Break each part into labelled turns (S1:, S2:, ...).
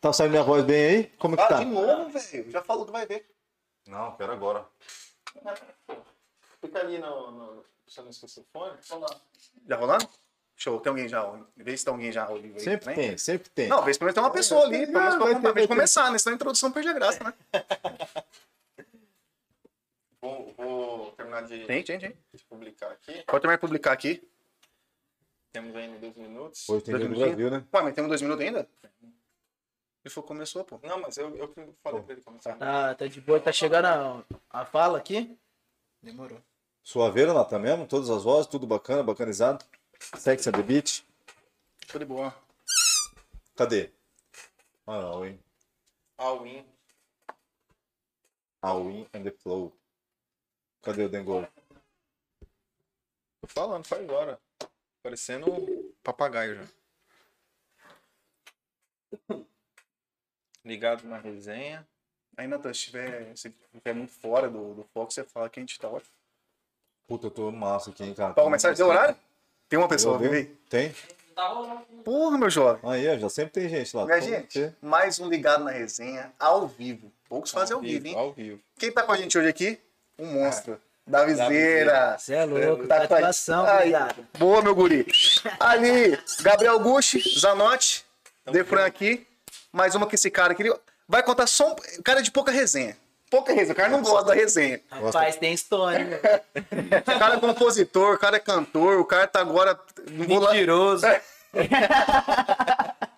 S1: Tá saindo minha voz bem aí? Como que
S2: Ah,
S1: tá?
S2: de novo, velho. Já falou que vai ver.
S3: Não, quero agora.
S2: Fica ali no. no... Você não esqueceu o fone? Olá. Já rolando? Show, tem alguém já. ao- Vê se tem alguém já ao vivo aí.
S1: Sempre
S2: né?
S1: tem, sempre tem.
S2: Não, vê se pelo menos tem uma pessoa ali, pelo menos
S1: vai
S2: pra- pra
S1: ter, vai ter.
S2: gente começar, né? Senão a introdução perde a graça, né? Vou, vou terminar de,
S3: Tem, tem, tem.
S2: de publicar aqui.
S3: Pode terminar de publicar aqui.
S2: Temos ainda dois minutos.
S1: Hoje tem
S3: Dois
S1: jogo do
S3: minutinhos?
S1: Brasil, né?
S2: Ué, mas temos dois minutos ainda?
S3: Ele falou, começou, pô.
S2: Não, mas eu, eu que falei pra ele começar.
S4: Tá, tá de boa, tá chegando a, a fala aqui. Demorou.
S1: Suaveira, Nata mesmo, todas as vozes, tudo bacana, bacanizado. Sex and the Beach.
S3: Show de boa.
S1: Cadê? Ah, não, hein?
S2: All in.
S1: A Win and the Flow. Cadê o Dengol?
S2: Tô falando, faz agora.
S3: Parecendo um papagaio já.
S2: Ligado na resenha.
S3: Aí, Natan, se tiver, se tiver muito fora do, do foco, você fala que a gente tá ótimo. Tá
S1: Puta, eu tô massa aqui, hein, cara.
S3: Pra começar a dizer o horário? Tem uma pessoa,
S1: Deu,
S3: vem
S1: deu?
S3: aí.
S1: Tem?
S3: Porra, meu jovem.
S1: Aí, ó, já sempre tem gente lá.
S3: Minha
S1: Todo
S3: gente,
S1: dia.
S3: mais um Ligado na Resenha, ao vivo. Poucos fazem ao vivo, hein?
S2: Ao vivo.
S3: Quem tá com a gente hoje aqui? Um monstro. Da viseira.
S4: Você é louco,
S3: Tá
S4: tá
S3: com a-
S4: atuação,
S3: Aí.
S4: cuidado.
S3: Boa, meu guri. Ali, Gabriel Gucci, Zanotti, Defran aqui. Mais uma que esse cara aqui. ele Vai contar só um. o Cara de pouca resenha. Pouca resenha. O cara não gosta da resenha.
S4: Rapaz, tem história.
S3: O cara é compositor, o cara é cantor, o cara tá agora. Não vou lá-
S4: Mentiroso.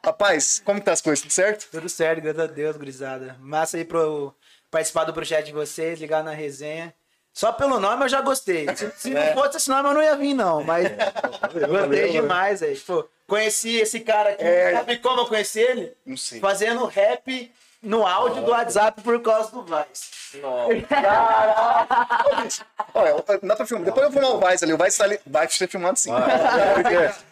S3: Rapaz, como que tá as coisas? Tudo certo?
S4: Tudo certo, graças a Deus, gurizada. Massa aí pro participar do projeto de vocês, ligar na resenha. Só pelo nome eu já gostei. Se, se não fosse esse nome eu não ia vir, não. Mas
S1: Valeu,
S4: gostei
S1: valeu,
S4: demais, aí. Pô, conheci esse cara aqui. Sabe como eu conheci ele?
S3: Não sei.
S4: Fazendo rap no áudio do WhatsApp por causa do Vice.
S3: Olha, dá pra filmar. Depois eu vou filmar o Vice ali. O Vice tá ali. Vai ser filmado sim.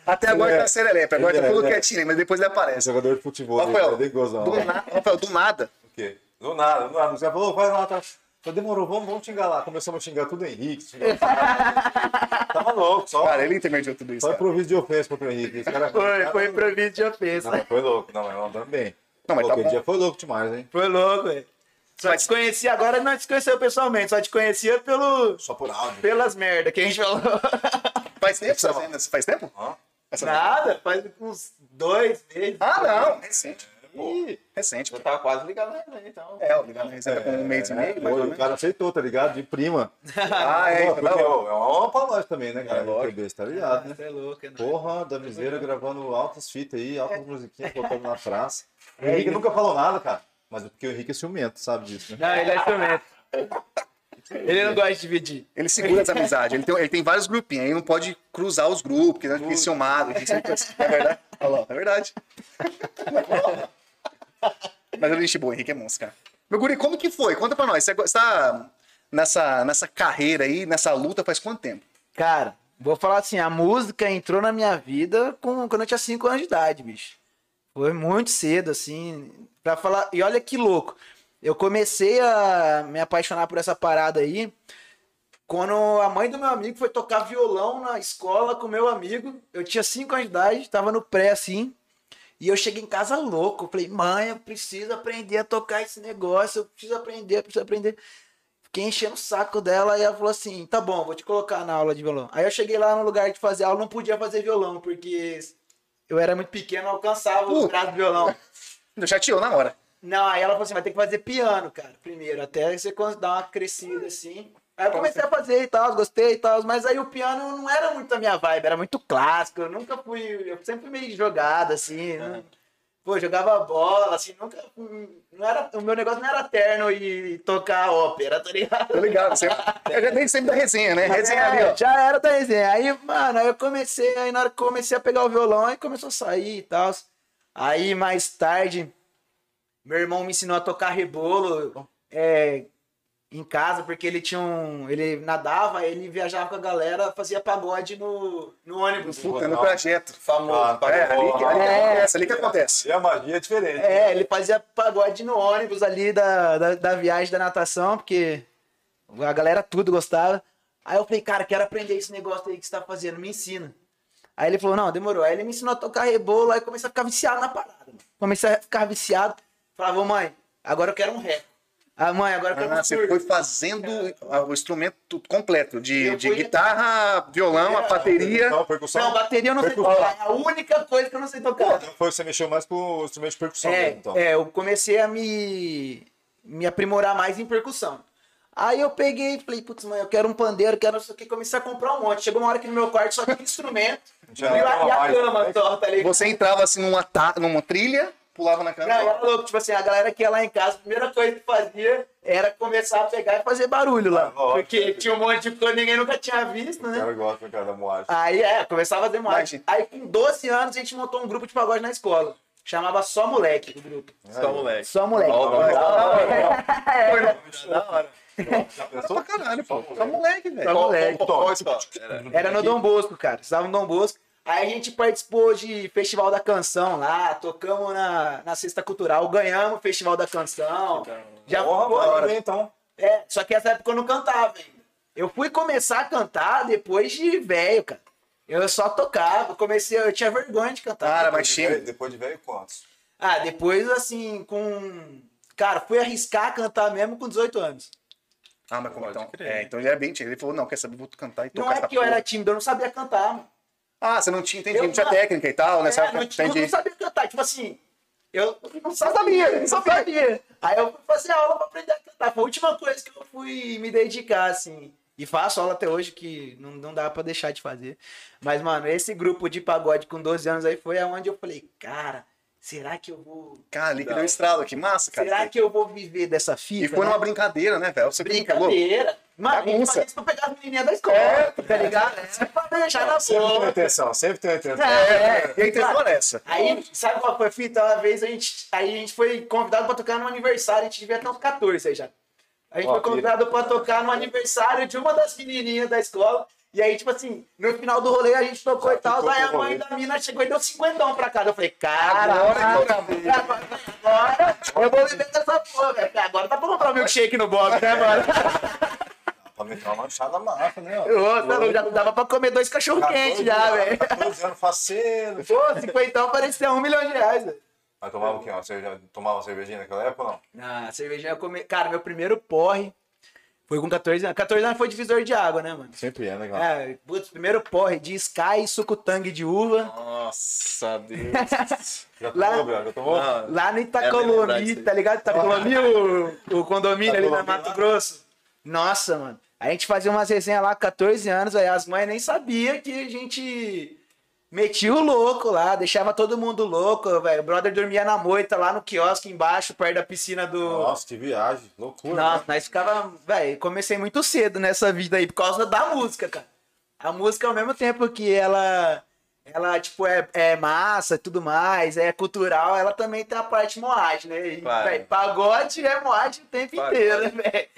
S3: Até agora tá serelepe. Agora tá tudo quietinho, ali, mas depois ele
S1: É
S3: aparece.
S1: jogador de futebol.
S3: Rafael,
S1: né? Perigosão.
S3: do nada, Rafael, do nada.
S1: O quê? Do nada, do nada. Os caras falaram, "Ô, vai lá, tá. Só demorou, vamos, vamos xingar lá. Começamos a xingar tudo Henrique. xingar o cara. Tava louco, só,
S3: Cara, ele intermediou tudo isso.
S1: só
S3: cara.
S1: improviso de ofensa contra o Henrique. Esse cara-
S4: Foi, foi improviso de
S1: Não,
S4: ofensa.
S1: mas foi louco, não, mas mandando bem.
S3: Não, mas tá
S1: Pô, aquele
S3: bom.
S1: dia foi louco demais, hein?
S4: Foi louco, velho. Só
S3: Mas-
S4: te conheci agora, não te conheceu pessoalmente, só te conhecia pelo,
S1: Só por áudio.
S4: pelas merdas que a gente falou.
S3: Faz tempo essa cena? Faz tempo?
S1: Hã?
S3: Essa-
S4: Nada, faz uns dois meses.
S3: Ah, não. Recente. Recente.
S2: Eu tava quase ligado na resenha, então.
S3: É, o ligado na resenha tá com um mês e meio, mais
S1: Pô,
S3: ou
S1: É, o
S3: menos.
S1: cara aceitou, tá ligado? De prima.
S3: Ah, é.
S1: Pô,
S3: então tá
S1: porque,
S3: bom.
S1: ó, é uma pra nós também, né, cara?
S3: É, lógico.
S1: MPB, tá ligado, né?
S4: Você é louco, é nóis. É.
S1: Porra, da miseira gravando altas fitas aí, altas musiquinhas colocando na praça. O Henrique nunca falou nada, cara. Mas é porque o Henrique é ciumento, sabe disso, né?
S4: Não, ele é ciumento. Ele não gosta de dividir.
S3: Ele segura essa amizade. Ele tem, ele tem vários grupinhos. Aí não pode cruzar os grupos, porque ele fica ciumado. ele fica sempre- É verdade. Olha lá, é verdade. Mas ele é gente boa, o Henrique é monstro, cara. Meu guri, como que foi? Conta pra nós. Você go- você tá nessa, nessa carreira aí, nessa luta, faz quanto tempo?
S4: Cara, vou falar assim, a música entrou na minha vida com, quando eu tinha 5 anos de idade, bicho. Foi muito cedo, assim, pra falar... E olha que louco, eu comecei a me apaixonar por essa parada aí quando a mãe do meu amigo foi tocar violão na escola com meu amigo. Eu tinha 5 anos de idade, tava no pré, assim, e eu cheguei em casa louco. Eu falei, mãe, eu preciso aprender a tocar esse negócio, eu preciso aprender, eu preciso aprender. Fiquei enchendo o saco dela e ela falou assim: tá bom, vou te colocar na aula de violão. Aí eu cheguei lá no lugar de fazer aula, não podia fazer violão, porque eu era muito pequeno, não alcançava o
S3: Puta.
S4: grau do violão.
S3: Eu chateou na hora.
S4: Não, aí ela falou assim: vai ter que fazer piano, cara, primeiro, até você cons- dar uma crescida assim. Aí eu comecei a fazer e tal, gostei e tal, mas aí o piano não era muito a minha vibe, era muito clássico, eu nunca fui, eu sempre fui meio jogado assim, não- pô, jogava bola, assim, nunca, não era, o meu negócio não era terno e tocar ópera, tá ligado?
S3: Tô ligado. Sempre, eu já dei sempre da resenha, né? Resenha
S4: É,
S3: ali, ó.
S4: Já era da resenha. Aí, mano, aí eu comecei, aí na hora que eu comecei a pegar o violão, aí começou a sair e tal. Aí mais tarde, meu irmão me ensinou a tocar rebolo é, em casa, porque ele tinha um. Ele nadava, ele viajava com a galera, fazia pagode no, no ônibus.
S3: Puta, no projeto.
S1: Ah,
S3: Famoso.
S1: tá
S3: é, ali, que- ali que
S4: É.
S3: acontece, ali que acontece.
S1: E a magia é diferente.
S4: É, ele fazia pagode no ônibus ali da, da, da viagem da natação, porque a galera tudo gostava. Aí eu falei, cara, quero aprender esse negócio aí que você tá fazendo, me ensina. Aí ele falou, não, demorou. Aí ele me ensinou a tocar rebolo, aí eu comecei a ficar viciado na parada. mano. comecei a ficar viciado. Falava, "Ô, mãe, agora eu quero um ré. Ah, mãe, agora eu quero
S3: Ah,
S4: um
S3: você
S4: surdo.
S3: foi fazendo o instrumento completo, de,
S4: Eu
S3: de
S4: fui- É.
S3: guitarra, violão, a bateria.
S1: Não, Então, percussão.
S4: Não, bateria eu não sei
S1: Percussão. Então,
S4: tocar. É a única coisa que eu não sei tocar.
S1: Foi você mexeu mais com instrumento de percussão
S4: é,
S1: mesmo, então.
S4: é, eu comecei a me, me aprimorar mais em percussão. Aí eu peguei e falei, putz, mãe, eu quero um pandeiro, quero não sei o que. Comecei a comprar um monte. Chegou uma hora que no meu quarto só tinha instrumento e
S1: Já
S4: a,
S1: tava
S4: e a
S1: mais,
S4: cama
S1: né?
S4: só, tá ligado?
S3: Você entrava assim numa, ta- numa trilha, pulava na
S4: Não,
S3: cama.
S4: era louco, tipo assim, a galera que ia lá em casa, a primeira coisa que fazia era começar a pegar e fazer barulho lá.
S1: Ah, lógico.
S4: porque tinha um monte de coisa que ninguém nunca tinha visto,
S1: O
S4: né?
S1: cara gosta, cara, da moagem.
S4: Aí é, começava a demais.
S3: Imagina.
S4: Aí com 12 anos a gente montou um grupo de pagode na escola. Chamava Só Moleque o grupo.
S2: Só Tá moleque.
S4: Só Moleque. É.
S2: Da hora.
S1: Já pensou?
S3: Pra caralho, pô. Tá moleque, velho.
S4: Só Moleque.
S2: Qual- qual escola? Era-
S4: Era no Dom Bosco, cara. Estava no Dom Bosco. Aí a gente participou de Festival da Canção lá, tocamos na, na Sexta Cultural, ganhamos o Festival da Canção. Já
S1: Porra,
S4: pô,
S1: mano, então.
S4: É, só que essa época eu não cantava ainda. Eu fui começar a cantar depois de velho, cara. Eu só tocava, comecei, eu tinha vergonha de cantar.
S3: Cara,
S1: Depois
S3: mas
S1: de velho-
S3: chega.
S1: Depois de velho, quantos?
S4: Ah, depois assim, com. Cara, fui arriscar a cantar mesmo com 18 anos.
S3: Ah, mas como
S2: Pode
S3: então?
S2: crer.
S3: É, então ele era bem tímido. Ele falou, não, quer saber, vou cantar e tocar
S4: Não é
S3: essa
S4: que eu
S3: porra.
S4: era tímido, eu não sabia cantar, mano.
S3: Ah, você não tinha, entendi,
S4: Eu
S3: não tinha
S4: não-
S3: técnica e tal, né?
S4: É,
S3: Sabe,
S4: não, tinha- eu
S3: entendi.
S4: não sabia cantar, tipo assim. Eu não sabia, não sabia. Aí eu fui fazer aula pra aprender a cantar. Foi a última coisa que eu fui me dedicar, assim. E faço aula até hoje, que não, não dá pra deixar de fazer. Mas, mano, esse grupo de pagode com 12 anos aí foi aonde eu falei, cara, será que eu vou.
S3: Cara, ali que deu um estralo, que massa, cara.
S4: Será que eu vou viver dessa fita?
S3: E foi
S4: né?
S3: numa brincadeira, né, velho? Você pegou.
S4: brincadeira. Mano, a gente
S3: Bagunça.
S4: fazia isso pra pegar as menininhas da escola, tá ligado? É pra
S3: Tá
S4: beijar na
S1: Sempre tem uma
S4: boca.
S1: intenção, sempre tem uma intenção.
S4: É,
S3: E a intenção era essa.
S4: Aí, sabe qual foi a fita? Uma vez a gente, aí a gente foi convidado pra tocar no aniversário, a gente devia ter uns 14 aí já. A gente
S1: Ó,
S4: foi convidado pra tocar no aniversário de uma das menininhas da escola. E aí, tipo assim, no final do rolê a gente tocou
S1: Já
S4: e tal.
S1: ficou
S4: Daí a
S1: com o
S4: mãe
S1: rolê.
S4: da mina chegou e deu 50 pra cada. Eu falei, cara,
S3: Agora
S4: agora,
S3: que eu gravei.
S4: agora eu vou viver dessa porra, velho. Porque Agora tá pra comprar o milkshake no Bob, né, mano?
S1: Pra meter uma manchada massa, né? ó.
S4: Ô, tá louco, já dava pra comer dois cachorro
S1: 14
S4: quente já,
S1: anos,
S4: velho.
S1: 14 anos, faceiro.
S4: Pô, 50 parecia um milhão de reais, velho.
S1: Mas tomava o quê? Uma
S4: É.
S1: cerveja, tomava uma cervejinha naquela época ou não?
S4: Na cervejinha eu come... Cara, meu primeiro porre foi com 14 anos. 14 anos foi divisor de água, né, mano?
S1: Sempre é, né, cara?
S4: É, putz, primeiro porre de Sky e suco tangue de uva.
S2: Nossa, Deus.
S1: Já
S4: Lá-
S1: tomou, Bel? Já tomou?
S2: Não,
S4: Lá no
S2: É bem lembrado
S4: Itacolomi,
S2: isso aí.
S4: tá ligado? Itacolomi, o, o condomínio ali na
S1: Itacolomi
S4: Mato
S1: lá.
S4: Grosso. Nossa, mano. A gente fazia umas resenhas lá, 14 anos, aí as mães nem sabiam que a gente metia o louco lá, deixava todo mundo louco, velho. O brother dormia na moita lá no quiosque embaixo, perto da piscina do,
S1: Nossa, que viagem. Loucura.
S4: Nossa,
S1: né?
S4: nós ficava. Véi, comecei muito cedo nessa vida aí, por causa da música, cara. A música, ao mesmo tempo que ela. Ela, tipo, é, é massa e tudo mais, é cultural, ela também tem a parte moagem, né? E,
S2: Claro.
S4: véi, pagode é moagem o tempo
S2: Pagode.
S4: inteiro, né, velho?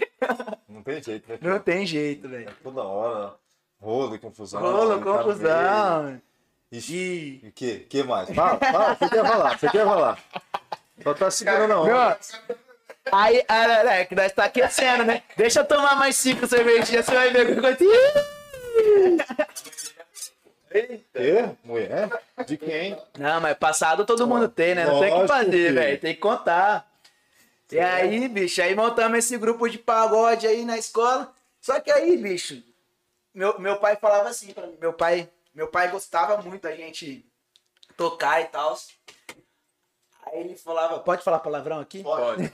S1: Não tem jeito, né?
S4: Não tem jeito, velho.
S1: Toda hora. Rolo e confusão.
S4: Rolo,
S1: e tá meio-
S4: confusão.
S1: Ixi,
S4: E.
S1: E o que? que mais? Fala, fala. Você quer falar, você quer falar. Só tá segurando a
S4: Meu,
S1: onda.
S4: aí, ah, não, não, é que nós tá aquecendo, né? Deixa eu tomar mais cinco cervejinhas, você vai ver o que acontece.
S1: Quê? Mulher? De quem?
S4: Não, mas passado todo mundo tem, né? Não tem que
S1: lógico
S4: fazer,
S1: que- é.
S4: velho. Tem que contar. E aí, bicho, aí montamos esse grupo de pagode aí na escola. Só que aí, bicho, meu, meu pai falava assim pra mim. Meu pai, meu pai gostava muito da gente tocar e tal. Aí ele falava, pode falar palavrão aqui?
S2: Pode.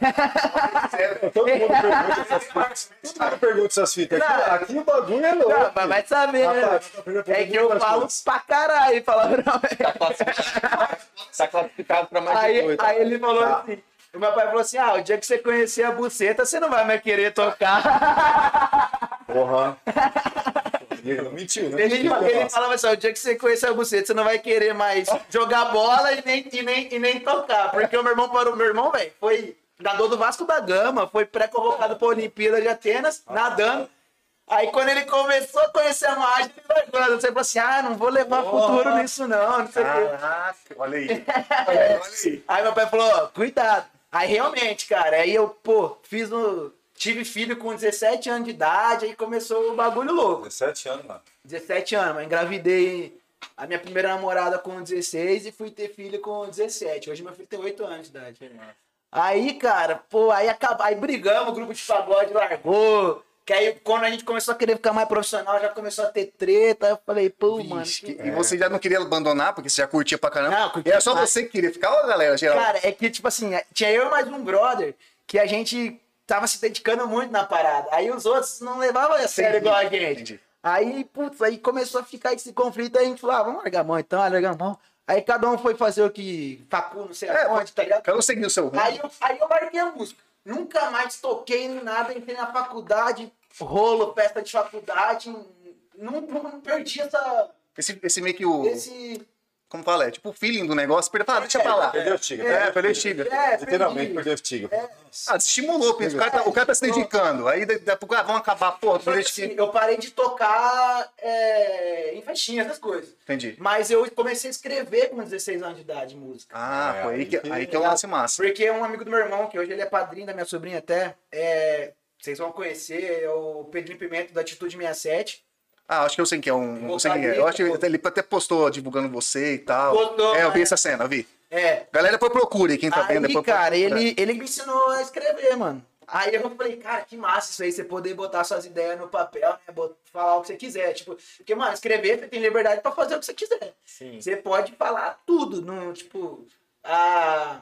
S1: Todo mundo pergunta essas fitas. Todo mundo pergunta essas fitas. Aqui,
S4: Não.
S1: aqui o bagulho é louco.
S4: Não, mas vai saber, né?
S1: Rapaz, a primeira
S4: É
S1: pergunta
S4: que eu
S1: das
S4: falo
S1: coisas.
S4: pra caralho palavrão, velho.
S2: Tá classificado pra mais
S4: aí,
S2: de oito.
S4: aí ele falou
S1: Tá.
S4: assim. O meu pai falou assim: ah, o dia que você conhecer a buceta, você não vai mais querer tocar.
S1: Porra. E ele não mentiu, né?
S4: Ele,
S1: Não,
S4: ele falava assim: ó, o dia que você conhecer a buceta, você não vai querer mais jogar bola e nem, e nem, e nem tocar. Porque o meu irmão parou. Meu irmão, velho, foi nadador do Vasco da Gama, foi pré-convocado pra Olimpíada de Atenas, nadando. Aí quando ele começou a conhecer a mágica, ele largou. Você falou assim: ah, não vou levar futuro nisso, não, não sei o quê.
S3: Caraca, olha aí.
S4: Aí meu pai falou, ó, cuidado. Aí realmente, cara, aí eu, pô, fiz um. Tive filho com 17 anos de idade, aí começou o bagulho louco.
S1: 17 anos, mano.
S4: 17 anos, mas engravidei a minha primeira namorada com 16 e fui ter filho com 17. Hoje meu filho tem 8 anos de idade. Aí, cara, pô, aí, acaba... aí brigamos, o grupo de pagode largou. Que aí, quando a gente começou a querer ficar mais profissional, já começou a ter treta. Aí eu falei, pô, mano.
S3: Vixe,
S4: que-
S3: que- E você já não queria abandonar, porque você já curtia pra caramba.
S4: Não, eu curtia
S3: era só
S4: demais.
S3: você que queria ficar, ó, galera, geral.
S4: Cara, é que, tipo assim, tinha eu e mais um brother que a gente tava se dedicando muito na parada. Aí os outros não levavam a sério
S3: Entendi,
S4: igual a gente.
S3: entendi.
S4: Aí, putz, aí começou a ficar esse conflito. Aí a gente falou, ah, vamos largar a mão então, ah, largar a mão. Aí cada um foi fazer o que facu, não sei
S3: É,
S4: aonde, tá ligado?
S3: Cada um seguiu o seu rumo.
S4: Aí eu, aí eu larguei a música. Nunca mais toquei em nada, entrei na faculdade, rolo, festa de faculdade. Não, não, não perdi essa,
S3: Esse, esse meio que o.
S4: esse.
S3: Como fala? É tipo o feeling do negócio. Perdeu, ah, deixa pra lá.
S1: Perdeu o tigre.
S3: É, perdeu o tigre.
S4: É,
S1: Literalmente
S4: perdi.
S1: perdeu o tigre.
S4: É,
S3: Ah, estimulou, porque o cara, tá, o cara tá se dedicando. Aí daqui a pouco, ah, vamos acabar, porra,
S4: Só que,
S3: durante
S4: assim,
S3: que.
S4: eu parei de tocar é, em festinhas, essas coisas.
S3: Entendi.
S4: Mas eu comecei a escrever com 16 anos de idade música.
S3: Ah,
S1: É,
S3: foi aí que,
S1: aí que-
S3: aí que é o lance massa.
S4: Porque um amigo do meu irmão, que hoje ele é padrinho da minha sobrinha até, é, vocês vão conhecer, é o Pedrinho Pimenta, da Atitude 67.
S3: Ah, acho que eu sei quem é um. Eu sei quem é. Eu acho que ele até- ele até postou divulgando você e tal.
S4: Postou,
S3: é, eu vi
S4: né?
S3: essa cena, eu vi.
S4: É.
S3: Galera, depois procure quem tá vendo.
S4: Aí,
S3: depois procura.
S4: cara, ele, ele me ensinou a escrever, mano. Aí eu falei, cara, que massa isso aí, você poder botar suas ideias no papel, né? bot- Falar o que você quiser. Tipo, porque, mano, escrever, você tem liberdade pra fazer o que você quiser.
S1: Sim.
S4: Você pode falar tudo, não, tipo, a,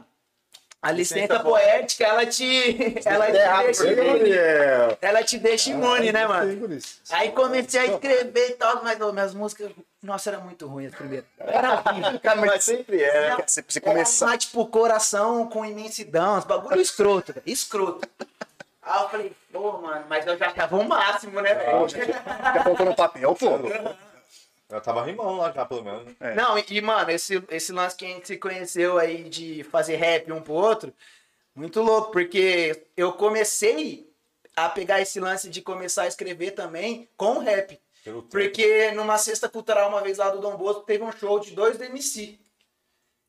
S4: a licença
S1: Licença
S4: poética, ela te, ela te deixa imune,
S1: É.
S4: ela te deixa imune, né, mano? Aí comecei a
S1: Só-
S4: escrever e tal, mas ô, minhas músicas, nossa, era muito ruim as primeiras.
S1: Cara, mas sempre é.
S3: Cara, Você, você
S4: Era
S3: começar.
S4: mais, tipo, coração com imensidão, uns bagulho escroto, velho, escroto. Aí eu falei, pô, mano, mas eu já tava o máximo, né, velho?
S3: Já colocou no papel, pô.
S1: Eu tava rimando lá já, pelo menos.
S3: É.
S4: Não, e, e, mano, esse, esse lance que a gente se conheceu aí de fazer rap um pro outro, muito louco, porque eu comecei a pegar esse lance de começar a escrever também com rap.
S1: Pelo
S4: Porque numa sexta cultural, uma vez lá do Dom Bosco, teve um show de dois do MC.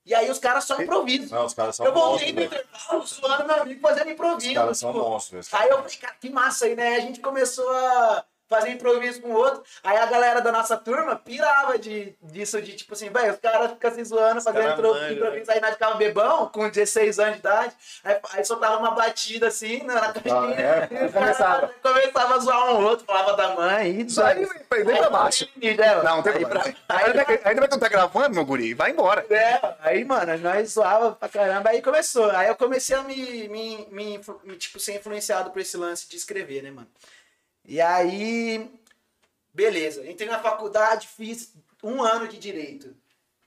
S4: E aí os caras só improvisam.
S1: Não, os caras são
S4: eu voltei
S1: monstros.
S4: do
S1: velho.
S4: intervalo, suando meu amigo, fazendo improviso.
S1: Os caras são
S4: tipo.
S1: monstros. velho.
S4: Aí eu falei, cara, que massa aí, né? A gente começou a fazer improviso com o outro. Aí a galera da nossa turma pirava de, disso, de tipo assim, velho, os caras ficam se zoando, fazendo
S2: caras
S4: impro-
S2: manjam,
S4: improviso.
S3: né?"
S4: Aí nós ficava bebão, com 16 anos de idade. Aí, aí soltava uma batida assim na,
S3: Ah,
S4: na caixinha.
S1: é.
S4: e os caras começava a zoar um outro, falava da mãe. E
S3: Isso aí, pra- daí pra baixo.
S4: Aí, né,
S3: Não, não tem
S4: aí
S3: problema.
S4: pra- aí
S3: Ainda
S4: pra-
S3: vai- ainda vai estar gravando, meu guri? Vai embora.
S4: é, aí, mano, nós zoava pra caramba, aí começou. Aí eu comecei a me, me, me, influ- me, tipo, ser influenciado por esse lance de escrever, né, mano? E aí, beleza. Entrei na faculdade, fiz um ano de direito.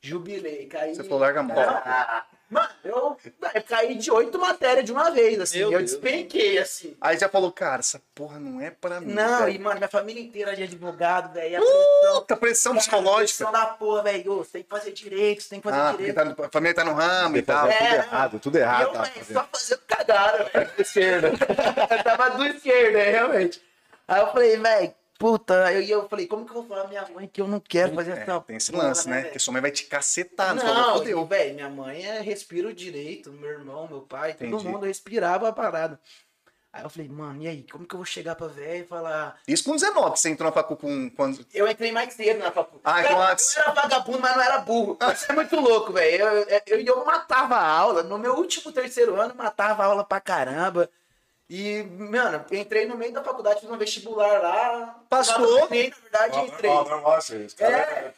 S4: Jubilei, caí.
S3: Você falou, larga a mão.
S4: Ah, Mano, eu, eu caí de oito matérias de uma vez, assim.
S2: Meu
S4: eu
S2: Deus.
S4: despenquei, assim.
S3: Aí já falou, cara, essa porra não é pra mim.
S4: Não,
S3: velho.
S4: e, mano, minha família inteira era de advogado, velho.
S3: Puta pressão
S4: Pressão
S3: Uh, psicológica.
S4: da porra, velho. Ô, Você tem que fazer direito, você tem que fazer
S3: Ah, porque
S4: direito.
S3: tá no- tá a família tá no ramo e
S1: Ele
S3: tal.
S1: fazia Ah,
S4: É,
S1: tudo
S4: não.
S1: errado, tudo
S4: E eu,
S1: errado. tava
S4: velho,
S1: fazendo.
S4: só fazendo cagada, velho. Esquerda. eu tava do esquerdo, é, realmente. Aí eu falei, velho, puta, aí eu falei, como que eu vou falar pra minha mãe que eu não quero fazer
S3: É,
S4: essa
S3: tem esse
S4: porra,
S3: lance, né?
S4: velho?
S3: Porque sua mãe vai te cacetar. Não,
S4: Não,
S3: fodeu.
S4: velho, minha mãe é, respira o direito, meu irmão, meu pai, todo
S3: Entendi.
S4: mundo respirava a parada. Aí eu falei, mano, e aí, como que eu vou chegar pra velha e falar.
S3: Isso com 19, que você entrou na facu com quando.
S4: Eu entrei mais cedo na faculdade.
S3: Ah, então
S4: Cara,
S3: antes.
S4: Eu era vagabundo, mas não era burro. Isso é muito louco, velho. Eu, eu, eu matava a aula. No meu último terceiro ano, matava a aula pra caramba. E, mano, eu entrei no meio da faculdade, fiz um vestibular lá.
S3: Passou.
S4: Não passei, na verdade,
S1: Normal,
S4: entrei.
S1: normal, normal, assim, os caras-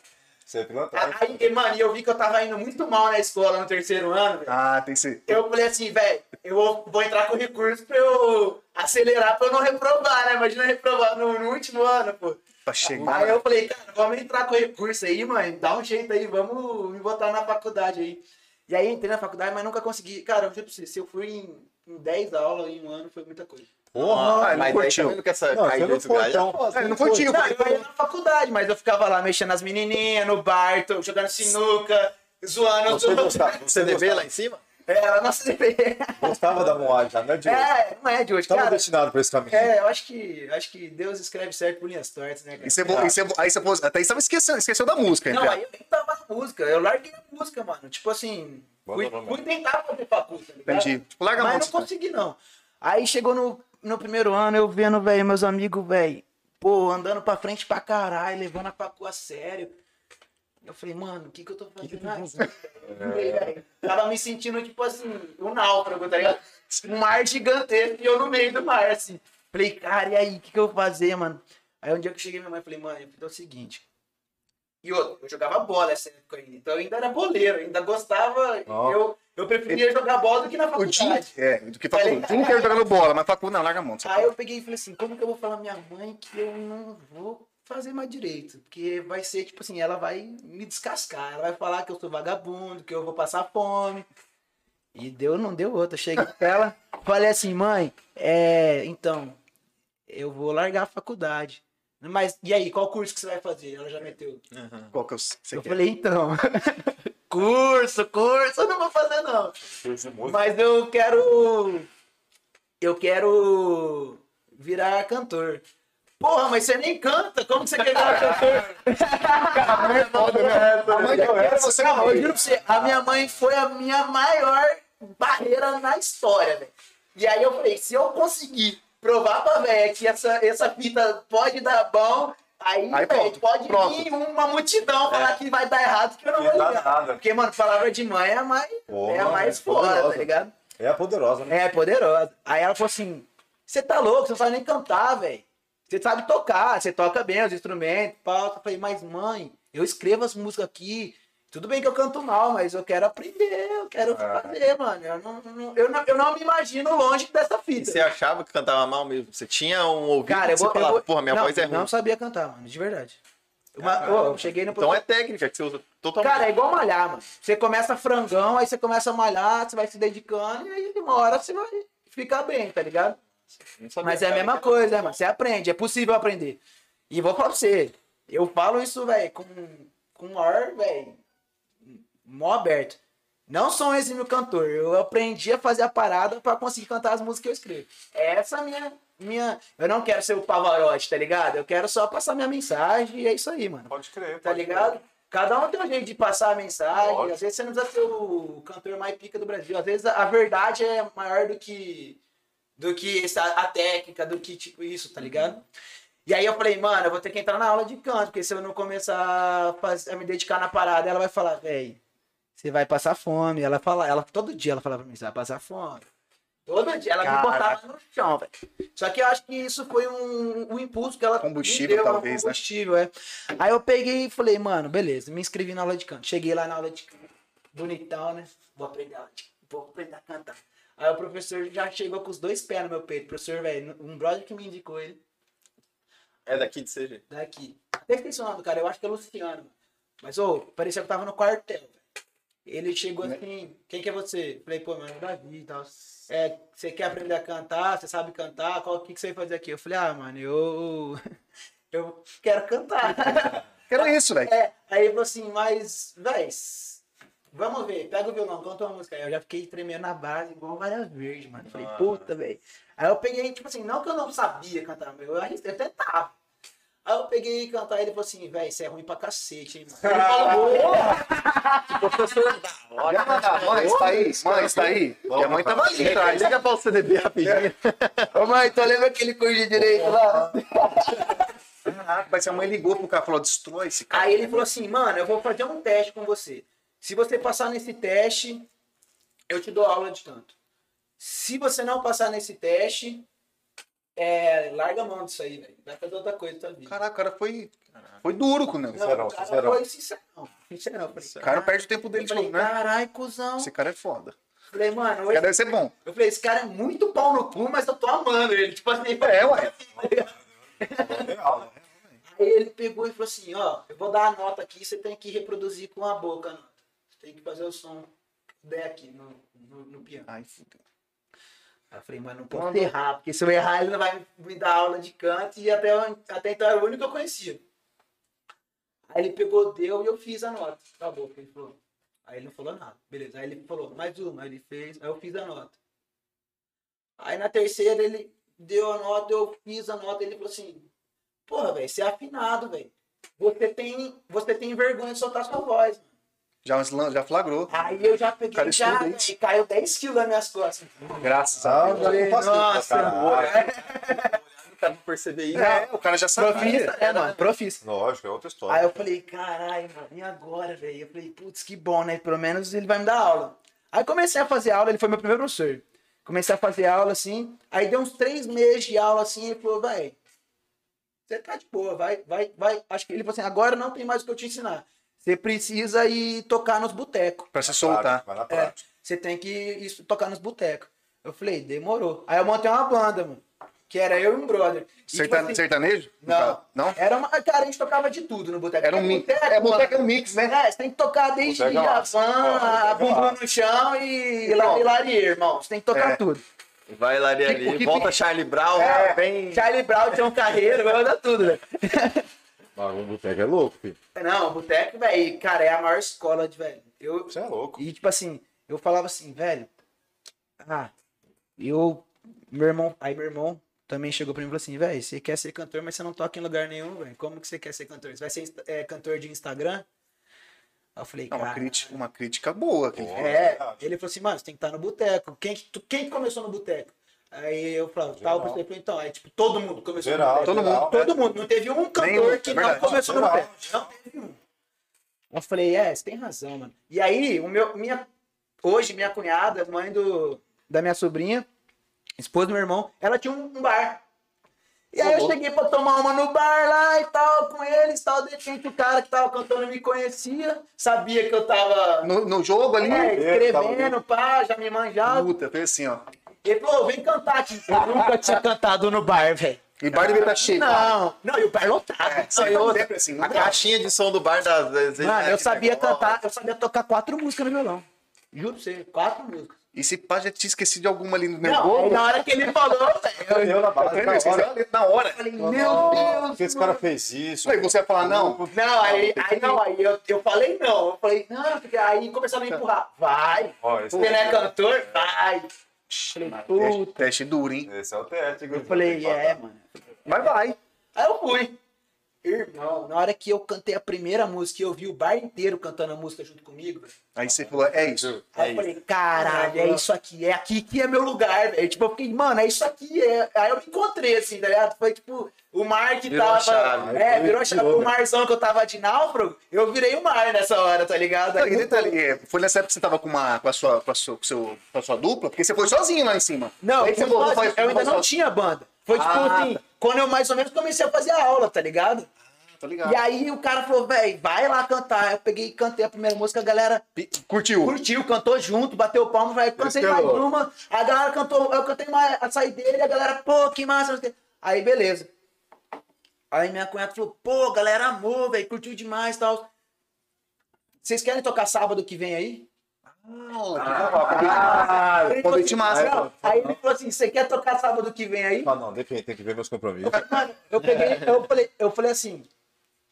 S1: Você é pilantado.
S4: Aí, e, mano, e eu vi que eu tava indo muito mal na escola no terceiro ano, velho.
S3: Ah, tem que ser.
S4: Eu falei assim, velho, eu vou- vou entrar com recurso pra eu acelerar pra eu não reprovar, né? Imagina eu reprovar no- no último ano, pô.
S3: Pra chegar.
S4: Aí Ah, eu falei, cara, vamos entrar com recurso aí, mãe. Dá um jeito aí, vamos me botar na faculdade aí. E aí entrei na faculdade, mas nunca consegui. Cara, eu juro pra você, se eu fui em, em 10 aulas em um ano, foi muita coisa.
S1: Porra,
S3: Ah,
S2: mas
S3: não
S2: aí
S3: curtiu.
S2: tá vendo que essa
S1: Não,
S2: caída
S1: você não
S2: desse galho
S1: foi
S2: é
S1: então.
S2: foda.
S1: Você
S3: É, não
S1: foi.
S3: curtiu.
S4: Não, eu ia na faculdade, mas eu ficava lá mexendo nas menininhas, no bar, tô jogando sinuca, zoando
S1: Você gostava.
S2: Você
S1: Você
S2: vê lá
S1: gostava,
S2: em cima?
S4: É, lá na CDB.
S1: gostava da moagem, tá? Não é de hoje. Então,
S4: É, não é de hoje,
S1: Tava
S4: cara.
S1: destinado pra esse caminho.
S4: É, eu acho que, acho que Deus escreve certo por linhas tortas, né, cara?
S3: E você, vo- e você, vo- aí você, vo- até aí você tava esquecendo, esqueceu da música,
S4: Não,
S3: hein,
S4: aí eu nem tava na música, eu larguei a música, mano. Tipo assim, fui,
S1: Abandonou
S4: fui tentar fazer faculdade, tá ligado?
S3: Entendi. Tipo, larga a
S4: Mas
S3: mão,
S4: não
S3: você tá.
S4: consegui, não. Aí chegou no, no primeiro ano, eu vendo, velho, meus amigos, velho, pô, andando pra frente pra caralho, levando a facu a sério. Eu falei, mano, o que que eu tô
S1: que
S4: fazendo
S1: tu
S4: aqui?
S1: usa?
S4: Tava me sentindo, tipo assim, um náufrago, tá ligado? Um mar gigantesco e eu no meio do mar, assim. Falei, cara, e aí, o que, que eu vou fazer, mano? Aí um dia que eu cheguei, minha mãe, falei, mano, eu fiz o seguinte. E outra, eu jogava bola essa época ainda. Então eu ainda era boleiro, ainda gostava.
S1: Ó.
S4: Eu, eu preferia jogar bola do que na
S3: O Jim,
S4: faculdade.
S3: é, do que faculdade. O Jim quer jogar no bola, mas faculdade não, larga a mão.
S4: Aí eu peguei e falei assim, como que eu vou falar pra minha mãe que eu não vou fazer mais direito? Porque vai ser, tipo assim, ela vai me descascar, ela vai falar que eu sou vagabundo, que eu vou passar fome. E deu, não deu outra. Eu Cheguei pra ela, falei assim, mãe, é, então, eu vou largar a faculdade. Mas, e aí, qual curso que você vai fazer? Ela já meteu.
S3: Qual que eu sei
S4: eu
S3: que é?
S4: falei, então, curso, curso, eu não vou fazer não. Mas eu quero. Eu quero virar cantor. Porra, mas você nem canta. Como que você quer virar cantor? é,
S3: Foda, né? A mãe deu essa, você
S4: Não,
S3: não
S4: eu juro pra você, a minha mãe foi a minha maior barreira na história, velho. E aí eu falei, se eu conseguir provar pra velha que essa, essa fita pode dar bom, aí,
S3: Aí
S4: véi,
S3: pronto,
S4: pode
S3: pronto.
S4: vir uma multidão falar que vai dar errado, que eu não
S1: Que
S4: vou
S1: dá
S4: ligar.
S1: nada.
S4: Porque, mano, palavra de mãe é a mais, é a
S1: Porra,
S4: mais
S1: é
S4: foda, tá
S1: poderosa.
S4: ligado?
S1: É a poderosa, né?
S4: É, poderosa. Aí ela falou assim: Você tá louco, você não sabe nem cantar, velho. Você sabe tocar, você toca bem os instrumentos, pauta. Eu falei, mas mãe, eu escrevo as músicas aqui. Tudo bem que eu canto mal, mas eu quero aprender, eu quero
S5: Ah.
S4: fazer, mano. Eu não, não- eu, não, eu não me imagino longe dessa
S5: E
S4: fita.
S5: você achava que cantava mal mesmo? Você tinha um ouvido
S4: Cara, eu
S5: que você
S4: vou. eu
S5: falava,
S4: vou-
S5: porra, minha
S4: não,
S5: voz é
S4: eu
S5: ruim.
S4: Não sabia cantar, mano, de verdade. Uma- ô, eu cheguei no.
S5: Então é técnica que você usa totalmente.
S4: Cara, é igual malhar, mano. Você começa frangão, aí você começa a malhar, você vai se dedicando, e aí uma hora você vai ficar bem, tá ligado?
S5: Não sabia,
S4: Mas é a
S5: cara,
S4: mesma
S5: que-
S4: coisa, né, mano? Você aprende, é possível aprender. E vou falar pra você, eu falo isso, velho, com, com o maior, velho, mó aberto. Não sou um exímio cantor, eu aprendi a fazer a parada pra conseguir cantar as músicas que eu escrevo. Essa é a minha, minha... Eu não quero ser o Pavarotti, tá ligado? Eu quero só passar minha mensagem e é isso aí, mano.
S1: Pode crer,
S4: Tá
S1: pode
S4: ligado? Cada um tem um jeito de passar a mensagem.
S1: Lógico.
S4: Às vezes você não precisa ser o cantor mais pica do Brasil. Às vezes a a verdade é maior do que do que essa, a técnica, do que tipo isso, tá ligado? E aí eu falei, mano, eu vou ter que entrar na aula de canto, porque se eu não começar a, faz- a me dedicar na parada, ela vai falar, velho, você vai passar fome. Ela fala, ela todo dia ela falava pra mim, você vai passar fome. Todo dia ela me botava no chão, velho. Só que eu acho que isso foi um, um impulso que ela
S3: Combustível,
S4: me deu, um
S3: talvez, né?
S4: combustível, é. Aí eu peguei e falei, mano, beleza, me inscrevi na aula de canto. Cheguei lá na aula de canto, bonitão, né? Vou aprender a aula de vou aprender a cantar. Aí o professor já chegou com os dois pés no meu peito. O professor, velho, um brother que me indicou ele,
S5: É daqui de CG.
S4: daqui. Até esqueci o nome do cara, eu acho que é Luciano. mano. Mas, ô, parecia que eu tava no quartel, velho. Ele chegou assim, quem que é você? Falei, pô, meu nome é Davi e tal. É, você quer aprender a cantar? Você sabe cantar? Qual, o que, que você vai fazer aqui? Eu falei, ah, mano, eu... Eu quero cantar.
S3: Era isso, velho.
S4: É, aí ele falou assim, mas, véi, s- vamos ver, pega o violão, canta uma música. Aí eu já fiquei tremendo na base, igual Vara Verde, mano. Falei, puta, velho. Aí eu peguei, tipo assim, não que eu não sabia cantar, mas eu, arrisquei, eu tentava. Aí eu peguei e cantar, ele falou assim, véi, você é ruim pra cacete, hein, mano. Ele falou,
S3: Olha, mãe, está aí. Mãe, está aí. Minha mãe tá tava ali atrás.
S5: Liga pra o CDB rapidinho.
S4: Ô mãe, tu lembra aquele curso de direito lá?
S3: Caraca, mas a mãe ligou pro cara e falou, destrói esse cara.
S4: Aí ele falou assim, mano, eu vou fazer um teste com você. Se você passar nesse teste, eu te dou aula de canto. Se você não passar nesse teste, é, larga a mão disso aí, velho. Vai fazer outra coisa da tua vida.
S3: Caraca, o cara foi, foi duro com o negócio.
S4: Não,
S1: sincerão,
S4: o cara
S1: sincerão.
S4: foi sincerão. Sincerão. Eu falei,
S3: O cara perde o tempo dele de novo, né?
S4: Caralho, cuzão.
S3: Esse cara é foda.
S4: Falei, mano,
S3: Esse
S4: hoje-
S3: cara deve ser bom.
S4: eu falei, esse cara é muito pau no cu, mas eu tô amando ele. Tipo assim,
S3: É, ué.
S4: É.
S1: Legal, né?
S4: Aí ele pegou e falou assim, ó, eu vou dar a nota aqui, você tem que reproduzir com a boca a nota. Você tem que fazer o som der aqui no, no, no piano.
S3: Ai, fudeu.
S4: Aí eu falei, mas não posso errar, porque se eu errar ele não vai me dar aula de canto e até, até então era o único que eu conhecia. Aí ele pegou, deu e eu fiz a nota da boca. Ele falou. Aí ele não falou nada. Beleza. Aí ele falou, mais uma. Aí ele fez, aí eu fiz a nota. Aí na terceira ele deu a nota, eu fiz a nota. Ele falou assim: Porra, velho, você é afinado, velho. Você tem, você tem vergonha de soltar sua voz.
S3: Já, um já flagrou.
S4: Aí eu já peguei,
S3: Cara,
S4: já,
S3: estuda
S4: véi, caiu 10 quilos nas minhas costas.
S3: Graças
S1: Ah,
S3: a Deus.
S1: já não
S4: Falei,
S1: passou,
S4: Nossa,
S1: caralho.
S4: mano.
S5: caras vão perceber isso.
S3: É, o cara já sabia.
S4: Profissa, é, mano, profissa.
S1: Lógico, é outra história.
S4: Aí eu falei, caralho, mano, e agora, velho? Eu falei, putz, que bom, né? Pelo menos ele vai me dar aula. Aí comecei a fazer aula, ele foi meu primeiro professor. Comecei a fazer aula assim, aí deu uns três meses de aula assim, ele falou, vai, você tá de boa, vai, vai, vai. Acho que ele falou assim, agora não tem mais o que eu te ensinar. Você precisa ir tocar nos botecos.
S3: Pra se
S1: Prática,
S3: soltar.
S1: Vai na
S4: É,
S1: prática.
S4: você tem que ir tocar nos botecos. Eu falei, demorou. Aí eu montei uma banda, mano. Que era eu e um brother. E, tipo
S3: Sertane-
S4: assim,
S3: Sertanejo? tá no
S4: Não.
S3: caso? Não?
S4: Era uma. Cara, a gente tocava de tudo no boteco.
S3: Era um mix. É, boteco é um mix, né?
S4: É, você tem que tocar desde
S1: Boteco é massa. Ó, boteco
S4: Javan,
S1: é
S4: a bumbum
S1: massa.
S4: no chão e
S3: Irmão.
S4: Laria, irmão. Você tem que tocar
S3: É.
S4: tudo.
S5: Vai lá ali,
S3: o que-
S5: volta Charlie Brown, Ah, vem.
S4: Charlie Brown, Tião Carreiro, vai dar tudo, velho.
S1: Mas o boteco é louco, filho.
S4: Não, o boteco, velho, cara, é a maior escola de, velho. Eu,
S1: Você é louco.
S4: E tipo assim, eu falava assim, velho. Ah, eu. Meu irmão. Aí meu irmão também chegou pra mim e falou assim, velho, você quer ser cantor, mas você não toca em lugar nenhum, velho. Como que você quer ser cantor? Você vai ser insta- eh, cantor de Instagram? Aí eu falei,
S3: É uma
S4: cara.
S3: crítica, uma crítica boa. aquele
S1: Boa.
S4: É,
S1: Verdade.
S4: ele falou assim, mano, você tem que estar no boteco. Quem, que- tu- quem que começou no boteco? Aí eu falava,
S1: Geral.
S4: tal, você falou, então, aí tipo, todo mundo começou
S1: Geral,
S4: no boteco.
S1: todo mundo.
S4: Todo mundo. Não teve um cantor
S3: um,
S4: que
S3: é
S4: não
S3: verdade.
S4: começou no
S1: Geral,
S4: boteco. Não teve um. Eu falei, é, você tem razão, mano. E aí, o meu, minha, hoje, minha cunhada, mãe do, da minha sobrinha, esposa do meu irmão, ela tinha um, um bar. E aí eu cheguei pra tomar uma no bar lá e tal, com eles e tal. De repente o cara que tava cantando me conhecia, sabia que eu tava
S3: No, no jogo ali.
S4: é,
S1: tava
S4: escrevendo,
S1: vendo.
S4: pá, já me manjava.
S3: Puta, fez assim, ó.
S4: Ele falou, "Ô, vem cantar aqui. Eu nunca tinha cantado no bar, velho.
S3: E bar devia estar cheio.
S4: Não, não, e o bar lotado.
S3: É,
S4: Não,
S3: sempre,
S4: eu-
S3: sempre assim.
S5: A
S3: nunca-
S5: caixinha de som do bar da.
S4: Mano, eu sabia cantar, eu sabia tocar quatro músicas no violão. Juro pra você, quatro músicas.
S3: E se pá, já tinha esquecido de alguma ali no meu
S4: Não, aí
S3: gol.
S4: na hora que ele falou, velho, eu
S1: na
S3: Entendeu? Esqueceu a letra Na hora.
S4: falei, meu Deus.
S1: Por que esse cara fez isso?
S3: E você ia falar, não.
S4: Não, aí, aí não, aí eu, eu falei não. Eu falei, não, porque aí começaram a me empurrar. Vai.
S1: Ó, esse,
S4: Você não é cantor? Vai. Falei,
S3: Teste,
S4: puta.
S3: teste duro, hein?
S1: esse é o teste.
S4: Eu falei, é, mano.
S3: Mas vai.
S4: Aí eu fui. Irmão, na hora que eu cantei a primeira música, e eu vi o bar inteiro cantando a música junto comigo. velho.
S3: Aí você falou, é isso.
S4: Aí eu falei, caralho, é isso aqui, é aqui que é meu lugar, velho. Tipo, eu fiquei, mano, é isso aqui. É... Aí eu me encontrei, assim, tá ligado? Foi tipo, o mar que
S5: Virou a
S4: tava.
S5: chave.
S4: É, virou
S1: Virou,
S4: a chave.
S1: virou,
S4: O marzão que eu tava de náufrago, eu virei o mar nessa hora, tá ligado?
S3: Não,
S4: Aí
S3: e
S4: eu-
S3: detalhe, é, foi nessa época que você tava com, uma, com, a sua, com, a sua, com, o seu, com a sua dupla, porque você foi sozinho lá em cima.
S4: Não,
S3: Aí
S4: eu,
S3: você
S4: fui
S3: falou,
S4: sozinho,
S3: faz-
S4: eu ainda
S3: faz
S4: não
S3: só-
S4: tinha banda. Foi tipo
S3: Ah,
S4: assim,
S3: tá.
S4: quando eu mais ou menos comecei a fazer a aula, tá ligado?
S3: Tô ligado.
S4: E aí o cara falou, velho, vai lá cantar. Eu peguei e cantei a primeira música, a galera
S3: Pi- Curtiu.
S4: curtiu, cantou junto, bateu palma, vai, cantei
S1: que é
S4: mais
S1: louco.
S4: uma, a galera cantou, eu cantei mais a saideira, a galera, pô, que massa, não sei o quê. Aí, beleza. Aí minha cunhada falou, pô, a galera amou, velho, curtiu demais e tal. Vocês querem tocar sábado que vem aí?
S3: Ah,
S4: Ele falou
S3: convite
S4: assim,
S3: massa.
S4: "Não." Aí ele falou assim, você quer tocar sábado que vem aí?
S1: Ah, não, depende, tem que ver meus compromissos.
S4: Mano, eu peguei, eu falei, eu falei assim.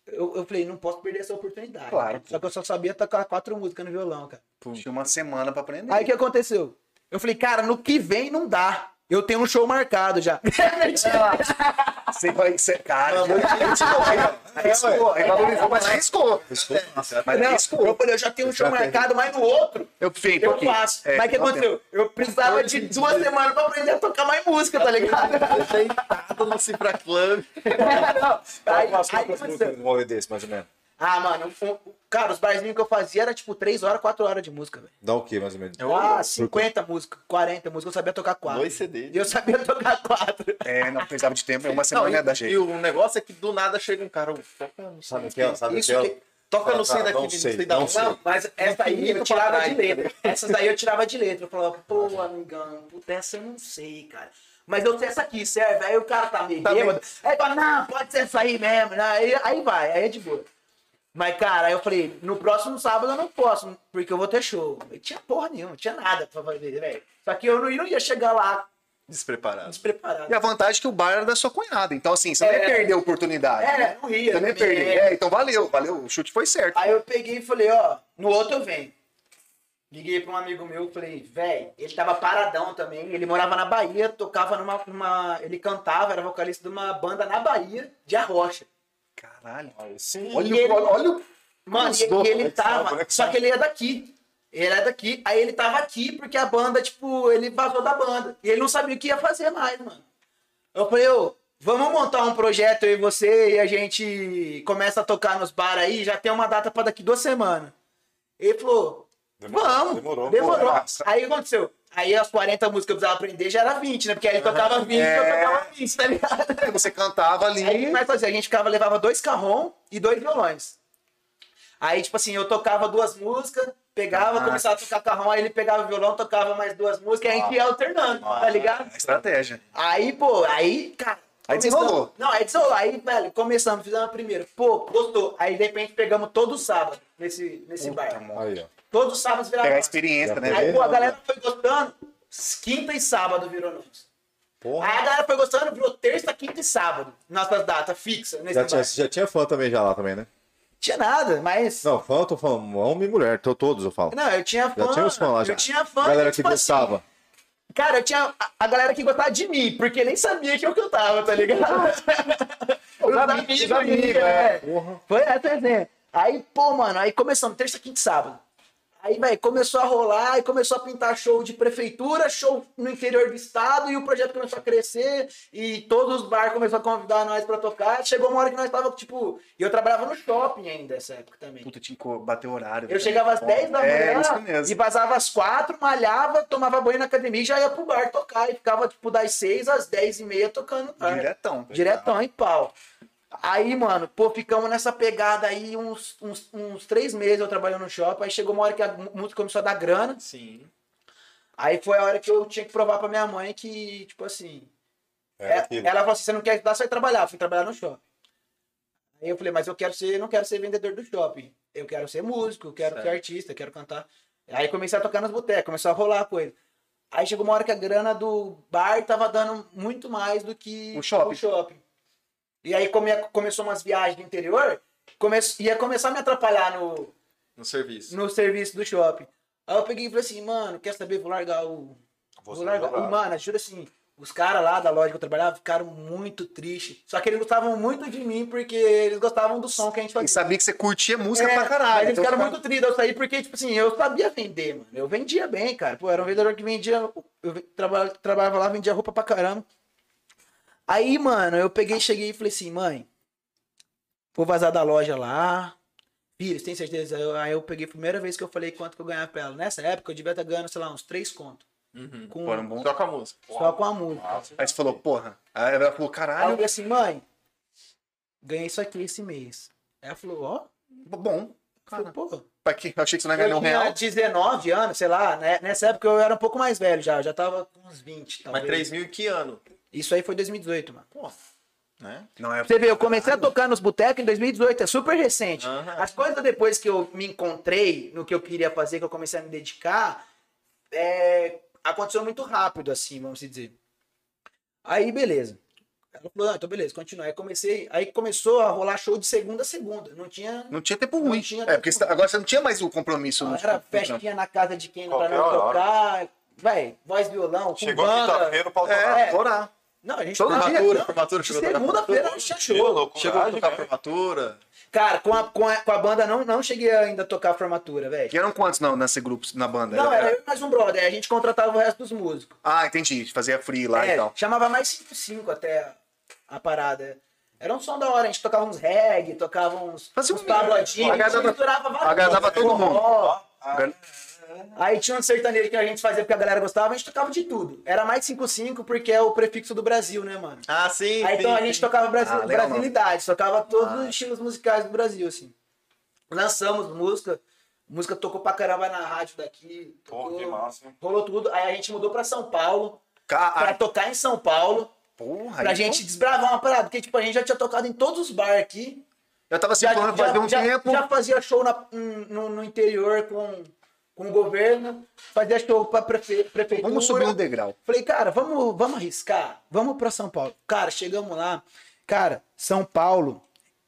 S4: Eu, eu falei, não posso perder essa oportunidade.
S3: Claro, pô.
S4: Só que eu só sabia tocar quatro músicas no violão, cara.
S3: Tinha uma semana pra aprender.
S4: Aí o que aconteceu? Eu falei, cara, no que vem não dá. Eu tenho um show marcado já.
S3: Você vai ser cara. Arriscou, arriscou, aí valorizou, mas arriscou. Mas
S4: é, Não, eu
S3: arriscou.
S4: falei, eu já tenho um show
S1: Já tem.
S4: marcado, mas no outro
S3: Eu É, fiz,
S4: eu faço. mas o que aconteceu? Eu precisava de duas semanas pra aprender a tocar mais música, tá ligado?
S5: Deitado no Cifra Club.
S1: Umas
S4: Aí, aí
S1: quantas músicas
S4: aconteceu.
S1: num um rolê desse, mais ou menos?
S4: Ah, mano, um- um- cara, os barzinhos que eu fazia era tipo 3 horas, 4 horas de música, velho.
S1: Dá o quê, mais ou menos?
S4: Ah, 50 músicas, 40 músicas, eu sabia tocar quatro.
S5: Dois CD.
S4: E eu sabia tocar quatro.
S3: É, não precisava de tempo, uma
S5: Não,
S3: semana
S5: e,
S3: ia dar
S5: e
S3: jeito.
S5: o negócio é que do nada chega um cara, "Ô, toca no
S1: Sabe
S4: é?
S1: aquela? Sabe
S5: Isso
S1: aquela?
S5: que- toca no
S1: Fala,
S5: sei
S1: cara,
S5: daqui,
S1: não
S5: Tá, não sei
S1: sei,
S5: da
S1: não
S5: onde.
S1: sei.
S5: Não,
S4: Mas essa aí eu
S5: Infinito pra
S4: tirava de
S5: trás.
S4: letra. Essas daí eu tirava de letra. Eu falava, pô, amigão, puta, essa eu não sei, cara. Mas eu sei essa aqui, serve. Aí o cara tá meio bêbado. Aí fala, não, pode ser essa aí mesmo. né? Aí, aí vai, aí é de boa. Mas, cara, aí eu falei, no próximo sábado eu não posso, porque eu vou ter show. E tinha porra nenhuma, não tinha nada pra fazer, velho. Só que eu não, eu não ia chegar lá
S5: Despreparado.
S4: despreparado.
S3: E a vantagem é que o bar era da sua cunhada. Então, assim, você não
S4: É.
S3: ia perder a oportunidade.
S4: É,
S3: né?
S4: não ia,
S3: Você não ia
S4: também.
S3: perder. É, então valeu, valeu. O chute foi certo.
S4: Aí eu peguei e falei, ó, no outro eu venho. Liguei pra um amigo meu, falei, velho, ele tava paradão também, ele morava na Bahia, tocava numa, numa- ele cantava, era vocalista de uma banda na Bahia, de Arrocha.
S3: Caralho.
S1: Aí Sim.
S3: Olha,
S4: E ele-
S3: o- olha o.
S4: Mano, e,
S3: Nossa,
S4: e ele
S1: conexão,
S4: tava,
S1: conexão.
S4: só que ele é daqui, ele é daqui, aí ele tava aqui porque a banda, tipo, ele vazou da banda, e ele não sabia o que ia fazer mais, mano. Eu falei, ô, Vamos montar um projeto eu e você e a gente começa a tocar nos bar aí, já tem uma data pra daqui duas semanas. Ele falou,
S1: Demorou,
S4: vamos.
S1: demorou,
S4: Demorou. um né?
S1: pô,
S4: aí o que aconteceu? Aí as 40 músicas que eu precisava aprender já era 20, né? Porque aí ele tocava 20 eu tocava 20, tá ligado?
S3: Aí Você cantava ali.
S4: Aí mas, assim, a gente ficava, levava dois carrom e dois violões. Aí, tipo assim, eu tocava duas músicas, pegava,
S3: Ah.
S4: começava a tocar carrom, aí ele pegava o violão, tocava mais duas músicas, aí a gente ia alternando, tá ligado?
S3: Estratégia.
S4: Aí, pô, aí, cara.
S3: Aí
S4: começamos-
S3: desenrolou.
S4: Não, aí desenrolou. Aí, velho, começamos, fizemos a primeira. Pô, gostou. Aí, de repente, pegamos todo sábado nesse, nesse bar.
S1: Aí, ó.
S4: Todos os sábados virava
S3: Pegar a
S4: noite.
S3: experiência,
S1: Já
S3: né?
S1: peguei.
S4: Aí, pô, a galera foi gostando. Quinta e sábado virou noite.
S1: Porra.
S4: Aí a galera foi gostando, virou terça, quinta e sábado. Nossas datas fixas nesse
S1: Já
S4: bar.
S1: tinha, já tinha fã também já lá também, né?
S4: Tinha nada, mas.
S1: Não, fã eu tô falando homem e mulher, tô, todos eu falo.
S4: Não, eu tinha fã.
S1: já tinha os fãs lá já.
S4: Eu tinha fã.
S1: Galera
S4: tipo
S1: que
S4: assim,
S1: gostava.
S4: Cara, eu tinha a, a galera que gostava de mim, porque nem sabia que eu cantava, tá ligado? Os amigos,
S3: os amigos,
S4: iam,
S3: é.
S4: é. Foi essa resenha. Aí, pô, mano, aí começamos terça, quinta e sábado. Aí, velho, começou a rolar e começou a pintar show de prefeitura, show no interior do estado, e o projeto começou a crescer, e todos os bares começaram a convidar nós pra tocar. Chegou uma hora que nós tava, tipo. E eu trabalhava no shopping ainda nessa época também.
S3: Puta, tinha que bater o horário. né?
S4: Eu chegava às 10 da manhã
S3: É, isso mesmo.
S4: e vazava às 4, malhava, tomava banho na academia e já ia pro bar tocar. E ficava, tipo, das 6 às 10 e meia tocando no bar.
S3: Diretão.
S4: É, Diretão, hein, pau. Aí, mano, pô, ficamos nessa pegada aí uns, uns, uns três meses eu trabalhando no shopping. Aí chegou uma hora que a mu- música começou a dar grana.
S5: Sim.
S4: Aí foi a hora que eu tinha que provar pra minha mãe que, tipo assim,
S1: Era
S4: ela,
S1: É, aquilo.
S4: ela falou assim: você não quer estudar, você vai trabalhar. Eu fui trabalhar no shopping. Aí eu falei, mas eu quero ser, não quero ser vendedor do shopping. Eu quero ser músico, eu quero ser artista, eu quero cantar. Aí comecei a tocar nas botecas, começou a rolar a coisa. Aí chegou uma hora que a grana do bar tava dando muito mais do que
S3: O shopping.
S4: E aí come- começou umas viagens do interior, come, ia começar a me atrapalhar no,
S5: No serviço.
S4: no serviço do shopping. Aí eu peguei e falei assim, mano, quer saber? Vou largar o. Vou, largar. E, mano, juro assim, os caras lá da loja que eu trabalhava ficaram muito tristes. Só que eles gostavam muito de mim porque eles gostavam do som que a gente
S3: E
S4: fazia.
S3: sabia que você curtia música
S4: É,
S3: pra
S4: mas
S3: caralho.
S4: Eles
S3: Então,
S4: ficaram muito tristes eu saí porque, tipo assim, eu sabia vender, mano. Eu vendia bem, cara. Pô, era um vendedor que vendia. Eu ve- traba- trabalhava lá, vendia roupa pra caramba. Aí, mano, eu peguei, cheguei e falei assim, mãe, vou vazar da loja lá. Pires, tem certeza? Eu- aí eu peguei a primeira vez que eu falei quanto que eu ganhava pra ela. Nessa época eu devia estar ganhando, sei lá, uns três contos.
S5: Uhum.
S4: Com,
S3: Foram bons.
S5: Toca a música.
S4: só com a música.
S3: Aí você falou, porra. Aí ela falou,
S4: Aí eu
S3: caralho,
S4: falei assim, mãe, ganhei isso aqui esse mês. Aí ela falou, ó,
S3: bom.
S4: eu falei, pô,
S3: Pra quem? Eu achei que você não ia ganhar
S4: Eu
S3: um
S4: tinha
S3: real.
S4: 19 anos, sei lá, né? nessa época eu era um pouco mais velho já, eu já tava com uns 20, talvez.
S5: Mas 3 mil e que ano?
S4: Isso aí foi 2018, mano.
S5: Pô. Né?
S3: Não, é
S4: Você vê, eu comecei a tocar nos botecos em 2018, é super recente.
S5: Aham.
S4: As coisas depois que eu me encontrei no que eu queria fazer, que eu comecei a me dedicar, é, aconteceu muito rápido, assim, vamos dizer. Aí, beleza. Ela falou, ah, então beleza, continua. Aí comecei, aí começou a rolar show de segunda a segunda. Não tinha.
S3: Não tinha tempo
S4: Não
S3: ruim.
S4: tinha
S3: é,
S4: tempo
S3: porque
S4: ruim.
S3: agora você não tinha mais o compromisso. né? no-
S4: Era
S3: no trampo.
S5: né?
S4: festinha na casa de quem pra
S1: Qualquer
S4: não
S1: hora.
S4: tocar. Véi, voz violão, com
S1: Chegou
S4: banda.
S1: quinta-feira, o pau tocava.
S3: É, torar.
S4: Não, a gente
S3: Todo
S4: tava-
S3: dia.
S5: Formatura,
S4: não,
S5: formatura, chegou a tocar
S4: Segunda-feira a
S5: formatura.
S4: gente
S1: Ô,
S4: achou.
S1: louco,
S5: Chegou a
S1: coragem,
S5: tocar
S1: né?
S5: formatura.
S4: Cara, com a, com a, com a banda não, não cheguei ainda a tocar a formatura, velho.
S3: E eram quantos não, nesse grupo, na banda?
S4: Não, era eu e mais um brother. aí A gente contratava o resto dos músicos.
S3: Ah, entendi. Fazia free lá
S4: É,
S3: e tal.
S4: chamava mais 5-5 até a parada. Era um som da hora, a gente tocava uns reggae, tocava uns,
S3: Fazia
S4: uns
S3: um-
S4: pagodinhos, a gente
S3: agradava-
S4: misturava várias
S3: agradava
S4: coisas,
S3: todo mundo.
S4: forró.
S3: Agora-
S4: Aí tinha um sertanejo que a gente fazia porque a galera gostava, a gente tocava de tudo. Era mais 55 porque é o prefixo do Brasil, né, mano?
S5: Ah, sim.
S4: Aí
S5: sim,
S4: então a gente
S5: sim.
S4: tocava Brasil,
S3: Ah, legal, Ah.
S4: brasilidade, tocava todos os estilos musicais do Brasil, assim. Lançamos música, música tocou pra caramba na rádio daqui.
S1: Porra,
S4: tocou,
S1: que massa, hein?
S4: rolou tudo. Aí a gente mudou pra São Paulo, pra
S3: Cara,
S4: tocar em São Paulo,
S3: ah, porra. então
S4: pra
S3: aí,
S4: gente desbravar uma parada, porque tipo, a gente já tinha tocado em todos os bars aqui.
S3: Eu tava
S4: Já,
S3: circulando
S4: já-
S3: fazia um
S4: já-
S3: tempo.
S4: já fazia show na- no, no interior com, com o governo, fazia show pra prefe- prefeitura.
S3: Vamos subir um degrau.
S4: Falei, cara, vamos, vamos arriscar. Vamos pra São Paulo. Cara, chegamos lá. Cara, São Paulo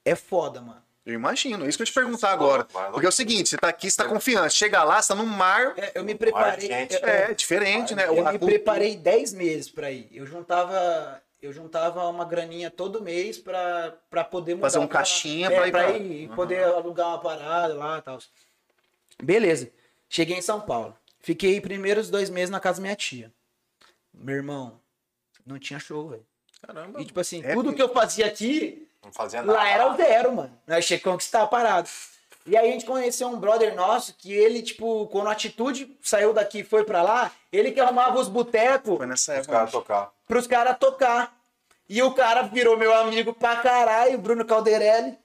S4: é foda, mano.
S3: Eu imagino. É isso que eu ia te perguntar agora. Porque é o seguinte, você tá aqui, você tá confiante. Chega lá, você tá no mar.
S4: É, eu me preparei.
S1: gente,
S4: eu-
S3: É, diferente, né? A
S4: eu me
S3: cultura-
S4: preparei 10 meses pra ir. Eu juntava, eu juntava uma graninha todo mês pra, pra poder mudar.
S3: Fazer um caixinha
S4: pra,
S3: pra
S4: é,
S3: ir
S4: pra
S3: pra-
S4: ir. Poder alugar uma parada lá e tal. Beleza. Cheguei em São Paulo. Fiquei primeiros dois meses na casa da minha tia. Meu irmão, não tinha show, velho.
S5: Caramba.
S4: E tipo assim,
S2: É,
S4: tudo que eu fazia aqui,
S1: Não fazia nada.
S4: Lá era o zero, mano. Nós tinha que conquistar parado. E aí a gente conheceu um brother nosso que ele, tipo, quando a atitude saiu daqui e foi pra lá, ele que arrumava os botecos
S3: Foi nessa
S1: Os
S3: época.
S1: caras tocar.
S4: pros caras tocar. E o cara virou meu amigo pra caralho, Bruno Calderelli.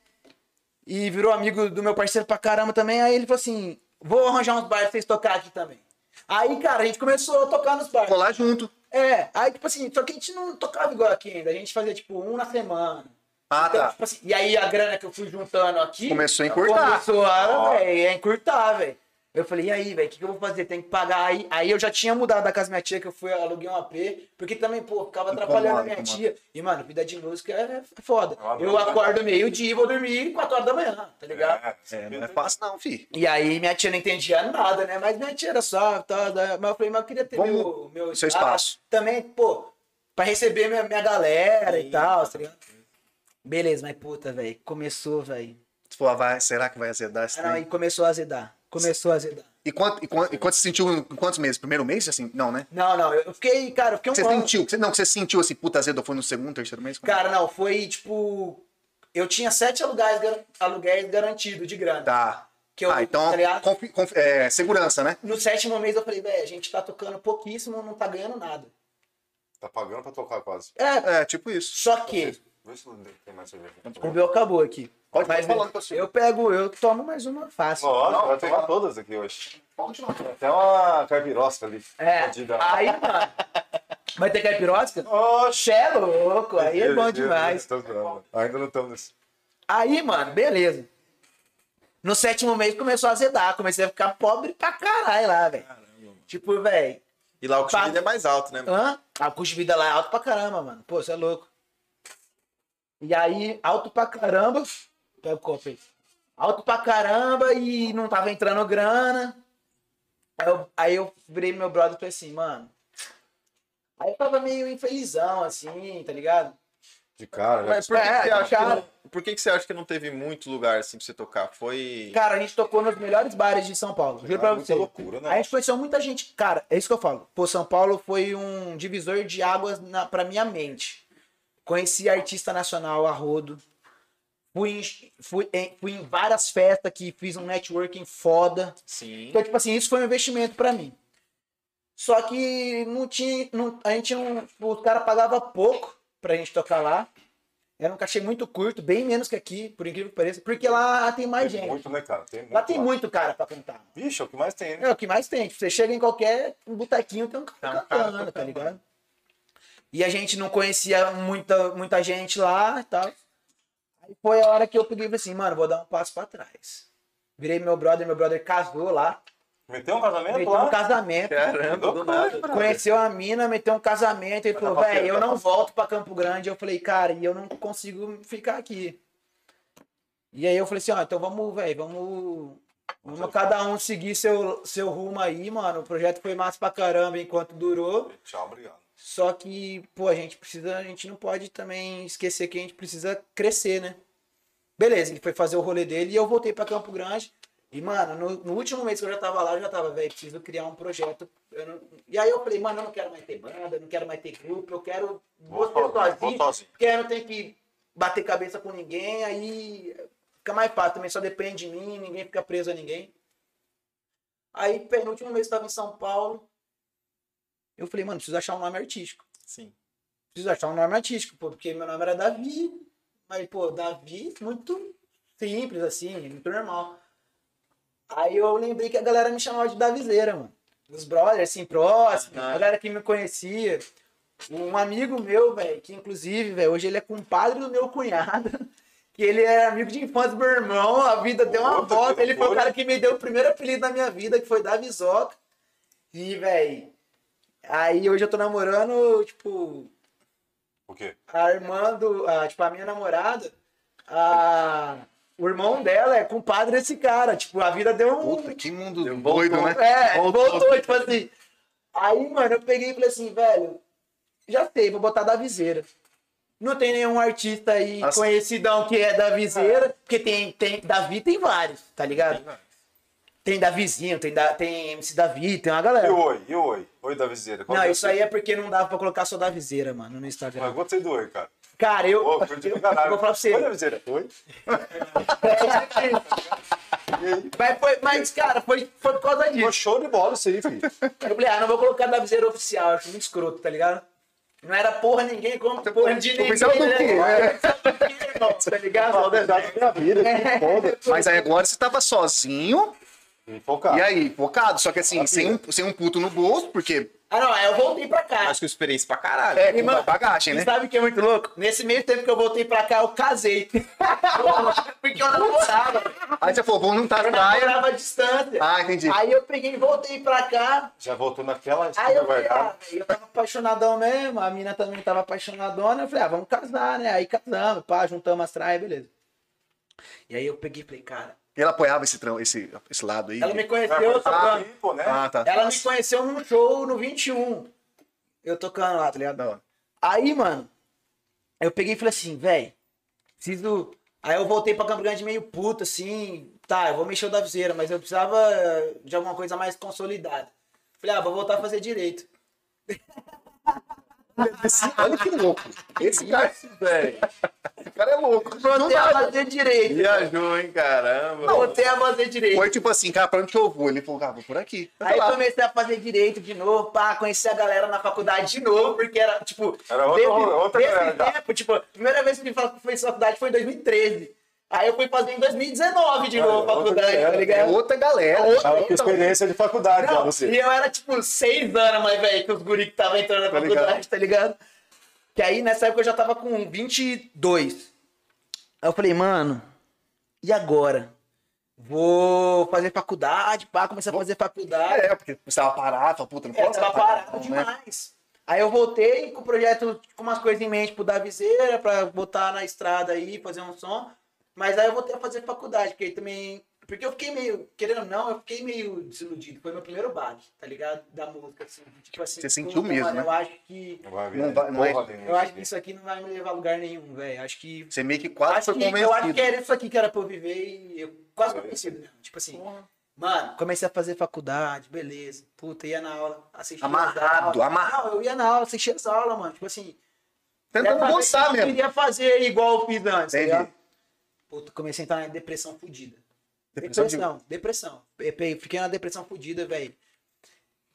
S4: E virou amigo do meu parceiro pra caramba também. Aí ele falou assim: vou arranjar uns bares pra vocês tocar aqui também. Aí, cara, a gente começou a tocar nos bares.
S3: Colar junto.
S4: É, aí, tipo assim, só que a gente não tocava igual aqui ainda. A gente fazia, tipo, um na semana.
S3: Ah,
S4: Então,
S3: tá.
S4: tipo assim, e aí a grana que eu fui juntando aqui.
S3: Começou a encurtar.
S4: Começou a,
S1: Ó.
S4: véi, a encurtar, velho. Eu falei, e aí, velho, o que, que eu vou fazer? Tem que pagar aí. Aí eu já tinha mudado da casa da minha tia, que eu fui aluguei um AP, porque também, pô, ficava atrapalhando a minha
S3: incomoda.
S4: tia. E, mano, vida de música é foda.
S1: É uma
S4: Eu
S1: droga.
S4: acordo meio-dia e vou dormir 4 horas da manhã, tá ligado?
S3: É, não é
S4: né?
S3: fácil não, fi.
S4: E aí minha tia não entendia nada, né? Mas minha tia era só, tá, tá. mas eu falei, mas eu queria ter
S3: Vamos-
S4: meu, meu
S3: seu espaço.
S4: Também, pô, pra receber minha, minha galera e tal, tá ligado? Beleza, mas puta, velho, começou, velho.
S3: Tu falou, ah, vai, será que vai azedar esse
S4: Ah, não,
S3: trem?
S4: e começou a azedar. Começou a azedar.
S3: E quanto, e, quanto, e quanto você sentiu em quantos meses? Primeiro mês, assim? Não, né?
S4: Não, não, eu fiquei, cara, eu fiquei um
S3: Você
S4: ano.
S3: sentiu, que você- não, que você sentiu assim, puta azedou, foi no segundo, terceiro mês?
S4: Cara, não, foi tipo. Eu tinha sete aluguéis, gar- aluguéis garantidos de grana.
S3: Tá.
S4: Que eu,
S3: ah, então,
S4: tá ligado?
S3: confi- confi- é, segurança, né?
S4: No sétimo mês eu falei, velho, a gente tá tocando pouquíssimo, não tá ganhando nada.
S1: Tá pagando pra tocar quase.
S4: É,
S3: É, tipo isso.
S4: só que.
S1: Vê se não tem mais cerveja.
S4: O meu acabou aqui.
S3: Pode- pode falar
S4: eu-
S3: que eu sei.
S4: eu pego, eu tomo mais uma fácil.
S1: Nossa, vai pegar todas aqui hoje.
S3: Pode não.
S1: Tem até uma caipirosca ali.
S4: É.
S1: Perdida.
S4: Aí, mano. Vai ter caipirosca?
S1: Oxi.
S4: Oxê, é louco. Aí é bom
S1: Meu Deus,
S4: demais.
S1: tô zoando. Ainda não estamos nesse.
S4: Aí, mano, beleza. No sétimo mês começou a azedar. Comecei a ficar pobre pra caralho lá, velho. Tipo, velho.
S5: E lá o custo de vida é mais alto, né? mano?
S4: Hã? Ah, o custo de vida lá é alto pra caramba, mano. Pô, você é louco. E aí, alto pra caramba. Pega o copo aí. Alto pra caramba e não tava entrando grana. Aí eu, aí eu virei pro meu brother e falei assim, mano. Aí eu tava meio infelizão, assim, tá ligado?
S1: De cara, né? já.
S5: Mas por que,
S4: É,
S5: que você acha que
S4: cara.
S5: não- por que, que você acha que não teve muito lugar assim pra você tocar? Foi.
S4: Cara, a gente tocou nos melhores bares de São Paulo. Juro pra
S1: muita
S4: você.
S1: loucura, né?
S4: A gente conheceu muita gente. Cara, é isso que eu falo. Pô, São Paulo foi um divisor de águas na, pra minha mente. Conheci artista nacional a rodo. Fui em, fui, em, fui em várias festas que fiz um networking foda.
S5: Sim.
S4: Então, tipo assim, isso foi um investimento pra mim. Só que não tinha. Não, a gente não. O cara pagava pouco pra gente tocar lá. Era um cachê muito curto, bem menos que aqui, por incrível que pareça. Porque lá tem mais
S1: tem
S4: gente.
S1: muito, né, cara? Tem muito.
S4: Lá tem muito cara pra cantar.
S1: Bicho, é o que mais tem, né?
S4: É o que mais tem. Tipo, você chega em qualquer botequinho, tem um
S5: Tá um
S4: cara
S5: cara
S4: cantando,
S5: tocando.
S4: tá ligado? E a gente não conhecia muita, muita gente lá e tal. Aí foi a hora que eu peguei e falei assim, mano, vou dar um passo pra trás. Virei meu brother, meu brother casou lá.
S1: Meteu um casamento
S4: Meteu
S1: lá?
S4: um casamento.
S5: Caramba, do nada.
S4: Conheceu a mina, meteu um casamento e falou,
S1: tá
S4: velho,
S1: parceiro,
S4: eu
S1: tá
S4: não
S1: parceiro."
S4: volto pra Campo Grande. Eu falei, cara, e eu não consigo ficar aqui. E aí eu falei assim, ó, então vamos, velho, vamos. Vamos cada um seguir seu, seu rumo aí, mano. O projeto foi massa pra caramba enquanto durou.
S1: Tchau, obrigado.
S4: Só que, pô, a gente precisa, a gente não pode também esquecer que a gente precisa crescer, né? Beleza, ele foi fazer o rolê dele e eu voltei pra Campo Grande. E, mano, no, no último mês que eu já tava lá, eu já tava, velho, preciso criar um projeto. Eu não- E aí eu falei, mano, eu não quero mais ter banda, eu não quero mais ter grupo, eu quero
S1: Vou um
S4: você
S1: sozinho, vou
S4: sozinho,
S1: sozinho.
S4: porque eu não tenho que bater cabeça com ninguém, aí fica mais fácil também, só depende de mim, ninguém fica preso a ninguém. Aí, penúltimo mês eu tava em São Paulo, eu falei, mano, preciso achar um nome artístico.
S5: Sim.
S4: Preciso achar um nome artístico, pô, porque meu nome era Davi, mas, pô, Davi, muito simples, assim, muito normal. Aí eu lembrei que a galera me chamava de Davizeira, mano. Os brothers, assim, próximos,
S1: tá.
S5: Ah.
S4: a galera que me conhecia. Um amigo meu, velho, que inclusive, velho, hoje ele é compadre do meu cunhado, que ele era amigo de infância do meu irmão, a vida deu uma
S1: Puta,
S4: volta.
S1: que
S4: Ele foi o
S1: loucura.
S4: cara que me deu o primeiro apelido da minha vida, que foi Davizoca. E, velho, aí hoje eu tô namorando, tipo,
S1: O quê?
S4: a irmã do. a, tipo, a minha namorada, a, o irmão dela é compadre desse cara. Tipo, a vida deu um.
S3: Puta, que mundo doido, né?
S4: É,
S3: Voltou.
S4: voltou, tipo assim. Aí, mano, eu peguei e falei assim, velho, já sei, vou botar da viseira. Não tem nenhum artista aí
S3: Nossa.
S4: conhecidão que é da viseira, porque tem, tem, Davi tem vários, tá ligado? Tem Davizinho, tem, da, tem MC Davi, tem uma galera.
S1: E o oi? E o oi? Oi da viseira. Qual
S4: É. Não,
S1: que é
S4: isso
S1: o
S4: aí
S1: seu?
S4: é porque não dava pra colocar só da viseira, mano, no Instagram.
S1: Mas eu gostei do oi, cara.
S4: Cara, eu,
S1: Ô,
S4: eu,
S1: curti pra
S4: vou
S1: caralho.
S4: falar pra você.
S1: Oi da viseira. Oi?
S4: Mas, foi, mas, cara, foi, foi por causa
S1: Pô,
S4: disso.
S1: show de bola isso aí, filho.
S4: Eu falei, ah, não vou colocar da viseira oficial, acho muito escroto, tá ligado? Não era porra ninguém, como porra de ninguém.
S3: pensava do
S4: né?
S3: quê?
S4: Pensava do quê, irmão? Tá ligado?
S1: minha vida,
S4: É.
S1: que foda.
S3: Mas aí agora você tava sozinho,
S4: Tá.
S1: Focado.
S3: e aí, focado. Só que assim, sem um, sem um puto no bolso, porque
S4: Ah, não, aí eu voltei pra cá.
S5: Acho que experiência pra caralho.
S3: é com
S4: mano,
S3: bagagem, né?
S4: E sabe o que é muito louco? Nesse meio tempo que eu voltei pra cá, eu casei. Porque eu namorava.
S3: Aí você falou, vou juntar
S4: Eu
S3: as praias.
S4: namorava à distância.
S3: Ah, entendi.
S4: Aí eu peguei e voltei pra cá.
S1: Já voltou naquela
S4: Aí
S1: esquina
S4: eu falei, ah,
S1: guardada.
S4: velho, eu tava apaixonadão mesmo. A mina também tava apaixonadona. Eu falei, ah, vamos casar, né? Aí casamos, pá, juntamos as traias, beleza. E aí eu peguei e falei, cara,
S3: E ela apoiava esse, trão, esse, esse lado aí.
S4: ela me
S1: Ah,
S4: conheceu,
S1: tá
S4: tocando.
S1: limpo, né?
S3: Ah, tá.
S4: Ela me conheceu num show no 21. Eu tocando lá, tá ligado?
S3: Da hora.
S4: Aí, mano, eu peguei e falei assim, velho, preciso. Aí eu voltei pra Campo Grande meio puto, assim, tá, eu vou mexer o da viseira, mas eu precisava de alguma coisa mais consolidada. Falei, ah, vou voltar a fazer direito.
S3: Esse- olha que louco. Esse
S4: é
S3: cara,
S5: velho.
S3: esse cara é louco. Não
S4: Voltei a
S3: dá.
S4: "Ah, fazer direito.
S5: Viajou, hein, caramba.
S4: Voltei a fazer direito.
S3: Foi tipo assim, cara, pra onde que eu vou? Ele falou, ah, vou por aqui. Tá
S4: Aí
S3: lá.
S4: comecei a fazer direito de novo, pá, conhecer a galera na faculdade de novo, porque era, tipo,
S1: Era outra- outra
S4: desse
S1: galera tá. já.
S4: tempo, tipo, a primeira vez que eu fa- fiz faculdade foi em 2013. Aí eu fui fazer em 2019 de
S1: Cara,
S4: novo
S1: outra
S4: faculdade, tá
S1: galera.
S3: É
S4: ligado?
S3: outra galera.
S1: Ah, com experiência de faculdade, já,
S4: então. Não,
S1: você.
S4: e eu era tipo seis anos mais velho que os guri que tava entrando na faculdade, tá ligado? Que aí nessa época eu já tava com 22. Aí eu falei, mano, e agora? Vou fazer faculdade, pá, começar a fazer faculdade.
S3: É, porque você tava parado, falou, puta, não
S4: É,
S3: posso.
S4: tava
S3: parar,
S4: parado
S3: não, né?
S4: demais. Aí eu voltei com o projeto, com umas coisas em mente pro Daviseira, pra botar na estrada aí, fazer um som. Mas aí eu voltei a fazer faculdade, porque aí também. Porque eu fiquei meio, querendo ou não, eu fiquei meio desiludido. Foi meu primeiro baque, tá ligado? Da música, assim. Tipo assim,
S3: Você sentiu
S4: puta,
S3: mesmo,
S4: mano,
S3: né?
S4: Eu acho que.
S1: vai ver,
S3: Não
S1: né?
S3: vai- não é-
S1: Porra nenhuma.
S4: Eu acho que isso aqui não vai me levar a lugar nenhum, velho. Acho que.
S3: Você meio que quase
S4: Acho
S3: foi
S4: que- eu acho
S3: convencido.
S4: que era isso aqui que era pra eu viver e eu quase convencido mesmo. Tipo assim, mano, comecei a fazer faculdade, beleza. Puta, ia na aula, assistia.
S3: Amarrado, amarrado.
S4: Não, eu ia na aula, assistia as aulas, mano. Tipo assim,
S3: Tentando
S4: dessa vez
S3: gostar
S4: Eu
S3: mesmo.
S4: queria fazer igual eu fiz antes, tá
S3: Entendi.
S4: ligado? Puta, comecei a entrar na depressão fodida.
S3: Depressão
S4: Depressão,
S3: de-
S4: depressão. Eu pe- Fiquei na depressão fodida, velho.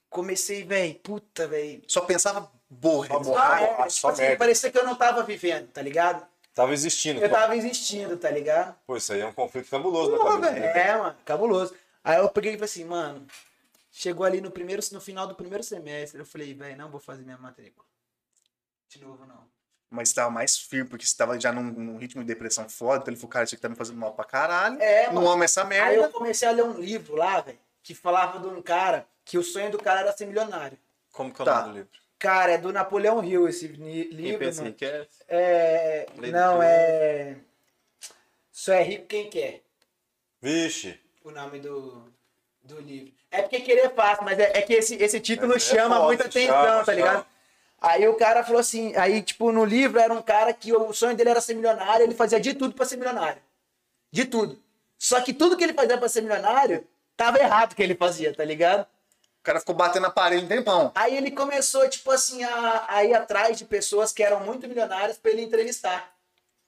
S4: Comecei, velho, puta, velho.
S3: Só pensava borra.
S1: Só borra.
S4: Ah,
S1: Ah,
S4: é,
S1: ah,
S4: tipo
S1: só
S4: assim,
S1: merda.
S4: parecia que eu não tava vivendo, tá ligado?
S1: Tava existindo.
S4: Eu tava existindo, tá ligado?
S1: Pô, isso aí é um conflito cabuloso na cabeça. né?
S4: É, mano, cabuloso. Aí eu peguei e falei assim, mano, chegou ali no primeiro, no final do primeiro semestre, eu falei, velho, não vou fazer minha matrícula. De novo, não.
S3: Mas tava mais firme, porque você tava já num, num ritmo de depressão foda. Então ele falou, cara, isso aqui tá me fazendo mal pra caralho.
S4: É,
S3: não
S4: mano.
S3: amo essa
S4: Aí eu
S3: merda.
S4: comecei a ler um livro lá, velho, que falava de um cara, que o sonho do cara era ser milionário.
S5: Como que é o
S3: Tá.
S5: nome do livro?
S4: Cara, é do Napoleão Hill esse ni-
S5: Quem
S4: livro,
S5: pensa
S4: mano.
S5: que é?
S4: É,
S5: Lei do
S4: não,
S5: Teu-
S4: é... Só é rico quem quer,
S1: Vixe.
S4: o nome do, do livro. É porque querer é fácil, mas é, é que esse, esse título
S1: É, é
S4: chama
S1: foda,
S4: muita atenção,
S1: chama,
S4: tá ligado?
S1: chama.
S4: Aí o cara falou assim, aí tipo, no livro era um cara que o sonho dele era ser milionário, ele fazia de tudo pra ser milionário. De tudo. Só que tudo que ele fazia pra ser milionário, tava errado o que ele fazia, tá ligado?
S3: O cara ficou batendo na parede um tempão.
S4: Aí ele começou, tipo assim, a, a ir atrás de pessoas que eram muito milionárias pra ele entrevistar.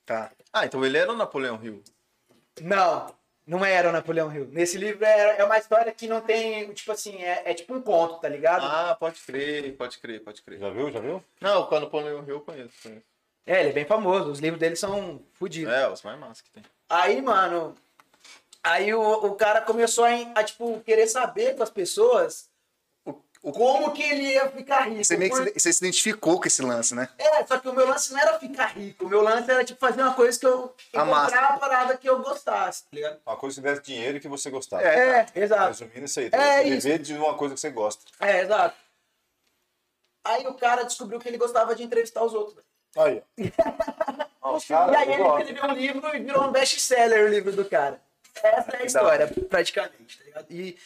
S3: Tá.
S5: Ah, então ele era o Napoleão Hill.
S4: Não, não era o Napoleão Hill. Nesse livro é, é uma história que não tem, tipo assim, é, é tipo um conto, tá ligado?
S5: Ah, pode crer, pode crer, pode crer.
S1: Já viu? Já viu?
S5: Não, com o Napoleão Hill eu conheço. conheço.
S4: É, ele é bem famoso, os livros dele são fodidos.
S5: É, os mais massa que tem.
S4: Aí, mano, aí o, o cara começou a, a, tipo, querer saber com as pessoas como que ele ia ficar rico.
S3: Você meio que
S4: Por-
S3: se, você se identificou com esse lance, né?
S4: É, só que o meu lance não era ficar rico, o meu lance era, tipo, fazer uma coisa que eu
S3: Amassa.
S4: encontrar uma parada que eu gostasse, tá ligado?
S1: Uma coisa que desse dinheiro e que você gostava.
S4: É, exato.
S1: Resumindo isso aí.
S4: É
S1: É
S4: isso.
S1: Viver de uma coisa que você gosta.
S4: É, exato. Aí o cara descobriu que ele gostava de entrevistar os outros.
S1: Aí, ó. Ó, o cara,
S4: e aí ele
S1: gosta.
S4: escreveu um livro e virou um best-seller o livro do cara. Essa é a história, praticamente, tá ligado? E,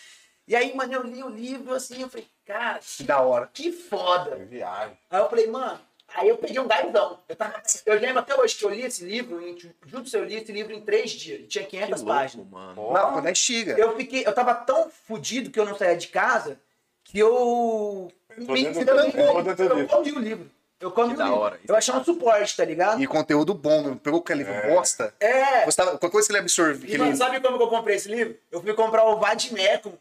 S4: e aí, mano, eu li o livro assim, eu falei, cara,
S3: Que da hora.
S4: que foda.
S1: Viagem.
S4: Aí eu falei, mano, Aí eu peguei um gás Eu, tava- assim, eu lembro até hoje que eu li esse livro, em, junto eu li esse livro em três dias. Ele tinha 500 páginas.
S5: mano.
S1: Ó,
S3: Não, quando é xiga.
S4: Eu fiquei, eu tava tão fudido que eu não saía de casa que eu
S1: Tô
S4: me
S1: dentro
S4: eu,
S1: do-
S4: eu,
S1: eu tô dentro do
S4: eu
S1: livro.
S4: comi o livro. Eu comi
S5: Que
S4: o
S5: da
S4: livro.
S5: hora, isso
S4: eu
S5: é
S4: achei um suporte, tá ligado?
S3: E conteúdo bom, não pegou aquele livro bosta.
S4: É.
S3: Você tava, qualquer coisa que ele absorve. Que
S4: E mano,
S3: ele...
S4: sabe como que eu comprei esse livro? Eu fui comprar o Vadimecum.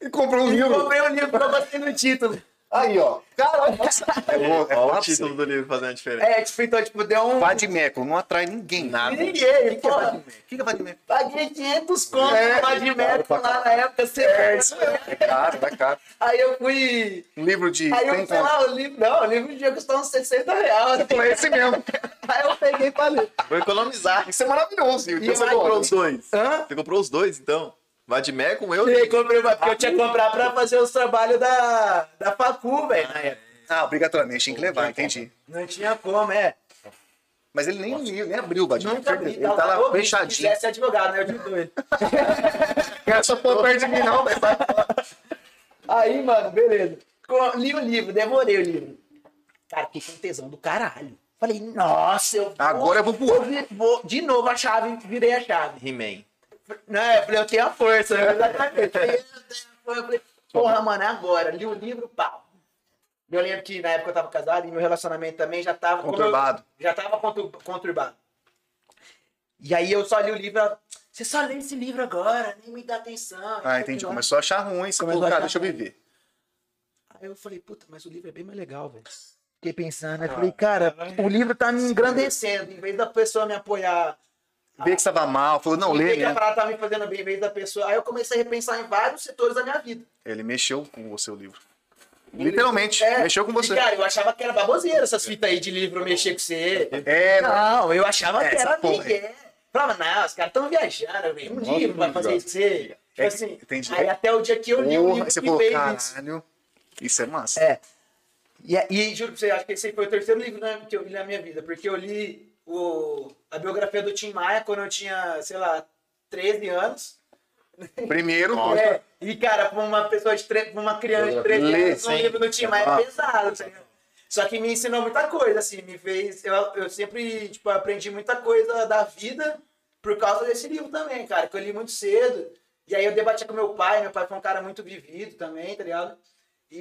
S3: E comprou um
S4: E
S3: livro.
S4: comprei o livro que eu gostei no título.
S3: Aí, ó. Caralho, nossa. É, bom, é
S5: Olha o
S3: papo
S5: título do livro fazendo a diferença.
S4: É, tipo, então, tipo, deu um.
S3: Vade Meco, não atrai ninguém. Nada.
S4: Ninguém, ele,
S3: que é
S4: porra.
S3: Vade Meco? O que que é Vade Meco?
S4: Paguei 500 conto
S3: É,
S4: no Vadimecum
S3: claro, pra
S4: lá na época. Você é,
S3: É caro, tá caro.
S4: Aí eu fui.
S3: Um livro de.
S4: Aí eu
S3: tem
S4: fui
S3: quanto?
S4: lá, o livro. Não, o livro tinha custado uns 60 reais. assim.
S3: Foi Tipo, é esse mesmo.
S4: Aí eu peguei e falei.
S5: Vou economizar.
S3: Isso é maravilhoso. E
S5: Então você comprou os dois.
S4: Hã?
S5: Você comprou os dois, então. Vadimé com eu.
S4: E aí comprei uma, porque eu tinha que comprar pra fazer os trabalhos da, da facu, velho, na época.
S3: Ah, obrigatoriamente, tem que levar, entendi.
S4: Não tinha como, é.
S3: Mas ele nem liu, nem abriu o Vade Meco.
S4: Nunca vi.
S3: Ele tá lá
S4: ouvindo, Se
S3: fechadinho.
S4: quisesse advogado, né? Eu digo doido.
S3: Cara, só pô perto de mim, não, velho.
S4: Aí, mano, beleza. Co- Li o livro, devorei o livro. Cara, que com tesão do caralho. Falei, nossa, eu vou...
S3: Agora eu vou pro outro.
S4: vi- vou- De novo a chave, virei a chave.
S5: He-Man.
S4: Não, eu falei, eu tenho a força, né? exatamente. Eu falei, porra, mano, é agora. Li o livro, pau. Eu lembro que na época eu tava casado e meu relacionamento também já tava... como eu-
S3: Conturbado.
S4: já tava contur- conturbado. E aí eu só li o livro, ela, você só lê esse livro agora, nem me dá atenção.
S3: Ah, entendi.
S4: Aí
S3: Começou a achar ruim. Você
S4: Começou
S3: falou,
S4: a
S3: cara,
S4: achar
S3: deixa eu
S4: ruim.
S3: viver.
S4: eu falei, puta, mas o livro é bem mais legal, velho. Fiquei pensando, né?
S3: Ah,
S4: Falei, cara,
S3: é,
S4: o livro tá me engrandecendo. Em vez da pessoa me apoiar
S3: Vê que você tava mal, falou, não,
S4: Em vez
S3: lê né?
S4: que a
S3: mesmo.
S4: parada tá me fazendo bem, em vez da pessoa. Aí eu comecei a repensar em vários setores da minha vida.
S3: Ele mexeu com o seu livro. Literalmente,
S4: É,
S3: mexeu com
S4: e,
S3: você.
S4: Cara, eu achava que era baboseira essas fitas aí de livro mexer com você.
S3: É,
S4: Não, eu achava que
S3: Essa
S4: era
S3: porra aí.
S4: Miguel. Falava, não, os caras estão viajando, velho. Um livro vai fazer isso com você. Tipo
S3: É,
S4: assim,
S3: entendi.
S4: aí até o dia que eu li o
S3: porra,
S4: livro
S3: você
S4: que
S3: falou,
S4: fez isso.
S3: caralho. Isso é massa.
S4: É. E, e juro pra você, acho que esse foi o terceiro livro né, que eu li na minha vida, porque eu li o, a biografia do Tim Maia quando eu tinha, sei lá, 13 anos.
S3: Primeiro,
S4: É, e, cara, pra uma pessoa de tre... pra uma criança de 13
S3: Lê,
S4: anos, um
S5: sim.
S4: livro do Tim Maia
S3: Ah.
S4: é pesado, tá ligado? Só que me ensinou muita coisa, assim, me fez. Eu, eu sempre, tipo, aprendi muita coisa da vida por causa desse livro também, cara, que eu li muito cedo. E aí eu debatia com meu pai, meu pai foi um cara muito vivido também, tá ligado?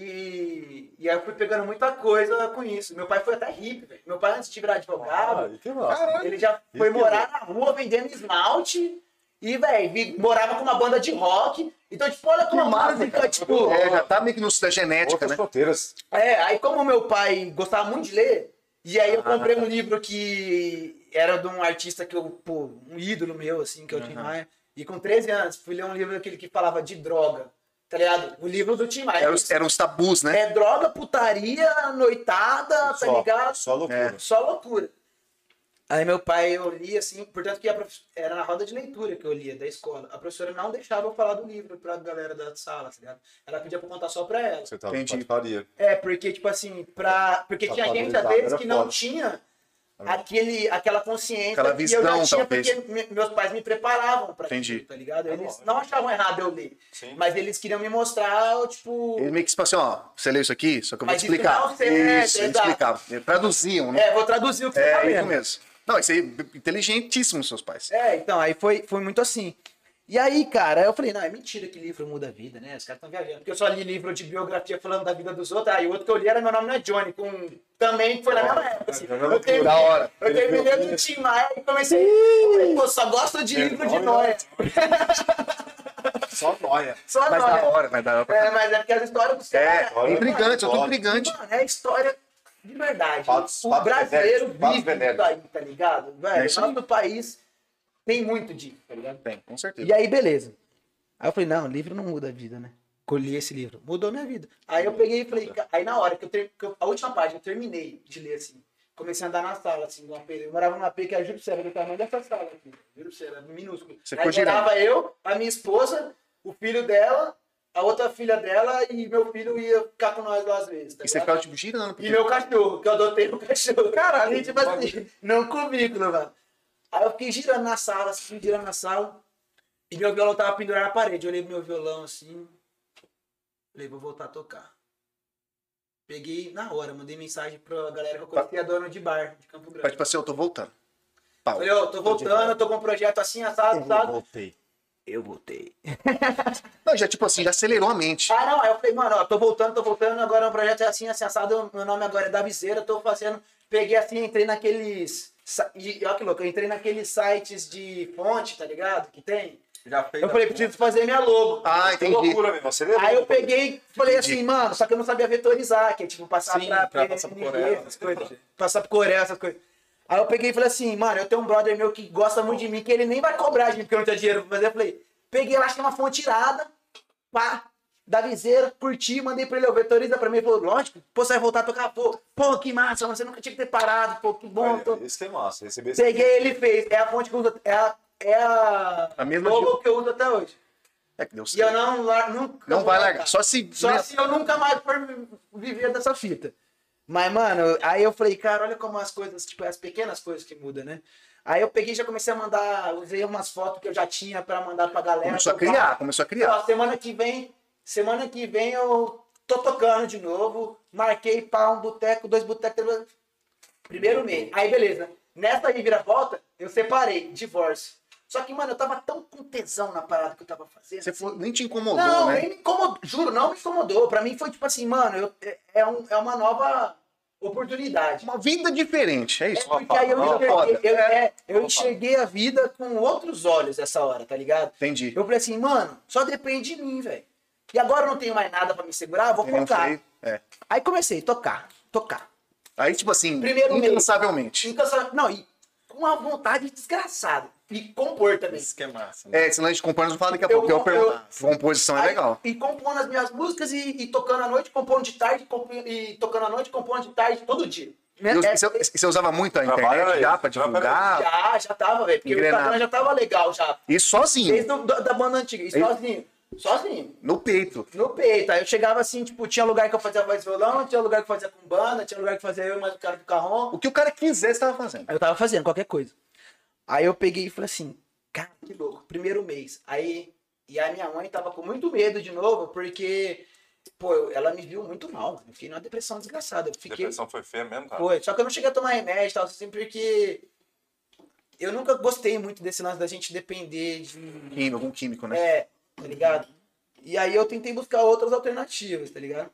S4: E, e aí eu fui pegando muita coisa com isso. Meu pai foi até hippie, velho. Meu pai, antes de virar advogado,
S1: Ai, que massa.
S4: ele já foi morar na rua vendendo esmalte e, velho, morava com uma banda de rock. Então, tipo, olha como a música, tipo.
S3: é, já tá meio que no da genética,
S1: Outras
S3: né?
S1: fronteiras.
S4: É, aí como meu pai gostava muito de ler, e aí eu comprei um livro que era de um artista que eu, pô, um ídolo meu, assim, que eu tinha Maia. E com 13 anos, fui ler um livro daquele que falava de droga. Tá ligado? O livro do Tim Maia.
S3: Eram os, eram os tabus, né?
S4: É droga, putaria, noitada, tá
S1: só,
S4: ligado?
S1: Só
S3: É.
S1: loucura.
S4: Só loucura. Aí meu pai, eu li assim, portanto que a prof- era na roda de leitura que eu lia da escola. A professora não deixava eu falar do livro pra galera da sala, tá ligado? Ela pedia pra eu contar só pra ela.
S1: Você tava
S3: Entendi.
S1: Entendi. Faria.
S4: É, porque, tipo assim, pra... porque
S1: Pra
S4: tinha gente, às
S1: valorizar,
S4: vezes,
S1: era
S4: que não
S1: foda.
S4: tinha aquele, aquela consciência
S3: Aquela
S4: que eu já
S3: visão,
S4: tinha,
S3: talvez.
S4: porque me- meus pais me preparavam pra
S3: Entendi.
S4: aquilo, tá ligado? Eles
S1: lógico.
S4: não achavam errado eu ler,
S1: Sim.
S4: mas eles queriam me mostrar, tipo...
S3: Ele meio que tipo assim, ó, você leu isso aqui, só que eu vou
S4: Mas
S3: te
S4: isso
S3: explicar.
S4: não é o certo,
S3: isso, ele
S4: exato.
S3: explicava. Eles Traduziam, né?
S4: É, vou traduzir o que você tá
S3: É,
S4: lendo.
S3: isso mesmo. Não, isso aí, inteligentíssimo, seus pais.
S4: É, então, aí foi, foi muito assim. E aí, cara, eu falei, não, é mentira que livro muda a vida, né? Os caras estão viajando. Porque eu só li livro de biografia falando da vida dos outros. Aí o outro que eu li era Meu Nome Não É Johnny, com... também foi na mesma época, assim. Eu terminei,
S3: Da hora.
S4: eu terminei do Tim Maia e comecei... Falei, Pô, só gosto
S3: É,
S4: de livro de noia.
S1: Só nóia.
S4: Só
S3: Mas da
S4: noia.
S3: hora, mas da hora. pra
S4: É, mas é porque as histórias dos
S3: É,
S4: caras...
S1: olha,
S3: intrigante, eu tô
S1: olha.
S3: intrigante.
S4: Mano, é história de verdade.
S1: Fatos-
S4: o
S1: fatos
S4: brasileiro
S1: venéreos, fatos
S4: vive isso
S1: venéreos.
S4: aí, tá ligado?
S3: É
S4: Velho,
S3: isso
S4: o nosso país tem muito disso, tá ligado?
S3: Tem, com certeza.
S4: E aí, beleza. Aí eu falei, não, livro não muda a vida, né? Colhi esse livro, mudou minha vida. Aí eu peguei e falei, ca- aí na hora que eu, ter, que eu- a última página, eu terminei de ler assim. Comecei a andar na sala, assim, numa P. Eu morava numa P que era juro pra você, era do tamanho dessa sala aqui. Juro pra você, era minúsculo.
S3: Você né?
S4: aí
S3: ficou girando.
S4: morava eu, a minha esposa, o filho dela, a outra filha dela e meu filho ia ficar com nós lá às vezes. tá
S3: E você
S4: ligado?
S3: ficava, tipo, girando.
S4: E
S3: porque-
S4: meu cachorro, que eu adotei meu cachorro. Caralho, e, tipo assim, não comigo, mano. Aí eu fiquei girando na sala, assim, girando na sala. E meu violão tava pendurado na parede. Eu olhei pro meu violão assim. Falei, vou voltar a tocar. Peguei na hora, mandei mensagem pra galera que eu conheci, a dona de bar de Campo
S3: Mas,
S4: Grande.
S3: tipo assim, eu tô voltando. Pau.
S4: Falei, ó, tô voltando, tô com um projeto assim, assado, assado.
S1: Voltei.
S4: Eu voltei.
S3: Não, já, tipo assim, já acelerou a mente.
S4: Ah, não, aí eu falei, mano, ó, tô voltando, tô voltando, agora o projeto é assim, assim, assado, meu nome agora é Davizeira, tô fazendo, peguei assim, entrei naqueles, sa- e olha que louco, eu entrei naqueles sites de fonte, tá ligado, que tem.
S5: Já fez
S4: Eu falei, preciso fazer minha logo.
S3: Ah,
S1: Que
S3: entendi.
S1: loucura, meu. Você lembra?
S4: Aí eu peguei, falei assim, mano, só que eu não sabia vetorizar, que é tipo passar
S5: Sim,
S4: pra,
S5: pra passar pro
S4: PNG,
S5: Corel.
S4: essas coisas. Passar pro Coreia, essas coisas. Aí eu peguei e falei assim, mano, eu tenho um brother meu que gosta muito de mim, que ele nem vai cobrar de mim, porque eu não tenho dinheiro pra fazer. Eu falei, peguei lá, achei uma fonte irada, pá, da viseira, curti, mandei pra ele, eu vetoriza pra mim. Ele falou, lógico, pô, você vai voltar a tocar, pô, pô, que massa, você nunca tinha que ter parado, pô, que bom.
S1: Olha,
S4: tô-
S1: Isso que é massa. Receber esse-
S4: Peguei, ele fez, é a fonte que eu uso, é a, é a,
S3: A mesma
S4: logo que eu uso até hoje.
S3: É que Deus
S4: E eu não, lar- nunca
S3: Não
S4: vou
S3: vai largar. Só se.
S4: só
S3: né?
S4: se eu nunca mais for viver dessa fita. Mas, mano, aí eu falei, cara, olha como as coisas, tipo, as pequenas coisas que mudam, né? Aí eu peguei e já comecei a mandar, usei umas fotos que eu já tinha pra mandar pra galera.
S3: Começou a
S4: Eu
S3: criar, começou a criar.
S4: Ó, semana que vem, semana que vem eu tô tocando de novo. Marquei para um boteco, dois botecos, três botecos. Primeiro mês. Aí beleza. Nessa aí vira volta, eu separei, divórcio. Só que, mano, eu tava tão com tesão na parada que eu tava fazendo.
S3: Você
S4: assim,
S3: falou- nem te incomodou,
S4: não,
S3: né?
S4: nem me incomodou, juro, não me incomodou. Pra mim foi tipo assim, mano, eu- é- é, um- é uma nova oportunidade.
S3: Uma vida diferente, é
S4: É
S3: isso.
S4: porque aí eu
S3: Uma foda.
S4: enxerguei, eu, é, eu
S1: Uma
S4: enxerguei a vida com outros olhos essa hora, tá ligado?
S3: Entendi.
S4: Eu falei assim, mano, só depende de mim, velho. E agora eu não tenho mais nada pra me segurar, eu vou
S3: Eu não
S4: focar.
S3: sei, é.
S4: Aí comecei a tocar, tocar.
S3: Aí, tipo assim,
S4: Primeiro mês.
S3: incansavelmente.
S4: Então, só- não, e com uma vontade desgraçada. E compor também.
S5: Isso que é massa. né?
S3: É, esse lance de companheiros fala daqui a
S4: Eu-
S3: pouco. Eu, eu pergunto.
S4: eu-
S3: Composição é
S4: Aí,
S3: legal.
S4: E compondo as minhas músicas e, e tocando à noite, compondo de tarde, compo- e tocando à noite, compondo de tarde, todo dia.
S3: E
S4: É-
S3: você, e você usava muito a
S1: Trabalha
S3: internet
S1: aí,
S3: já pra
S1: trabalha
S3: divulgar?
S4: já, já tava, velho. Porque
S3: Engrenado.
S4: o Instagram já tava legal já.
S3: Isso sozinho,
S4: Desde do- da, da banda antiga, e
S3: Ei.
S4: sozinho. Sozinho.
S3: no peito.
S4: No peito. Aí eu chegava assim, tipo, tinha lugar que eu fazia voz e violão, tinha lugar que eu fazia com banda, tinha lugar que fazia eu e mais o cara do carrom.
S3: O que o cara quiser, você tava fazendo.
S4: Aí eu tava fazendo qualquer coisa. Aí eu peguei e falei assim, cara, que louco, primeiro mês. Aí, e a minha mãe tava com muito medo de novo, porque, pô, eu- ela me viu muito mal. Eu fiquei numa depressão desgraçada. Eu fiquei,
S1: Depressão foi feia mesmo, cara.
S4: foi. Só que eu não cheguei a tomar remédio e tal, assim, porque eu nunca gostei muito desse lance da gente depender de
S3: Químico, algum químico, né?
S4: é, tá ligado? E aí eu tentei buscar outras alternativas, tá ligado?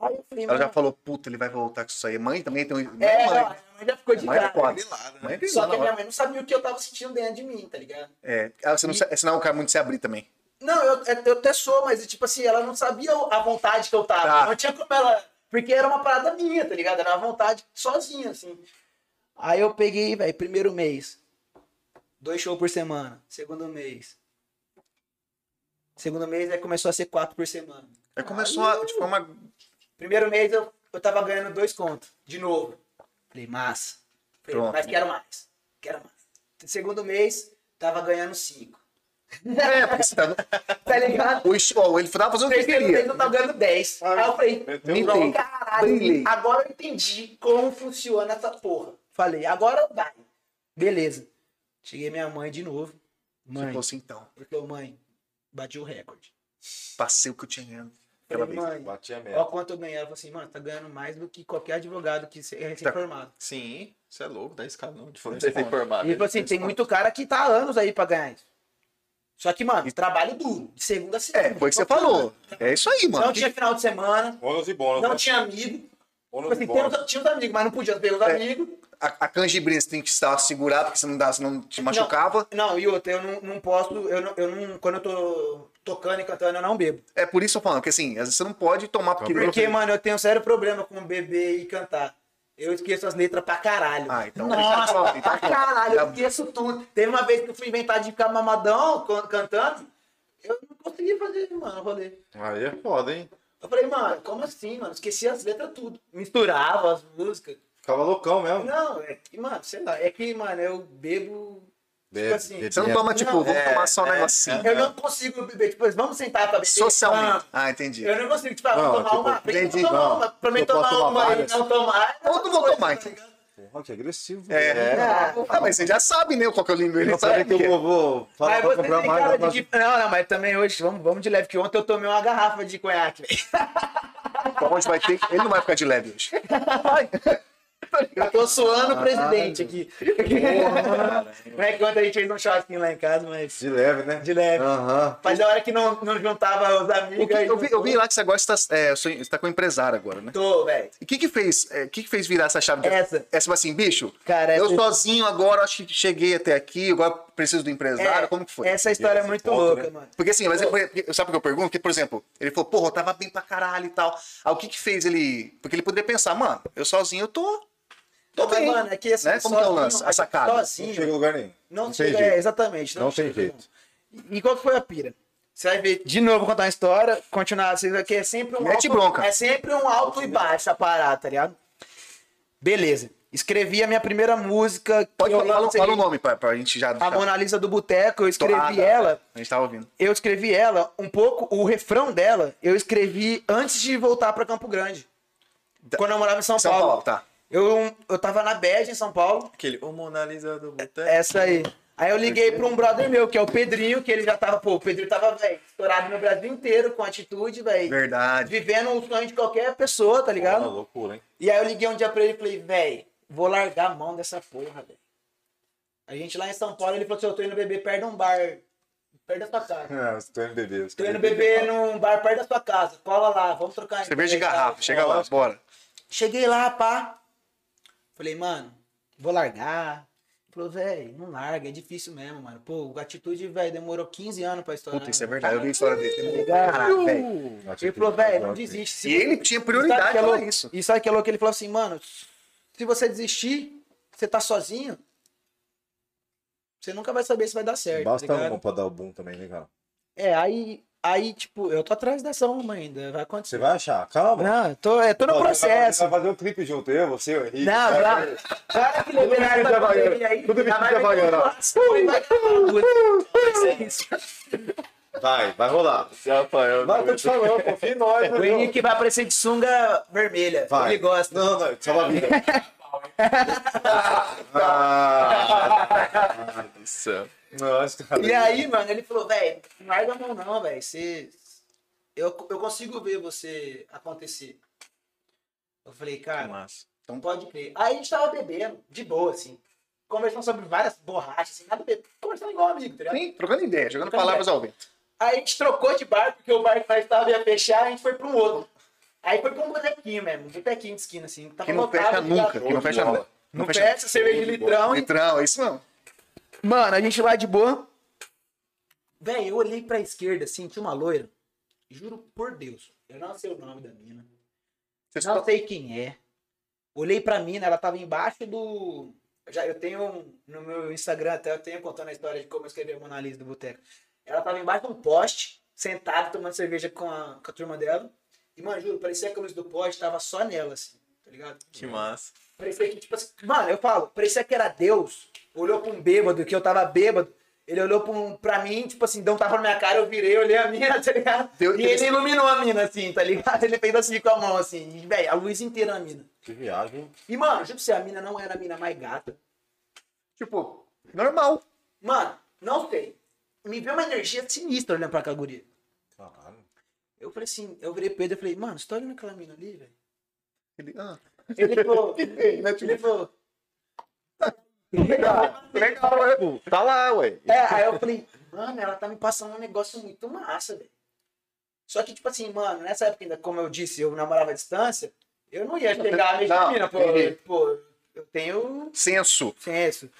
S4: Aí eu falei,
S3: Ela já
S4: mano,
S3: falou, puta, ele vai voltar com isso aí. Mãe também tem um.
S4: é,
S3: mãe.
S4: não, a mãe já ficou de
S3: Mãe é
S4: cara.
S3: foda.
S5: Grilada, né?
S3: Mãe é
S4: Só que a minha
S3: grilada.
S4: mãe não sabia o que eu tava sentindo dentro de mim, tá ligado?
S3: É, ela- você não, sa- senão o cara muito se abrir também.
S4: Não, eu, é, eu até sou, mas tipo assim, ela não sabia a vontade que eu tava.
S3: Tá.
S4: Não tinha como ela. Porque era uma parada minha, tá ligado? Era uma vontade sozinha, assim. Aí eu peguei, velho, primeiro mês. Dois shows por semana. Segundo mês. Segundo mês aí começou a ser quatro por semana.
S3: Aí começou a, tipo, de forma.
S4: Primeiro mês eu, eu tava ganhando dois contos, de novo. Falei, massa. Falei,
S3: Pronto.
S4: mas quero mais. Quero mais. Segundo mês, tava ganhando cinco.
S3: É, porque você tá.
S4: Tá ligado?
S3: O, es- ó, ele tava fazendo o que
S4: Terceiro mês
S3: queria.
S4: eu tava ganhando 10. Aí eu falei,
S3: Deus.
S4: não,
S3: Brilhei.
S4: caralho,
S3: Brilhei.
S4: agora eu entendi como funciona essa porra. Falei, agora vai. Beleza. Cheguei minha mãe de novo.
S3: Você
S4: Mãe,
S3: falou assim, então,
S4: ele falou, mãe, bati o recorde.
S3: passei o que eu tinha ganhado. Aquela
S4: Falei,
S3: vez.
S4: mãe,
S1: Batia
S4: olha
S1: mesmo.
S4: quanto eu ganhei. Ela falou assim, mano, tá ganhando mais do que qualquer advogado que é recém-formado.
S5: Sim, você é louco, 10 k não. De forma
S1: Dez conto.
S5: informada.
S3: né?
S4: E tipo assim, tem muito cara que tá há anos aí pra ganhar isso. Só que, mano, trabalho duro, de segunda a segunda.
S3: É, foi o que você falou. É isso aí,
S4: Não
S3: mano.
S4: tinha final de semana,
S1: Ônus e bônus.
S4: não
S1: né?
S4: tinha amigo. Tipo
S1: Ônus e
S4: assim, tinha
S1: bônus.
S4: os, tinha os amigos, mas não podia ter os
S3: É.
S4: amigos.
S3: A, a cangibrinha você tem que estar segurado, porque se não dá, se não te machucava.
S4: Não, e outra, eu não, não posso, eu não, eu não, quando eu tô tocando e cantando, eu não bebo.
S3: É por isso que eu falo, que assim, às vezes você não pode tomar porque.
S4: Porque, mano, eu tenho um sério problema com beber e cantar. Eu esqueço as letras pra caralho.
S3: Ah, então-
S4: Nossa,
S3: então tá bom,
S4: pra
S3: então tá bom.
S4: caralho, eu esqueço tudo. Teve uma vez que eu fui inventar de ficar mamadão can- cantando, eu não consegui fazer, mano, o rolê.
S1: Aí é foda, hein?
S4: Eu falei, mano, como assim, mano? Esqueci as letras tudo. Misturava as músicas.
S1: Ficava loucão mesmo.
S4: Não, é que, mano, sei lá. É que, mano, eu bebo.
S1: Bebe,
S4: assim,
S1: bebe.
S3: Você não toma, tipo,
S4: Não,
S3: vamos
S5: é,
S3: tomar só um
S5: é,
S3: negocinho.
S4: Eu não consigo beber. Tipo, vamos sentar pra beber.
S3: Socialmente.
S4: Mano,
S3: Ah, entendi.
S4: Eu não consigo, tipo, ah,
S1: Não,
S4: vou tomar
S1: tipo,
S4: uma. Pra mim
S1: entendi,
S4: tomar
S1: não.
S4: uma, pra mim
S1: Eu posso
S4: tomar
S1: tomar
S4: uma
S1: várias.
S4: e não tomar.
S3: Ou não vou
S4: coisa,
S3: tomar,
S4: tá
S3: então.
S4: ligado?
S1: Porra, que agressivo.
S3: É.
S1: velho.
S4: É.
S3: Ah, mas você já sabe, né? Qual que é o língua
S1: Eu
S3: ele
S1: não sabia
S3: sabe
S1: que eu vou, vou falar
S4: Mas
S1: pra
S4: você
S1: comprar
S4: tem
S1: mais.
S4: cara
S1: mas-
S4: de que. Não, não, mas também hoje, vamos, vamos de leve, que ontem eu tomei uma garrafa de conhaque, velho.
S3: Pra onde vai ter. Ele não vai ficar de leve hoje.
S4: Tá Eu tô suando
S1: Ah,
S4: o presidente aqui. Não é que ontem a gente fez um churrasquinho lá em casa, mas
S1: De leve, né?
S4: de leve.
S1: Aham.
S4: Mas a hora que não, não juntava os
S3: O
S4: amigos.
S3: que-
S4: aí
S3: eu, vi, eu vi lá que você agora está, é, você está com um empresário agora, né?
S4: Tô, velho.
S3: E o que que fez, é, que que fez virar essa chave? De...
S4: Essa.
S3: Essa assim, bicho,
S4: Cara,
S3: eu
S4: essa-
S3: sozinho agora, acho que cheguei até aqui, agora preciso do empresário, como que foi?
S4: é, Essa história é muito
S1: ponto,
S4: louca,
S1: né?
S4: mano.
S3: Porque assim, mas é- porque- sabe o que eu pergunto? Porque, por exemplo, ele falou, porra, eu tava bem pra caralho e tal. Aí o que que fez ele... Porque ele poderia pensar, mano, eu sozinho eu tô... Tô
S4: Mas,
S3: bem,
S4: mano, aqui assim,
S3: né? Como que é o
S4: sozinho-
S3: lance, a sacada?
S1: Não
S4: Sozinho,
S1: chega em lugar nenhum.
S4: Não,
S1: tem
S4: chega, é,
S1: jeito.
S4: exatamente.
S1: Não tem
S4: chega,
S1: jeito.
S4: não. E qual que foi a pira? Você vai ver de novo contar uma história, continuar, você vai que é sempre um
S3: Mete
S4: alto,
S3: bronca.
S4: é sempre um alto e baixo a parada, tá ligado? Beleza. Escrevi a minha primeira música. que
S3: Pode
S4: eu
S3: falar, fala,
S4: lancei,
S3: fala o nome pra, pra gente já...
S4: A Mona Lisa do Boteco, eu escrevi
S3: Ah, tá.
S4: ela
S3: A gente tava ouvindo.
S4: eu escrevi ela um pouco, o refrão dela, eu escrevi antes de voltar pra Campo Grande. Quando eu morava em São,
S3: São
S4: Paulo.
S3: Paulo, tá.
S4: Eu, eu tava na bad em São Paulo,
S5: Aquele, ô Mona Lisa do Boteco.
S4: É, essa aí. Aí eu liguei pra um brother meu, que é o Pedrinho, que ele já tava, pô, o Pedrinho tava, velho, estourado no Brasil inteiro com atitude, velho.
S3: Verdade.
S4: Vivendo o sonho de qualquer pessoa, tá
S1: É uma
S4: ligado?
S1: loucura, hein?
S4: E aí eu liguei um dia pra ele e falei, velho, vou largar a mão dessa porra, velho. A gente lá em São Paulo, ele falou assim, eu tô indo beber perto de um bar, perto da sua casa.
S1: É, os treino bebê. os
S4: Tô
S1: treino
S4: indo beber num bar perto da sua casa. Cola lá, vamos trocar.
S3: Cerveja de
S4: ideia e
S3: garrafa,
S4: tal.
S3: chega lá, bora.
S4: Cheguei lá, pá. Falei, mano, vou largar. Falou, velho, não larga, é difícil mesmo, mano. Pô, a atitude, velho, demorou 15 anos pra estourar.
S3: Puta, isso é verdade, eu vi a história dele.
S4: Caralho,
S3: velho.
S4: Ele falou, velho, não desiste.
S3: E ele tinha
S4: Sabe
S3: prioridade
S4: que é
S3: pra
S4: louco?
S3: isso.
S4: E sabe que é louco? Ele falou assim, mano, se você desistir, você tá sozinho, você nunca vai saber se vai dar certo. tá
S1: Basta
S4: ligado?
S1: um pra dar o boom também, né, cara?
S4: É, aí, aí, tipo, eu tô atrás dessa uma ainda, vai acontecer.
S1: Você vai achar, calma.
S4: Não, eu tô, eu tô no
S1: Não, tá
S4: processo.
S1: A gente vai fazer um clipe junto, eu, você, o Henrique.
S4: Não, claro. Claro que
S1: Tudo
S4: liberar
S1: vestido de
S4: essa
S1: Havaiana.
S4: pandemia aí.
S1: é Tudo vestido
S4: já vai
S1: de
S4: meter
S1: Havaiana.
S4: um lascão e vai gravar tudo. Vai ser isso.
S1: Vai, vai rolar.
S5: Esse Rafael.
S1: Não, eu tô te falando, confia em nós,
S4: O
S1: né, meu?
S4: Henrique vai aparecer de sunga vermelha.
S1: Vai.
S4: Ele gosta.
S1: Não, não, salva a vida. ah,
S5: Nossa.
S1: nossa, cara.
S4: E aí, mano, ele falou, velho, não larga a mão não, velho. Você... Eu, eu consigo ver você acontecer. Eu falei, cara,
S5: Massa.
S4: Não pode crer. Aí a gente tava bebendo, de boa, assim. Conversando sobre várias borrachas, assim, nada bebendo. Conversando igual amigo, tá ligado?
S3: Sim, trocando ideia, jogando
S4: Trocando
S3: palavras ao vento.
S4: Aí a gente trocou de bar, porque o bar que nós tava ia fechar, a gente foi pra um outro. Aí foi pra um botequinho mesmo, um botequinho de esquina, assim. Tava
S3: Que não
S4: lotado
S3: fecha
S4: de
S3: nunca,
S4: gato.
S3: que não fecha
S1: Não
S3: nunca.
S4: Não fecha, cerveja de litrão. E...
S3: Litrão, é isso não.
S4: Mano, a gente lá de boa. Véi, eu olhei pra esquerda, assim, tinha uma loira. Juro por Deus, eu não sei o nome da mina.
S3: Vocês
S4: Não
S3: estão-
S4: sei quem é. Olhei pra mina, ela tava embaixo do. eu Já, eu tenho um- no meu Instagram até, eu tenho contando a história de como eu escrevi a Mona Lisa do Boteco. Ela tava embaixo de um poste, sentada, tomando cerveja com a, com a turma dela. E, mano, juro, parecia que a luz do poste tava só nela, assim, tá ligado?
S5: Que massa.
S4: Parecia que, tipo assim, mano, eu falo, parecia que era Deus. Olhou pra um bêbado, que eu tava bêbado. Ele olhou pra, um, pra mim, tipo assim, deu um tapa na minha cara, eu virei, olhei a mina, tá ligado?
S3: Deu-
S4: e ele iluminou a mina, assim, tá ligado? Ele fez assim com a mão, assim, e, velho, a luz inteira na mina.
S1: Que viagem.
S4: E, mano, juro pra você, a mina não era a mina mais gata.
S3: Tipo, normal.
S4: Mano, não sei. Me veio uma energia sinistra olhando pra caguria.
S1: Caralho.
S4: Eu falei assim, eu virei pro Pedro e falei, mano, você tá olhando aquela mina ali, velho?
S3: Ele, ah,
S4: Ele falou, né, tipo? ele falou,
S3: legal, né?
S5: Tá lá, ué.
S4: É, aí eu falei, mano, ela tá me passando um negócio muito massa, velho. Só que, tipo assim, mano, nessa época ainda, como eu disse, eu namorava à distância, eu não ia pegar a mesma
S3: Não,
S4: mina, pô.
S3: entendi.
S4: Eu- Pô, eu tenho
S3: Senso.
S4: senso.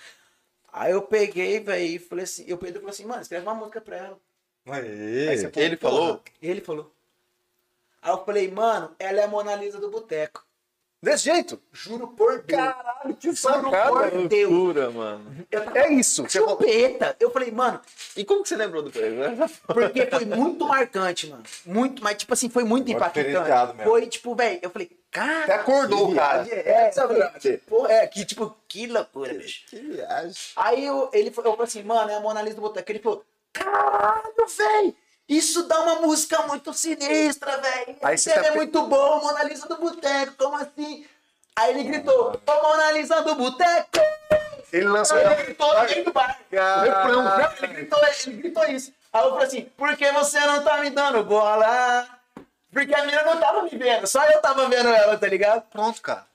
S4: Aí eu peguei, velho, e falei assim, e o Pedro falou assim, mano, escreve uma música pra ela.
S1: Aê.
S5: Ele falou?
S4: E ele falou. Aí eu falei, mano, ela é a Mona Lisa do Boteco.
S3: Desse jeito.
S4: Juro por Deus.
S3: Caralho, que
S4: sacada. Meu Deus.
S5: Loucura, mano.
S4: Eu tava
S3: É isso. Você falou,
S4: chupeta. Eu falei, mano,
S5: E como que você lembrou do Pedro?
S4: Porque foi muito marcante, mano. Muito, mas tipo assim, foi muito
S1: Foi
S4: impactante.
S1: diferenciado mesmo.
S4: Foi tipo, velho, eu falei,
S3: até
S4: cara.
S3: acordou, cara.
S4: É, sabe? Pô, é, que tipo, que loucura, bicho.
S5: Que viagem.
S4: Aí eu, ele, falou- eu falei assim, mano, é a Mona Lisa do Boteco. Ele falou, caralho, velho, isso dá uma música muito sinistra, velho.
S3: Aí
S4: Esse
S3: você tá
S4: tema é
S3: pe-
S4: muito bom, Mona Lisa do Boteco, como assim? Aí ele gritou, ô Mona Lisa do Boteco!
S3: Ele lançou.
S4: Ele gritou
S3: um
S4: no meio do bar.
S3: Refrão.
S4: Ele gritou, ele gritou isso. Aí eu falei assim, por que você não tá me dando bola? Porque a menina não tava me vendo, só eu tava vendo ela, tá ligado?
S3: Pronto, cara.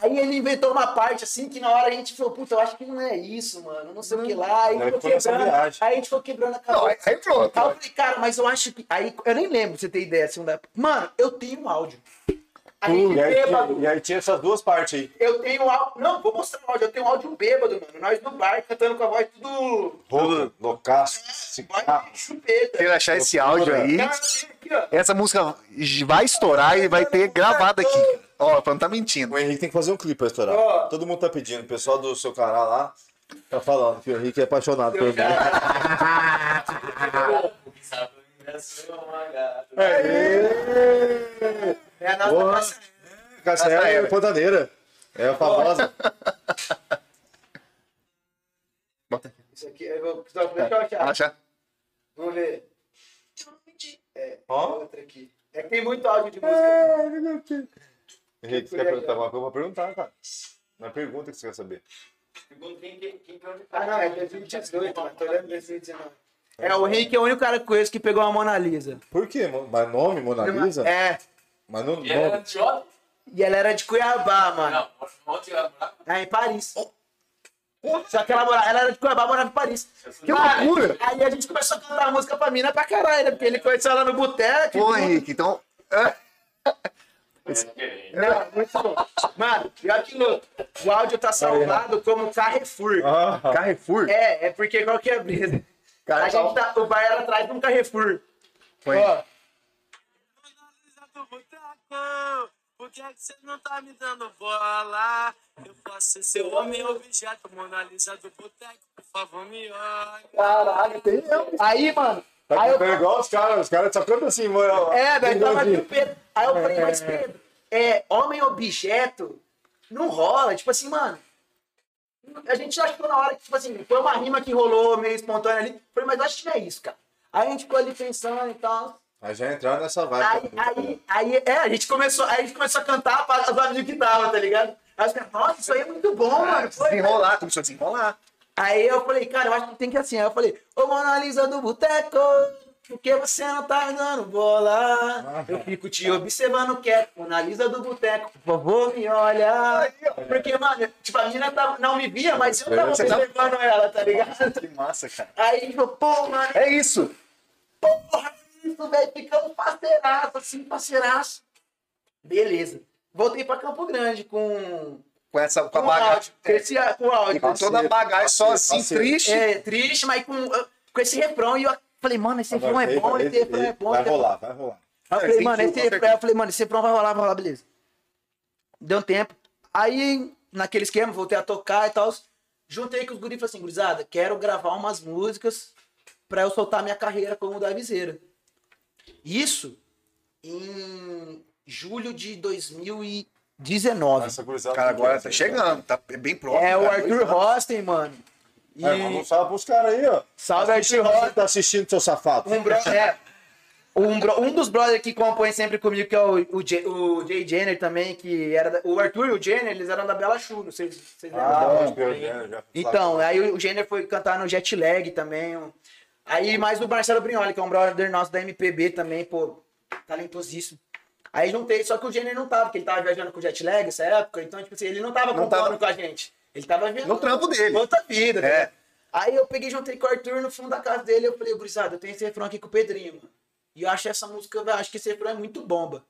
S4: Aí ele inventou uma parte assim que na hora a gente falou, puta, eu acho que não é isso, mano, não sei o que lá. Aí,
S1: Deve
S4: ficou
S1: foi nessa
S4: quebrando,
S1: viagem.
S4: aí a gente foi quebrando a
S3: Não, é,
S4: cabeça.
S3: aí, aí pronto.
S4: Aí eu falei, cara, mas eu acho que. Aí eu nem lembro pra você ter ideia, assim, da... Mano, eu tenho um áudio. A gente
S1: E aí,
S4: bêbado.
S1: tinha, e aí tinha essas duas partes aí.
S4: Eu tenho um áudio. Não, vou mostrar o áudio. Eu tenho um áudio bêbado, mano. Nós no bar cantando com a voz tudo. É,
S1: Roupa, loucaço,
S4: Voz
S1: cigarro.
S4: de chupeta.
S3: Se ele achar esse áudio aí,
S4: Cara, aqui, ó.
S3: essa música vai estourar e vai ter gravado aqui. cara. Ó, pra não tá mentindo.
S1: O Henrique tem que fazer um clipe pra estourar.
S4: Ó.
S1: Todo mundo tá pedindo. O pessoal do seu canal lá tá falando que o Henrique é apaixonado por mim. Aê!
S4: É a nossa
S1: Boa.
S4: parceira.
S1: Cassiela é pantaneira. É a famosa.
S4: Isso aqui, eu vou precisar deixa eu achar.
S3: Acha?
S4: Vamos ver.
S1: Ó.
S4: Outra aqui. É que tem muito áudio de música.
S1: Henrique, você quer perguntar uma coisa? Eu vou perguntar, cara. Uma pergunta que você quer saber.
S4: Ah, não, é 2018, mano. Tô olhando 2019. É, o Henrique é o único cara que conheço que pegou uma Mona Lisa.
S1: Por quê? Mo- Mas nome, Mona Lisa?
S4: É.
S1: Mas não,
S6: Ele era
S1: nome.
S6: antiótico?
S4: E ela era de Cuiabá, mano.
S6: Não, ontem ela morava.
S4: É, em Paris. Só que ela, morava, ela era de Cuiabá, morava em Paris. Que loucura! Aí a gente começou a cantar a música pra mina pra caralho, né? Porque ele conheceu ela no boteco.
S3: Pô, Henrique, então. é,
S4: Não, muito bom. Mano, pior que louco. O áudio tá salvado como Carrefour.
S1: Ah,
S3: Carrefour?
S4: É, é porque qual que é a brisa?
S3: Cara,
S4: a gente tá, o bar era atrás de um Carrefour.
S3: Põe.
S4: Ó,
S7: do botacão. Por que, é que você não tá me dando bola? Eu posso ser seu homem objeto, Mona Lisa do boteco, por favor, me olhe.
S4: caralho, tem Aí, mano.
S1: tá
S4: aí eu-
S1: cantando igual os caras. Os caras só cantam assim, mano.
S4: É, daí
S1: Igual
S4: tava aqui o
S1: assim.
S4: Pedro. Aí eu falei, mas Pedro, é, homem-objeto não rola. Tipo assim, mano. A gente achou na hora que, tipo assim, foi uma rima que rolou meio espontânea ali. Falei, mas eu acho que não é isso, cara. Aí a gente ficou ali pensando e tal.
S1: Aí já entraram nessa
S4: Aí,
S1: vibe. tá
S4: aí, aí, é, a gente começou, aí a gente começou a cantar para os amigos que tava, tá ligado? Aí os caras, nossa, isso aí é muito bom, mano. Foi,
S3: Desenrolar, começou a desenrolar.
S4: Aí eu falei, cara, eu acho que tem que assim. Aí eu falei, ô Mona Lisa do Boteco, por que você não tá me dando bola? Eu fico te observando quieto, Mona Lisa do Boteco, por favor, me olha. Porque, mano, tipo, a menina tava, não me via, mas eu tava
S1: Você tá-
S4: observando ela, tá ligado?
S3: Que massa, cara.
S4: Aí ele falou, pô, mano,
S3: É isso.
S4: porra, isso, velho, ficamos parceiraço, assim, parceiraço. Beleza. Voltei pra Campo Grande com,
S3: Com, essa, com
S4: com
S3: a
S4: o áudio.
S3: bagagem.
S4: Com esse á- com o áudio.
S3: E com toda a bagagem, sozinho,
S1: parceiro.
S3: triste.
S4: É, triste, mas com, ah, com esse refrão. E eu falei, mano,
S1: Tá
S4: esse refrão é bom, esse refrão é bom.
S1: Vai
S4: esse refrão-
S1: rolar, vai rolar.
S4: Aí eu
S3: Não,
S4: falei,
S3: ele
S4: mano,
S3: sentiu,
S4: esse
S3: com
S4: refrão,
S3: certeza.
S4: eu falei, mano, esse refrão vai rolar, vai rolar, beleza. Deu um tempo. Aí, naquele esquema, voltei a tocar e tal. Juntei com os guris e falei assim, gurizada, quero gravar umas músicas pra eu soltar minha carreira como da viseira. Isso em julho de 2019.
S1: Essa gurizada.
S3: Cara, agora tá
S4: né?
S3: chegando, tá bem próximo.
S4: é o
S3: cara.
S4: Arthur Rosten, mano. E...
S1: É, manda um salve pros caras aí, ó.
S4: Salve, Arthur Rosten.
S1: Tá assistindo, seu safado.
S4: Um bro- é. Um, bro- um dos brothers que compõem sempre comigo, que é o, o, Jay, o Jay Jenner também, que era. da- o Arthur e o Jenner, eles eram da Bela Chu, não sei se vocês lembram.
S1: Ah, pode crer, né? Já-
S4: então, aí o Jenner foi cantar no Jet Lag também. um- Aí mais o Marcelo Brignoli, que é um brother nosso da MPB também, pô, talentosíssimo. Aí juntei, só que o Jenner não tava, porque ele tava viajando com o Jet Lag nessa época, então, tipo assim, ele não tava
S3: Não
S4: compondo
S3: tava-
S4: com a gente. Ele tava viajando.
S3: No trampo dele.
S4: Outra vida, tá
S3: É.
S4: ligado? Aí eu peguei, juntei com o Arthur no fundo da casa dele. Eu falei, gurizada, eu tenho esse refrão aqui com o Pedrinho, mano. E eu acho essa música, velho, acho que esse refrão é muito bomba.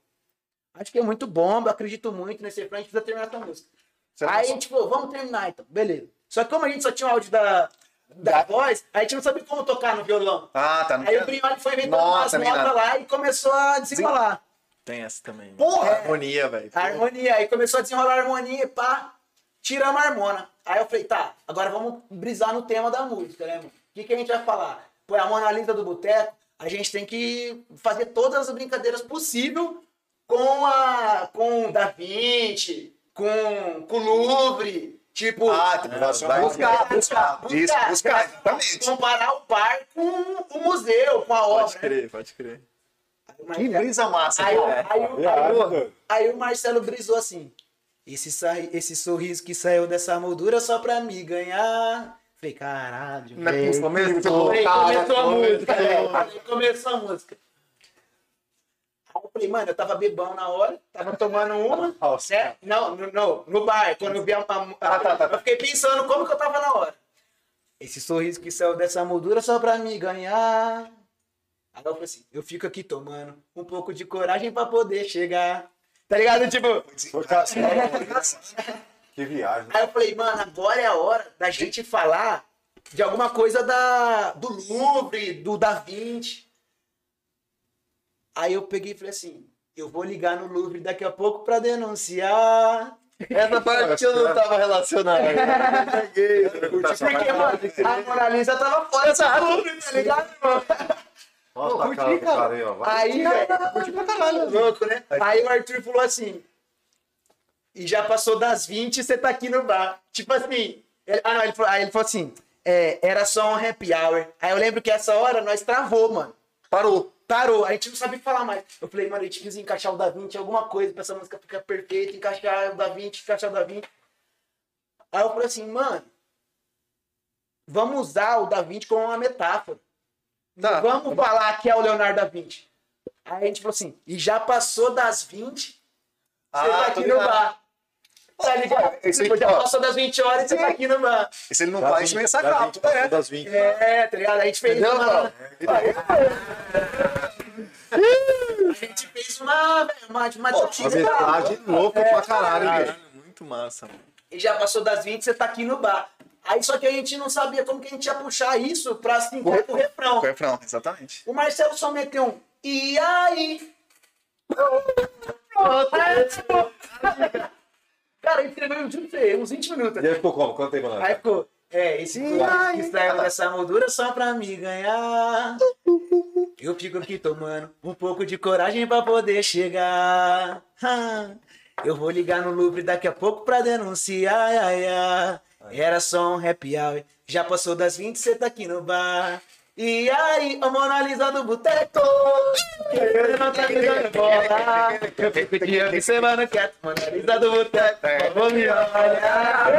S4: Acho que é muito bomba, acredito muito nesse refrão, a gente precisa terminar essa música.
S3: Será
S4: aí
S3: que-
S4: a gente falou, vamos terminar então, beleza. Só que como a gente só tinha o áudio da, da voz, a gente não sabia como tocar no violão.
S3: Ah, tá.
S4: Aí o Brignoli foi inventando
S3: Nossa,
S4: umas notas
S3: menina.
S4: lá e começou a desenrolar.
S5: Tem essa também.
S3: Porra!
S5: Harmonia, velho.
S4: A É. harmonia. Aí começou a desenrolar a harmonia e pá, tiramos a harmona. Aí eu falei, tá, agora vamos brisar no tema da música, né, mano? O que, que a gente vai falar? Pô, é a Mona Lisa do Boteco, a gente tem que fazer todas as brincadeiras possíveis com a. com Da Vinci, com, com o Louvre. Tipo,
S3: Ah, tá.
S1: Vai
S3: buscar, buscar, Isso, buscar, exatamente.
S4: Comparar o bar com o museu, com a
S5: Pode
S4: obra. né?
S5: crer, pode crer.
S4: Mas-
S3: Que brisa massa,
S4: né? Aí, o-
S3: cara.
S4: aí o-
S1: Viado,
S4: aí
S3: é.
S4: o-
S1: doido.
S4: aí o Marcelo brisou assim. Esse, sarri- esse sorriso que saiu dessa moldura só pra me ganhar. Falei, caralho.
S3: Não é
S4: velho.
S3: possível mesmo que você
S4: Aí
S3: colocou, cara.
S4: começou a música, velho. Aí começou a música. Aí eu falei, mano, eu tava bebão na hora, tava tomando uma. certo? Não, no, no, no bar, quando eu vi a. a- Eu fiquei pensando como que eu tava na hora. tá, Esse sorriso que saiu dessa moldura só pra me ganhar. Aí eu falei assim, eu fico aqui tomando um pouco de coragem pra poder chegar. Tá ligado? Tipo,
S1: Foi ca-
S4: É.
S1: Que viagem.
S4: Aí eu falei, mano, agora é a hora da gente falar de alguma coisa da, do Louvre, do Da Vinci. Aí eu peguei e falei assim, eu vou ligar no Louvre daqui a pouco pra denunciar.
S5: Essa parte eu não tava relacionado.
S1: Tá,
S4: Porque, mano, a Mona Lisa tava fora do Louvre, tá ligado? mano?
S1: Nossa, a cara do cara aí, ó. Vai.
S4: Aí, né, velho, louco, né? Aí o Arthur falou assim, e já passou das 20, você tá aqui no bar. Tipo assim, ele- ah não, ele falou, aí ele falou assim, é, era só um happy hour. Aí eu lembro que essa hora nós travou, mano.
S3: Parou.
S4: Parou, a gente não sabia falar mais. Eu falei, mano, a gente precisa encaixar o Da Vinci, alguma coisa pra essa música ficar perfeita, encaixar o Da Vinci, encaixar o Da Vinci. Aí eu falei assim, mano, vamos usar o Da Vinci como uma metáfora.
S3: Tá.
S4: Não vamos falar que é o Leonardo da Vinci. Aí a gente falou assim, e já passou das 20, você
S3: Ah,
S4: tá aqui no bar. Tá ligado?
S3: Esse aí,
S4: Tipo, já
S3: ó.
S4: passou das 20 horas e você tá aqui no bar.
S3: E se ele não
S4: Tá
S1: Da
S3: faz, a gente não ia sacar.
S1: vinte,
S3: pô,
S1: passou
S3: é.
S1: das vinte.
S4: né? É, tá ligado? A gente fez
S3: Entendeu,
S4: uma.
S3: Paulo?
S4: A gente fez uma. Uma, uma tá?
S1: A
S4: disciplina,
S1: metade louco
S4: É,
S1: pra caralho, bicho.
S5: Caralho, muito massa, mano.
S4: E já passou das 20, você tá aqui no bar. Aí só que a gente não sabia como que a gente ia puxar isso pra se encaixar pro refrão.
S3: Foi, Frão, é exatamente.
S4: O Marcelo só meteu um. E aí? Cara, ele escreveu juro pra você, uns 20 minutos.
S1: E aí ficou como? Canta aí, mano.
S4: Aí ficou. É, esse plástico que saiu dessa moldura só pra me ganhar. Eu fico aqui tomando um pouco de coragem pra poder chegar. Ah, Eu vou ligar no Louvre daqui a pouco pra denunciar. ai, ai, ai. Era só um happy hour. Já passou das 20, você tá aqui no bar. E aí, a Mona Lisa do Boteco! Eu não tá jogando bola. Eu fico de observando quieto. Mona Lisa do Boteco, vou me olhar.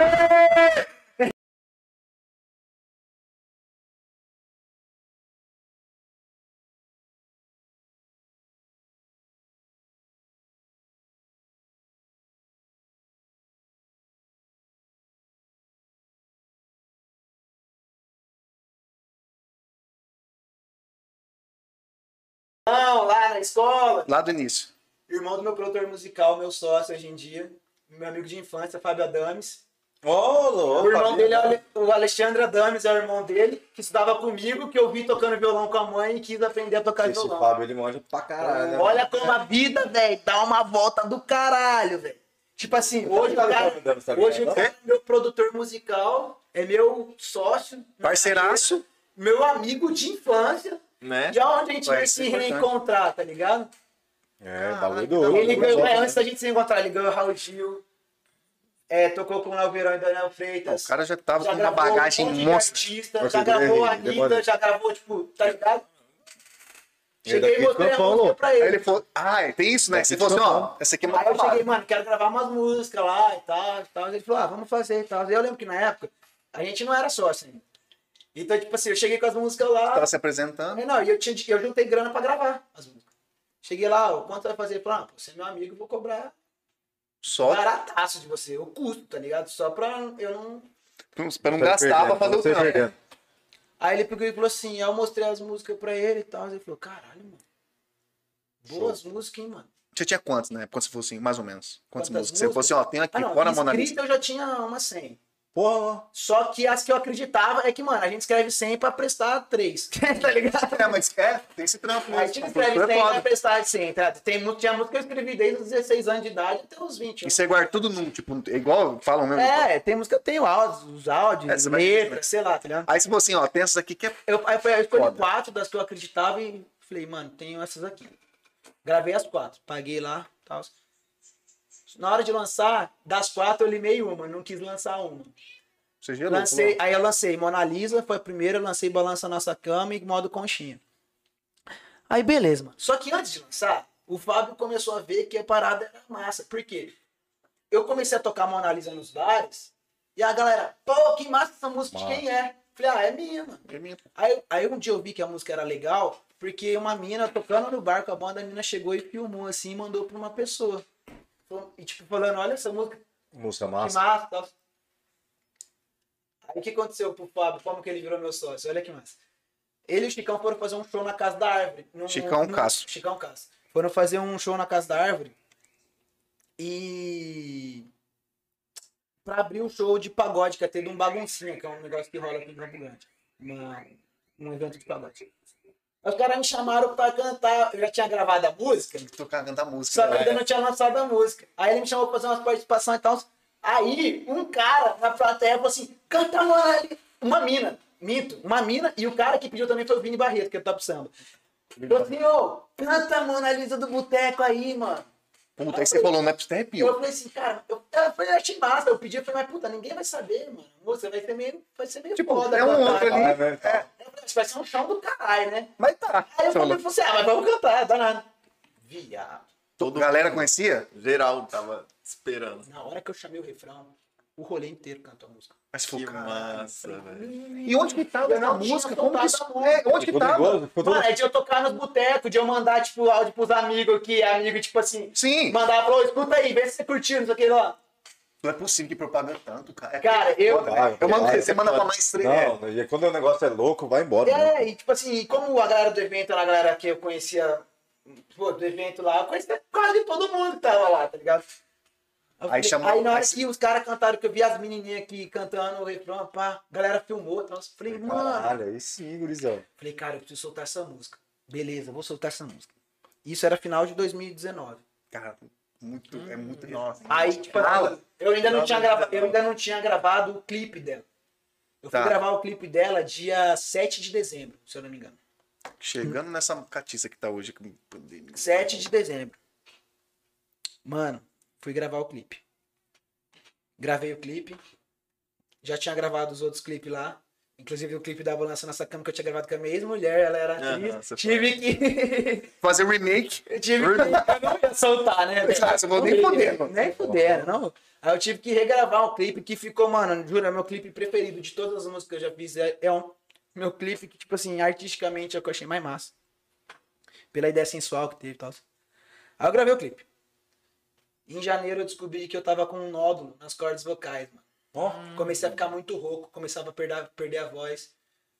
S4: Não, lá na escola.
S3: Lá do início.
S4: Irmão do meu produtor musical, meu sócio hoje em dia, meu amigo de infância, Fábio Adames.
S1: Ô, louco. tá
S4: o irmão
S1: família.
S4: dele é o Ale- o Alexandre Adames, é o irmão dele, que estudava comigo, que eu vi tocando violão com a mãe e quis aprender a tocar
S1: Esse
S4: violão.
S1: Fábio, ele manja pra caralho. né?
S4: Tá Olha como a vida, velho, dá uma volta do caralho, velho. Tipo assim, hoje o
S1: ligado,
S4: cara,
S1: Fábio Adames, tá ligado?
S4: hoje o cara é meu produtor musical, é meu sócio,
S3: Parceiraço.
S4: meu amigo de infância,
S5: Né?
S4: de onde a gente
S3: Vai
S4: vai
S3: ser
S4: se
S3: importante.
S4: reencontrar, tá ligado?
S1: É, bagulho doido. né?
S4: Ele ganhou, é, antes da gente se encontrar, ele ganhou Raul Gil, é, tocou com o Léo Verão e Daniel Freitas.
S3: O cara já tava com uma
S4: gravou
S3: bagagem
S4: um monte de
S3: monstro.
S4: artista,
S1: Você
S4: já gravou a
S1: errei, demora.
S4: Anitta, já gravou, tipo, tá ligado?
S1: Ele
S4: Cheguei e
S1: daqui de
S4: mostrei a
S1: Campão,
S4: música
S1: louco.
S4: pra
S3: Aí
S4: ele.
S3: é ele falou, ah, tem isso, né?
S1: Daqui
S3: Você
S1: de
S3: falou assim, ó,
S1: Campão.
S3: essa aqui é uma
S4: Aí eu cheguei,
S3: roubada.
S4: mano, quero gravar umas músicas lá e tal, e tal. Ele falou, ah, vamos fazer e tal. E eu lembro que na época, a gente não era sócio ainda. Então, tipo assim, eu cheguei com as músicas lá.
S3: Tava se apresentando.
S4: Aí, não, e eu, tinha, eu juntei grana pra gravar as músicas. Cheguei lá, ó, quanto vai fazer? Ele falou, ah, pô, você é meu amigo, eu vou cobrar
S3: Só
S4: barataço de você, o custo, tá ligado? Só pra eu não
S3: pra pra não gastar pra fazer o
S1: Você
S3: trampo.
S1: tá perdendo.
S4: Aí ele pegou e falou assim, aí eu mostrei as músicas pra ele e tal. Ele falou, caralho, mano. Boas músicas, hein, mano.
S3: Você tinha quantos, né? Quando você falou assim, mais ou menos. Quantas
S4: Quantas
S3: músicas? Você falou
S4: músicas?
S3: assim, ó, tem aqui,
S4: Ah, não,
S3: fora a Mona Lisa.
S4: escrita eu já tinha uma 100.
S1: Porra,
S4: Só que as que eu acreditava é que, mano, a gente escreve 100 pra prestar 3. tá ligado?
S3: É, mas é, tem esse trampo
S4: A
S3: mesmo.
S4: gente não
S3: A produtora
S4: escreve
S3: é
S4: 100 pra
S3: foda.
S4: prestar 100, tá? Tem, mu- tinha música que eu escrevi desde os 16 anos de idade até os 21.
S3: E você guarda tudo num, tipo, é igual falam mesmo.
S4: É, tem música, eu tenho áudios, os
S3: É,
S4: áudios,
S3: você vai-
S4: letras, sei lá, tá ligado?
S3: Aí você falou assim, ó, tem essas aqui que é.
S4: Eu, aí foi- eu escolhi
S3: Foda.
S4: quatro das que eu acreditava e falei, mano, tenho essas aqui. Gravei as quatro, paguei lá, tal. Na hora de lançar, das quatro eu limei uma, não quis lançar uma.
S3: Você gerou.
S4: Lancei,
S3: falou.
S4: aí eu lancei Mona Lisa, foi a primeira, eu lancei Balança Nossa Cama e Modo Conchinha. Aí beleza, mano. Só que antes de lançar, o Fábio começou a ver que a parada era massa. Por quê? Eu comecei a tocar Mona Lisa nos bares e a galera, pô, que massa essa música de quem é? Falei, ah, é minha, mano.
S3: É minha.
S4: Aí, aí um dia eu vi que a música era legal, Porque uma mina tocando no bar com a banda, a mina chegou e filmou assim e mandou pra uma pessoa. E tipo, falando, olha essa música,
S1: Música
S4: que
S1: massa.
S4: massa, tal. Aí o que aconteceu pro Fábio? Como que ele virou meu sócio? Olha que massa. Ele e o Chicão foram fazer um show na Casa da Árvore. num-
S3: Chicão
S4: num-
S3: Castro.
S4: Chicão Castro. Foram fazer um show na Casa da Árvore. E... Pra abrir o show de pagode, que é ter de um baguncinho, que é um negócio que rola aqui em Campo Grande. Uma- um evento de pagode. Aí Os caras me chamaram pra cantar. Eu já tinha gravado a música.
S3: Tocar, cantar música. É.
S4: Só que ainda não tinha lançado a música. Aí ele me chamou pra fazer umas participações e tal. Aí um cara na plateia falou assim: canta uma, uma mina. Minto, uma mina. E o cara que pediu também foi o Vini Barreto, que é do Top Samba. Falou assim: ô, canta a Mona Lisa do Boteco aí, mano.
S3: Puta, aí você falou, não é pra você
S4: Eu
S3: arrepio.
S4: falei assim, cara, eu, eu falei, eu achei massa. Eu pedi, eu falei, mas puta, ninguém vai saber, mano. Moça, vai ser meio, vai ser meio
S3: Tipo,
S4: foda.
S3: é um
S4: cantar.
S3: outro ali.
S1: Ah, né?
S3: É,
S4: Eu falei, Vai ser um chão do caralho, né?
S3: mas tá.
S4: Aí eu
S3: Você
S4: falei,
S3: falou,
S4: eu falei assim, ah, mas vamos cantar, dá nada. Viado.
S5: Todo
S3: galera conhecia?
S5: Geral tava esperando.
S4: Na hora que eu chamei o refrão, o rolê inteiro cantou a música.
S3: Mas
S5: Que
S3: foi
S5: massa, velho.
S3: E onde que tava
S4: Eu
S3: na
S4: não tinha
S3: música? Como que
S4: tocado
S3: isso...
S4: a música.
S3: É, onde que
S1: Ficou
S3: tava?
S1: nervoso? Ficou todo-
S4: Mano, é de eu tocar nos botecos, de eu mandar, tipo, áudio pros amigos aqui, amigo, tipo assim,
S3: Sim.
S4: mandar pra ô, escuta aí, vê se você curtiu, não sei o que lá.
S3: Não é possível que propaga tanto, cara. É
S4: Cara, eu.
S3: foda, velho. Eu mando,
S1: Vai,
S3: você manda pra mais três. é.
S1: Não, e quando o negócio é louco, vai embora. né?
S4: É, e tipo assim, como a galera do evento era a galera que eu conhecia, pô, do evento lá, eu conhecia quase todo mundo que tava lá, tá ligado? Aí, eu falei-
S3: chamou-
S4: aí na hora
S3: aí
S4: que os caras cantaram, que eu vi as menininhas aqui cantando o refrão, pá, a galera filmou, então eu falei, mano,
S1: Caralho, aí sim, gurizão.
S4: Falei, cara, eu preciso soltar essa música. Beleza, vou soltar essa música. Isso era final de 2019.
S3: Cara, muito, é muito... Nossa.
S4: Aí, tipo,
S3: Fala.
S4: eu, ainda
S3: Final
S4: não tinha
S3: de
S4: grava,
S3: 2019.
S4: eu ainda não tinha gravado o clipe dela. Eu fui
S3: Tá.
S4: gravar o clipe dela dia 7 de dezembro, se eu não me engano.
S3: Chegando nessa catiça que tá hoje. que pandemia.
S4: 7 de dezembro. Mano, fui gravar o clipe. Gravei o clipe. Já tinha gravado os outros clipes lá. Inclusive o clipe da Balança Nossa Cama que eu tinha gravado com a mesma mulher, ela era atriz.
S5: Aham, você
S4: Tive que.
S3: Fazer remake.
S4: Eu tive que. Eu não ia soltar, né? velho?
S3: Exato, eu vou nem
S4: Não ia,
S3: fuder, mano.
S4: Nem fuder, não. Aí eu tive que regravar o clipe que ficou, mano, juro, é meu clipe preferido de todas as músicas que eu já fiz. É, é um meu clipe que, tipo assim, artisticamente é o que eu achei mais massa. Pela ideia sensual que teve e tal. Aí eu gravei o clipe. Em janeiro eu descobri que eu tava com um nódulo nas cordas vocais, mano. Comecei a ficar muito rouco, começava a perder, perder a voz.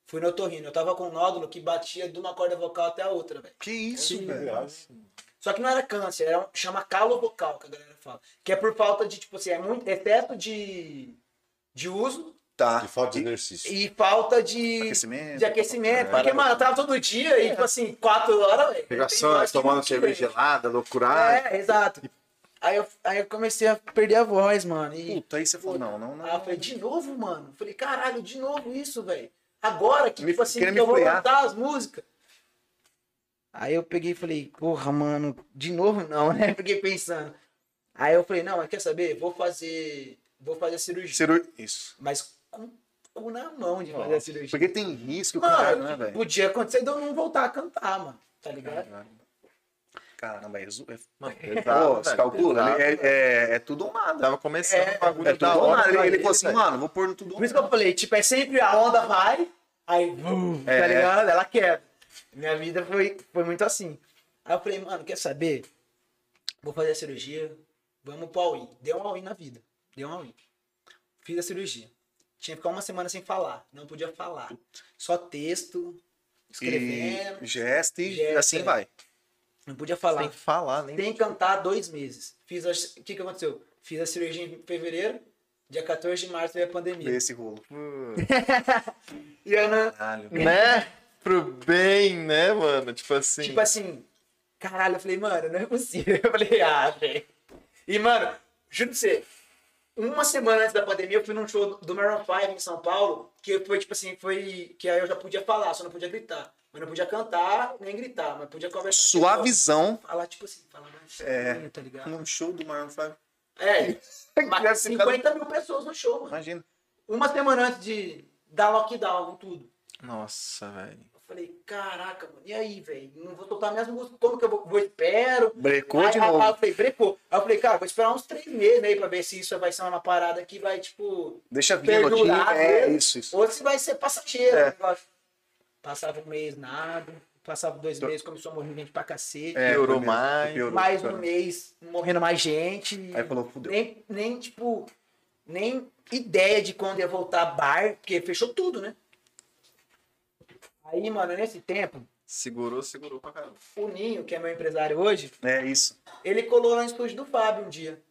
S4: Fui no otorrino. Eu tava com um nódulo que batia de uma corda vocal até a outra, velho.
S3: Que isso,
S1: Que
S3: velho.
S1: graça.
S4: Só que não era câncer, era um, chama calo vocal, que a galera fala. Que é por falta de, tipo assim, é muito excesso de, de uso
S1: Que
S3: Tá.
S1: falta de exercício.
S4: e falta de
S3: Aquecimento.
S4: De
S1: É.
S4: aquecimento. Porque, mano, eu tava todo dia e, tipo assim, quatro horas, velho. Tem
S1: Pegações,
S4: voz que não
S1: tomando
S4: tira,
S1: cerveja
S4: velho.
S1: gelada, loucuragem.
S4: É, exato. Aí eu, aí eu comecei a perder a voz, mano. E,
S3: Puta, aí você falou, não, não,
S4: Aí eu
S3: não.
S4: falei, de novo, mano? Falei, caralho, de novo isso, velho? Agora que,
S3: Me-
S4: tipo assim,
S3: querendo
S4: que eu
S3: me
S4: vou
S3: frear.
S4: cantar as músicas. Aí eu peguei e falei, porra, mano, de novo não, né? Fiquei pensando. Aí eu falei, não, mas quer saber? Vou fazer. Vou fazer a cirurgia.
S3: Ciru- Isso.
S4: Mas com o cu na mão de fazer a cirurgia.
S3: Porque tem risco, caralho,
S4: Mano,
S3: né, velho?
S4: podia acontecer de eu não voltar a cantar, mano. Tá ligado?
S3: Caramba, é... zo- é-
S5: Mano,
S3: Pô,
S5: pesado,
S3: você
S5: velho,
S3: calcula,
S5: pesado.
S3: né? é, é, é tudo ou nada.
S5: Tava começando
S4: É,
S5: o bagulho
S3: É tudo
S5: da
S3: ou
S5: hora.
S3: nada. Ele,
S5: pra
S3: ele falou assim,
S5: velho.
S3: mano, vou pôr no tudo ou
S4: Por isso que
S3: nada.
S4: eu falei, tipo, é sempre a onda vai, aí, vum,
S3: É.
S4: tá ligado? Ela quebra. Minha vida foi, foi muito assim. Aí eu falei, mano, quer saber? Vou fazer a cirurgia, vamos pro all-in. Deu um all-in na vida, deu um all-in. Fiz a cirurgia. Tinha que ficar uma semana sem falar, não podia falar. Só texto, escrevendo,
S3: E gesto e
S4: Gesto,
S3: assim
S4: é.
S3: vai.
S4: não podia falar.
S5: Tem que falar, nem
S4: Tem que cantar dois meses. Fiz a- O que, que aconteceu? Fiz a cirurgia em fevereiro, dia 14 de março veio a pandemia.
S3: Esse rolo.
S4: E eu não,
S3: Caralho.
S5: Né? Pro bem, né, mano? Tipo assim.
S4: Tipo assim, caralho, eu falei, mano, não é possível. Eu falei, ah, velho. E, mano, juro pra você, uma semana antes da pandemia, eu fui num show do Maroon 5 em São Paulo, que foi, tipo assim, foi... Que aí eu já podia falar, só não podia gritar. Mas não podia cantar, nem gritar, mas podia conversar.
S3: Sua visão
S4: Falar, tipo assim, falar mais
S3: É.
S4: tá ligado?
S3: num show do Maroon 5.
S4: É,
S3: Deve
S4: mas
S3: ter ficado-
S4: 50 mil pessoas no show, mano.
S3: Imagina.
S4: Uma semana antes de dar lockdown com tudo.
S5: Nossa, velho.
S4: Eu falei, caraca, mano, e aí, velho? Não vou soltar minhas músicas, como que eu vou, vou espero?
S3: Brecou
S4: aí,
S3: de
S4: aí- Aí eu
S3: novo.
S4: falei, brecou. Aí eu falei, cara, vou esperar uns três meses aí pra ver se isso vai ser uma parada que vai, tipo,
S3: Deixa vir aqui.
S4: perdurar.
S3: É
S4: né?
S3: isso, isso.
S4: Ou se vai ser passageiro. né,
S3: É.
S4: o negócio. Passava um mês, nada. Passava dois meses, começou a morrer gente pra cacete.
S2: É,
S5: Piorou
S2: foi mesmo,
S5: mais.
S2: piorou,
S4: mais um
S2: piorou.
S4: mês, morrendo mais gente.
S2: Aí falou, fudeu.
S4: nem, nem, tipo, nem ideia de quando ia voltar bar, porque fechou tudo, né? Aí, mano, nesse tempo,
S5: Segurou, segurou pra caramba.
S4: o Ninho, que é meu empresário hoje,
S2: É isso.
S4: ele colou lá no estúdio do Fábio um dia.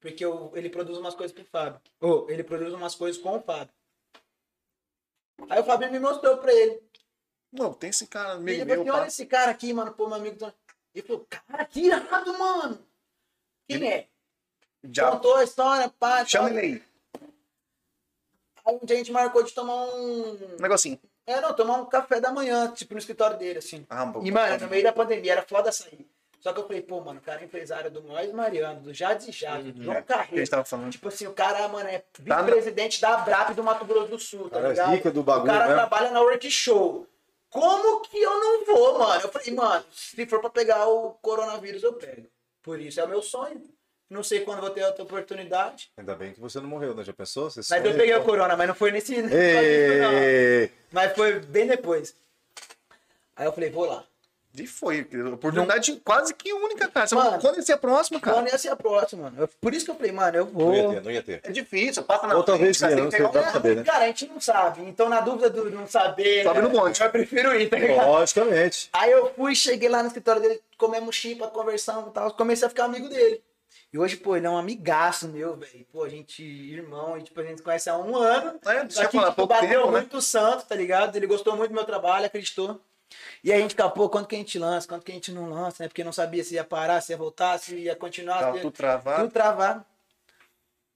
S4: Porque eu- ele produz umas coisas pro Fábio. Ou ele produz umas coisas com o Fábio. Aí o Fábio me mostrou pra ele.
S2: Mano, tem esse cara
S4: E ele
S2: amigo
S4: falou
S2: meu,
S4: assim, olha
S2: pá.
S4: esse cara aqui, mano, pô, meu amigo. tá-" Ele falou, cara, que irado, mano. Quem é?
S2: Já.
S4: Contou a história, pá.
S2: Chama
S4: tal.
S2: ele aí.
S4: Aí um dia a gente marcou de tomar um.
S2: Um negocinho.
S4: É, não, tomar um café da manhã, tipo, no escritório dele, assim.
S2: Ah, mano.
S4: E, mano, no meio da pandemia, era foda sair. Só que eu falei, pô, mano, o cara é empresário do Mois Mariano, do Jades e Jades, do João
S2: que a gente
S4: Carreiro.
S2: tava falando.
S4: Tipo assim, o cara, mano, é vice-presidente da Abrap do Mato Grosso do Sul,
S1: Tá
S4: tá
S1: Cara, é
S4: ligado?
S1: zica do bagulho
S4: o cara
S1: mesmo.
S4: trabalha na Workshow. Como que eu não vou, mano? Eu falei, mano, se for pra pegar o coronavírus, eu pego. Por isso é o meu sonho. Não sei quando vou ter outra oportunidade.
S1: Ainda bem que você não morreu, né? Já pensou? Você
S4: Mas eu peguei o corona, mas não foi nesse. não foi nisso, não.
S1: um- Ei,
S4: Mas foi bem depois. Aí eu falei, vou lá.
S2: E foi. Oportunidade quase que única, cara. Você
S4: Mano.
S2: não- Quando ia ser a próxima, cara?
S4: Mano, ia ser a próxima, mano. Eu- por isso que eu falei, mano, eu
S1: não ia
S4: vou.
S1: ter, não ia ter.
S2: É difícil, passa na
S1: Ou talvez
S2: frente, cara,
S1: ia,
S2: tem que
S1: não
S2: pegar
S1: sei,
S2: um-
S1: dá pra saber, né?
S4: Cara, a gente não sabe. Então, na dúvida do não saber.
S2: Sobe
S4: né,
S2: no bonde.
S4: Eu prefiro ir, tá ligado?
S1: Logicamente.
S4: Aí eu fui, cheguei lá no escritório dele, comemos chipa, conversamos e tal. Comecei a ficar amigo dele. E hoje, pô, ele é um amigaço meu, velho. Pô, a gente, irmão, e, tipo, a gente se conhece há um ano.
S2: É,
S4: Só
S2: deixa eu
S4: que,
S2: falar,
S4: tipo,
S2: pouco
S4: bateu
S2: tempo, né?
S4: muito o santo, tá ligado? Ele gostou muito do meu trabalho, acreditou. E aí a gente fica, pô, quanto que a gente lança, quanto que a gente não lança, né? Porque não sabia se ia parar, se ia voltar, se ia continuar.
S2: Tava
S4: se ia-
S2: tudo travado.
S4: Tudo travado.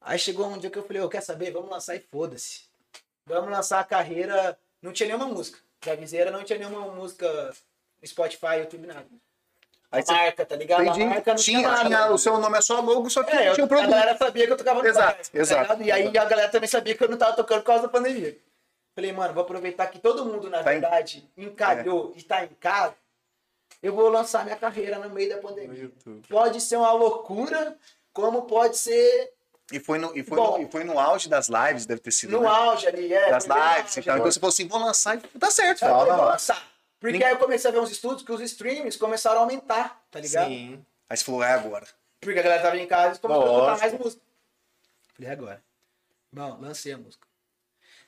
S4: Aí chegou um dia que eu falei, ô, quer saber? Vamos lançar e foda-se. Vamos lançar a carreira. Não tinha nenhuma música. Da viseira não tinha nenhuma música no Spotify, YouTube, nada. A
S2: Aí você-
S4: marca, tá ligado? A
S2: Entendi.
S4: marca não tinha,
S2: Tinha,
S4: nada.
S2: tinha, o seu nome é só logo, só que
S4: É,
S2: não
S4: eu,
S2: tinha
S4: a
S2: o produto.
S4: galera sabia que eu tocava no
S2: Exato,
S4: bar, tá
S2: exato.
S4: ligado? E aí a galera também sabia que eu não tava tocando por causa da pandemia. Falei, mano, vou aproveitar que todo mundo, na
S2: Tá em- É.
S4: verdade, encalhou e tá em casa. Eu vou lançar minha carreira no meio da pandemia. Pode ser uma loucura, como pode ser
S2: E foi, no, e, foi
S4: Bom.
S2: no, e foi no auge das lives, deve ter sido.
S4: no
S2: né?
S4: auge ali, é.
S2: Das
S4: primeiro
S2: lives e
S4: auge,
S2: tal. Então
S4: né?
S2: você falou assim, vou lançar e tá certo.
S4: Aí eu
S2: fala,
S4: falei, vou
S2: lá.
S4: lançar. Porque aí eu comecei a ver uns estudos que os streams começaram a aumentar, tá ligado?
S5: Sim.
S2: Aí você falou, é agora.
S4: Porque a galera tava em casa e começou a escutar
S1: Lógico.
S4: mais música. Falei, agora. Bom, lancei a música.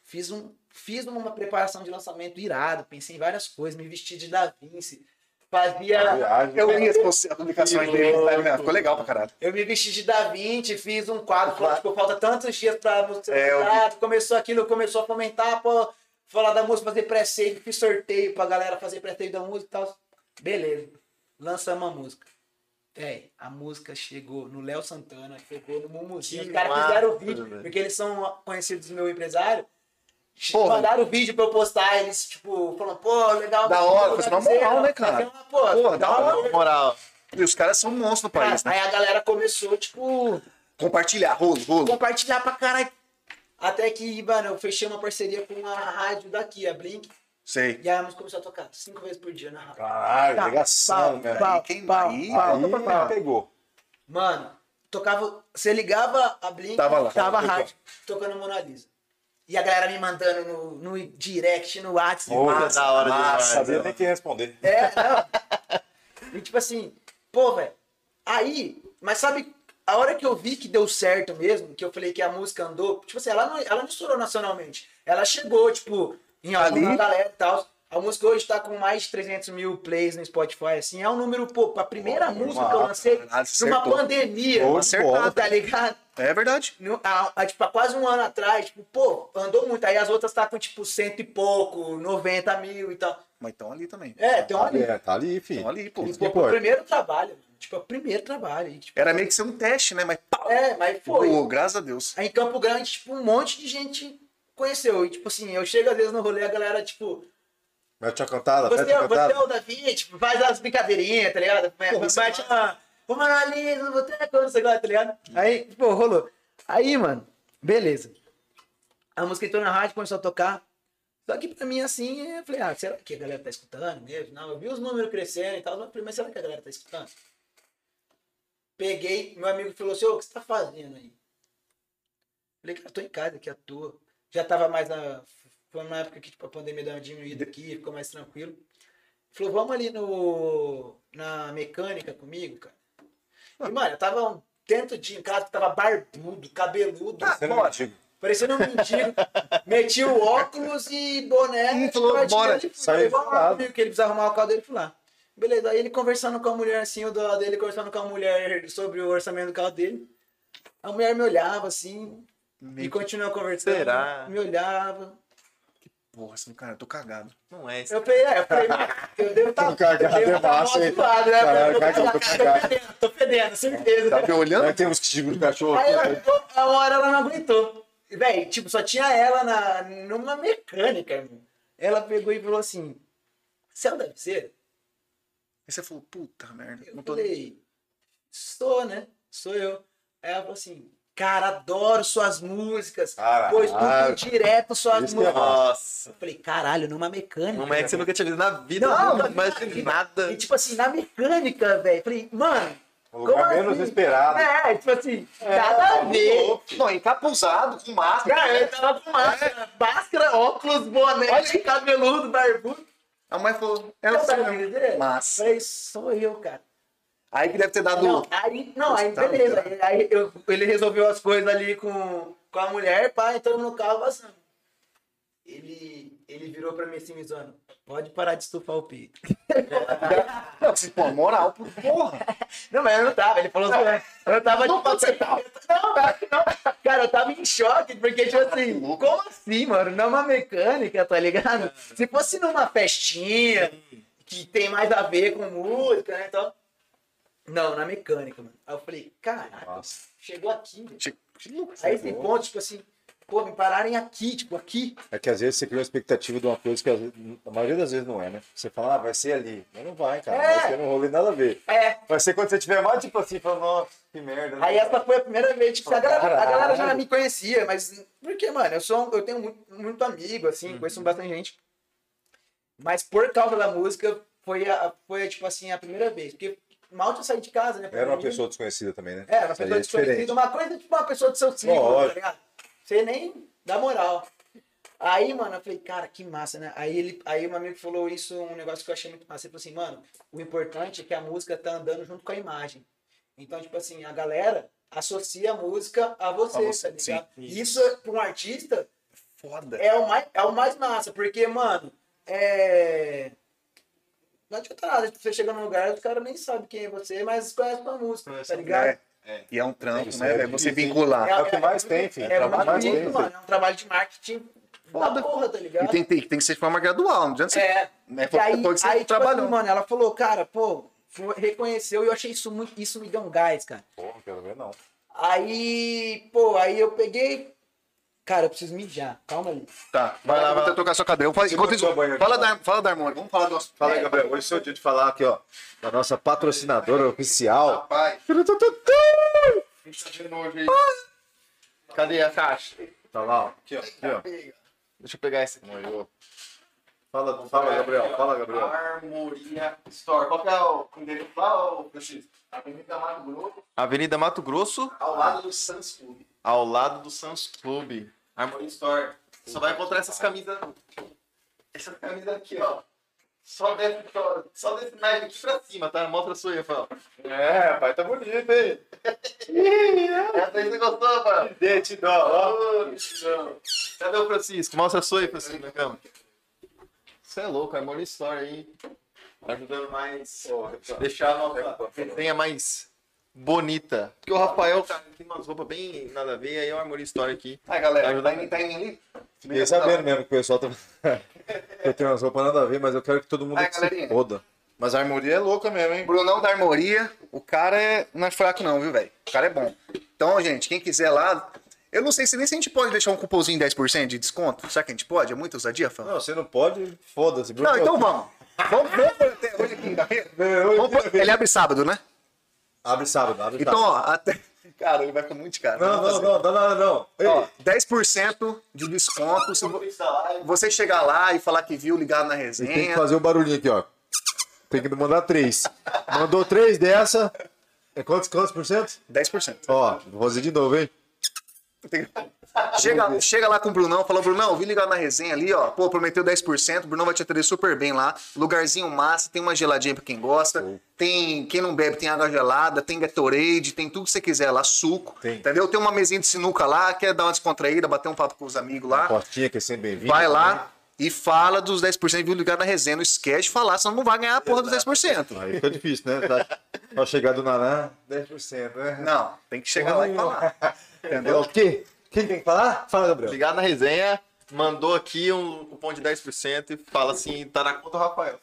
S4: Fiz, um, fiz uma preparação de lançamento irado, pensei em várias coisas, me vesti de Da Vinci, fazia...
S1: Viagem. é
S2: Eu vi as pos- as publicações dele, tá, né? ficou legal pra caralho.
S4: Eu me vesti de Da Vinci, fiz um quadro, falando, tipo, falta tantos dias pra música ser
S2: É, eu vi.
S4: lançada, começou aquilo, começou a fomentar, pô, falar da música, fazer pré-save, fiz sorteio pra galera fazer pré-save da música e tal. Beleza, lançamos a música. Véi, a música chegou no Léo Santana, chegou no Mumuzinho.
S5: Que
S4: Os caras
S5: massa,
S4: fizeram o vídeo,
S5: velho.
S4: porque eles são conhecidos do meu empresário.
S2: Porra.
S4: Mandaram o vídeo pra eu postar, eles, tipo, falando, pô, legal. tá
S2: Da hora, foi uma moral, né, cara?
S4: Pô,
S2: Porra, da hora.
S5: Moral.
S2: E os caras são um monstro no
S4: Cara,
S2: país, né?
S4: Aí a galera começou, tipo,
S2: Compartilhar, rolo, rolo.
S4: compartilhar pra caralho. Até que, mano, eu fechei uma parceria com uma rádio daqui, a Blink,
S2: Sei.
S4: e aí a música começou a tocar cinco vezes por dia na rádio.
S1: Caralho,
S4: Tá,
S1: ligação,
S4: pau,
S1: velho.
S4: pau,
S2: E quem-
S4: pau,
S2: aí-
S4: pau,
S1: Aí
S4: pau, pau.
S1: pegou.
S4: Mano, tocava. Você ligava a Blink,
S2: Tava lá.
S4: a rádio, tocando Mona Lisa. E a galera me mandando no, no direct, no WhatsApp. Ah,
S5: Puta da hora
S1: Não
S5: demais.
S1: sabia
S5: mano.
S1: nem quem responder.
S4: É, não. E tipo assim, pô, velho. Aí, mas sabe, a hora que eu vi que deu certo mesmo, que eu falei que a música andou, tipo assim, ela não, ela não estourou nacionalmente. Ela chegou, tipo, em alguma galera e tal. A música hoje tá com mais de 300 mil plays no Spotify, assim. É um número pouco. A primeira música que eu lancei
S2: caralho, você
S4: numa
S2: acertou.
S1: Show
S4: pandemia.
S1: de bola.
S4: acertado, tá ligado?
S2: É verdade.
S4: No- há, há, tipo, há quase um ano atrás, tipo, pô, andou muito. Aí as outras tá com, tipo, cento e pouco, 90 mil e tal.
S2: Mas
S3: então
S2: estão ali também.
S4: É, tem uma
S1: É, tá ali, filho.
S2: Estão ali, pô.
S1: Isso que
S4: Pô, foi o
S1: importa.
S4: primeiro trabalho, mano. tipo, é o primeiro trabalho. e, tipo,
S2: Era meio que ser um teste, né? Mas pau.
S4: É, mas foi.
S2: Pô, graças a Deus.
S4: Aí em Campo Grande, tipo, um monte de gente conheceu. E, tipo assim, eu chego às vezes no rolê, a galera, tipo,
S1: Mete a
S2: Tá
S1: cantada,
S4: você,
S1: mete a
S4: você é
S1: cantada.
S4: o Davi, tipo, faz as brincadeirinhas, tá ligado?
S2: isso é
S4: Mete uma. Ô, Manalisa, boteco, não sei lá, tá ligado?
S2: Uhum.
S4: Aí, pô, rolou. Aí, mano, beleza. A música entrou na rádio, começou a tocar. Só que pra mim, assim, eu falei, ah, será que a galera tá escutando mesmo? Não, eu vi os números crescendo e tal, mas eu falei, mas será que a galera tá escutando? Peguei, meu amigo falou assim, ô, o que você tá fazendo aí? Falei, cara, eu tô em casa aqui à toa. Já tava mais na... Foi uma época que, tipo, a pandemia deu uma diminuída aqui, ficou mais tranquilo. Falou, vamos ali no, na mecânica comigo, cara. E, mano, eu tava um tanto de em casa, que tava barbudo, cabeludo,
S1: Você não é antigo.
S4: parecendo um mendigo. Meti o óculos e boné.
S3: Hum, falou,
S4: pra tirar
S3: bora,
S4: de-
S1: saiu
S4: Falei, vamos lá
S1: pelado.
S4: comigo, que ele precisa arrumar o carro dele, fui lá. Beleza, aí ele conversando com a mulher, assim, o do lado dele conversando com a mulher sobre o orçamento do carro dele. A mulher me olhava, assim, e continuou conversando.
S5: Será?
S4: Me olhava.
S3: Porra, assim, cara, eu tô cagado.
S5: Não é esse.
S4: Eu falei, é, eu falei, mano, eu devo estar.
S1: O cara que
S4: devo
S1: arrebenta,
S4: tá
S1: assim,
S4: motivado, né?
S1: caralho,
S4: Eu
S1: cara,
S4: tô
S1: eu tô
S4: cagado, tô fedendo, tô fedendo, certeza.
S3: Tá me olhando?
S1: Não é que tem uns que xingam de cachorro.
S4: Aí
S1: aqui,
S4: ela,
S1: né?
S4: ficou- a hora ela não aguentou. Véi, tipo, só tinha ela na, numa mecânica, irmão. Ela pegou e falou assim: Céu da viseira?
S3: Aí você falou, puta merda,
S4: Eu
S3: não tô
S4: falei, sou, né? Sou eu. Aí ela falou assim, cara, adoro suas músicas.
S1: Caralho.
S4: Pois tudo direto suas
S1: Isso que é
S4: músicas.
S5: Nossa.
S4: Eu falei, caralho, numa mecânica.
S5: Uma é que você nunca tinha visto na vida.
S4: Não,
S5: nunca mais nada.
S4: E tipo assim, na mecânica, velho. Falei, mano.
S1: Um lugar
S4: como
S1: menos esperado. tá
S4: É, tipo assim, nada a ver.
S3: Não, encapuzado, com máscara.
S4: Cara, tá eu tava com máscara, É, máscara, óculos, boné, cabeludo, barbudo.
S3: A mãe falou, é
S4: Eu
S3: o
S4: tava me
S3: seu.
S4: entendendo?
S3: Massa.
S4: Falei, sou eu, cara.
S3: Aí que deve ter dado.
S4: Não, aí, não, aí
S3: Gostava,
S4: beleza.
S3: cara.
S4: Aí, aí eu- ele resolveu as coisas ali com, com a mulher, pá, entramos no carro passando. Ele, ele virou pra mim assim, me zoando, Pode parar de estufar o peito.
S3: Não, que se pô, moral, porra.
S4: Não, mas eu não tava, ele falou zoando. Eu tava tipo,
S3: Não tá- pode ser
S4: Não, cara, não. Cara, eu tava em choque, porque, tipo assim,
S3: louco.
S4: como assim, mano? Numa mecânica, tá ligado?
S3: É.
S4: Se fosse numa festinha, que tem mais a ver com música, né? Então. Não, na mecânica, mano. Aí eu falei, caraca,
S1: Nossa.
S4: chegou aqui, velho.
S3: Que louco.
S1: é
S4: Aí esse ponto, tipo assim, pô, me pararem aqui, tipo, aqui.
S1: É que às vezes você cria uma expectativa de uma coisa que às vezes- a maioria das vezes não é, né? Você fala, ah, vai ser ali. Mas não vai, cara.
S4: É.
S1: Vai ser no rolê nada a ver.
S4: É.
S1: Vai ser quando você tiver mais tipo assim, falando, nossa, que merda. né?"
S4: Aí essa foi a primeira vez, tipo, a galera, a
S1: Caralho.
S4: galera já me conhecia, mas. Porque, mano, eu sou um- eu tenho muito, muito amigo, assim,
S1: Uhum.
S4: conheço bastante gente. Mas por causa da música, foi, a, foi tipo assim, a primeira vez. Porque mal tinha saído de casa, né?
S1: Era uma
S4: Mim,
S1: pessoa desconhecida também, né?
S4: Era uma
S1: Isso aí
S4: pessoa
S1: é diferente.
S4: desconhecida. Uma coisa tipo uma pessoa do seu ciclo,
S1: Lógico.
S4: tá ligado? Você nem dá moral. Aí, mano, eu falei, cara, que massa, né? Aí, ele, aí um amigo falou isso, um negócio que eu achei muito massa. Ele falou assim, mano, o importante é que a música tá andando junto com a imagem. Então, tipo assim, a galera associa a música a você,
S3: A você,
S4: tá ligado?
S5: sim.
S4: isso, isso pra um artista
S3: Foda.
S4: é o mais, é o mais massa, porque, mano, é. Não adianta nada, tipo, você chega num lugar, os caras nem sabem quem é você, mas conhecem tua música, tá ligado?
S3: É. E é um trampo,
S1: Isso
S3: né,
S1: é
S3: velho? Você
S1: difícil, hein?
S3: vincular.
S1: o que mais tem, filho,
S4: É,
S1: é o que
S4: muito
S1: mais
S4: bonito,
S1: tem.
S4: mano, é um trabalho de marketing
S3: Foda.
S4: da porra, tá ligado?
S3: E tem, tem, tem que ser de forma gradual, não adianta você.
S4: É.
S3: Né,
S4: E
S3: foi-
S4: aí,
S3: foi que você
S4: aí tipo
S3: trabalhou.
S4: assim, mano, ela falou, cara, pô, foi- reconheceu e eu achei isso muito. Isso me deu um gás, cara.
S1: Pô, quero ver não.
S4: Aí, pô, aí eu peguei. Cara, eu preciso mijar, calma aí.
S3: Tá, vai lá, vai lá trocar sua cadeira. Eu falo- Enquanto isso,
S1: botou a banha aqui,
S3: fala
S1: tá?
S3: da, fala da harmônica. Vamos falar do nosso.
S1: Fala aí, Gabriel. Hoje é seu dia de falar aqui, ó. Da nossa patrocinadora oficial.
S3: Pai,
S5: Cadê a caixa?
S1: Tá lá, ó. Aqui, ó. Aqui, ó.
S5: Deixa eu pegar essa aqui.
S1: Fala, fala, Gabriel. Fala, Gabriel.
S5: Armoria Store. Qual que é o endereço lá, ô Francisco? Avenida Mato Grosso. Avenida Mato Grosso,
S3: ao lado do Sans Clube.
S5: ao lado do Sans Club. Armoria Store. Só vai encontrar essas camisas. Essas camisas aqui, ó. Só desse, só desse naipe aqui pra cima, tá? Mostra a sua aí, Rafael.
S1: É, rapaz, tá bonito, hein?
S5: Essa aí você gostou, Rafael?
S1: Gente, dó, ó.
S5: Ô, bichão. Cadê o Francisco? Mostra a sua aí, Francisco, na cama. Você é louco, Armoria Store aí. Tá ajudando mais. deixar a nossa resenha mais bonita. Porque o Rafael, cara, tem umas roupas bem nada a ver, aí é o Armory Story aqui.
S3: Aí, galera,
S5: Ajuda
S3: ajuda
S5: aí.
S3: aí, tá indo ali.
S1: Fiquei sabendo mesmo que o pessoal tá. eu tenho umas roupas nada a ver, mas eu quero que todo mundo
S3: Aí,
S1: se
S3: galerinha.
S1: foda.
S5: Mas a Armoria é louca mesmo, hein?
S3: Brunão da Armoria, o cara é... não é fraco não, viu, velho? O cara é bom. Então, gente, quem quiser lá... Eu não sei se nem se a gente pode deixar um cupomzinho 10% de desconto. Será que a gente pode? É muita ousadia, Fã?
S1: Não, você não pode, foda-se.
S3: Não, então vamos. Vamos ver por até hoje, é quinta-feira. Vamos por- Ele abre sábado, né?
S1: Abre sábado, abre
S3: Então,
S1: sábado.
S3: ó, até... Cara, ele vai ficar muito caro.
S1: Não, não, não, dá nada não. Ei,
S3: Ó, 10% de desconto se vo- você chegar lá e falar que viu ligado na
S1: e tem que
S3: resenha.
S1: fazer o barulhinho aqui, ó. Tem que mandar três. Mandou três dessa. É quantos, quantos por cento?
S3: 10%.
S1: Ó, vou fazer de novo, hein?
S3: Chega, chega lá com o Brunão, fala, Brunão, vim ligar na resenha ali, ó. Pô, prometeu 10%, o Brunão vai te atender super bem lá. Lugarzinho massa, tem uma geladinha pra quem gosta. Tem, quem não bebe, tem água gelada, tem Gatorade, tem tudo que você quiser lá, suco.
S1: Tem.
S3: Entendeu? Tem uma mesinha de sinuca lá, quer dar uma descontraída, bater um papo com os amigos lá.
S1: Portinha que é sempre bem-vindo.
S3: Vai lá e fala dos 10% e viu ligar na resenha. Não esquece de falar, senão não vai ganhar a porra dos 10%.
S1: Aí fica difícil, né? Tá, tá chegado na Naran, 10%, né?
S3: Não, tem que chegar lá e falar.
S1: Entendeu? O quê? Quem tem que falar? Fala, Gabriel.
S5: Ligado na resenha, mandou aqui um cupom de 10% e fala assim, tá na conta do Rafael.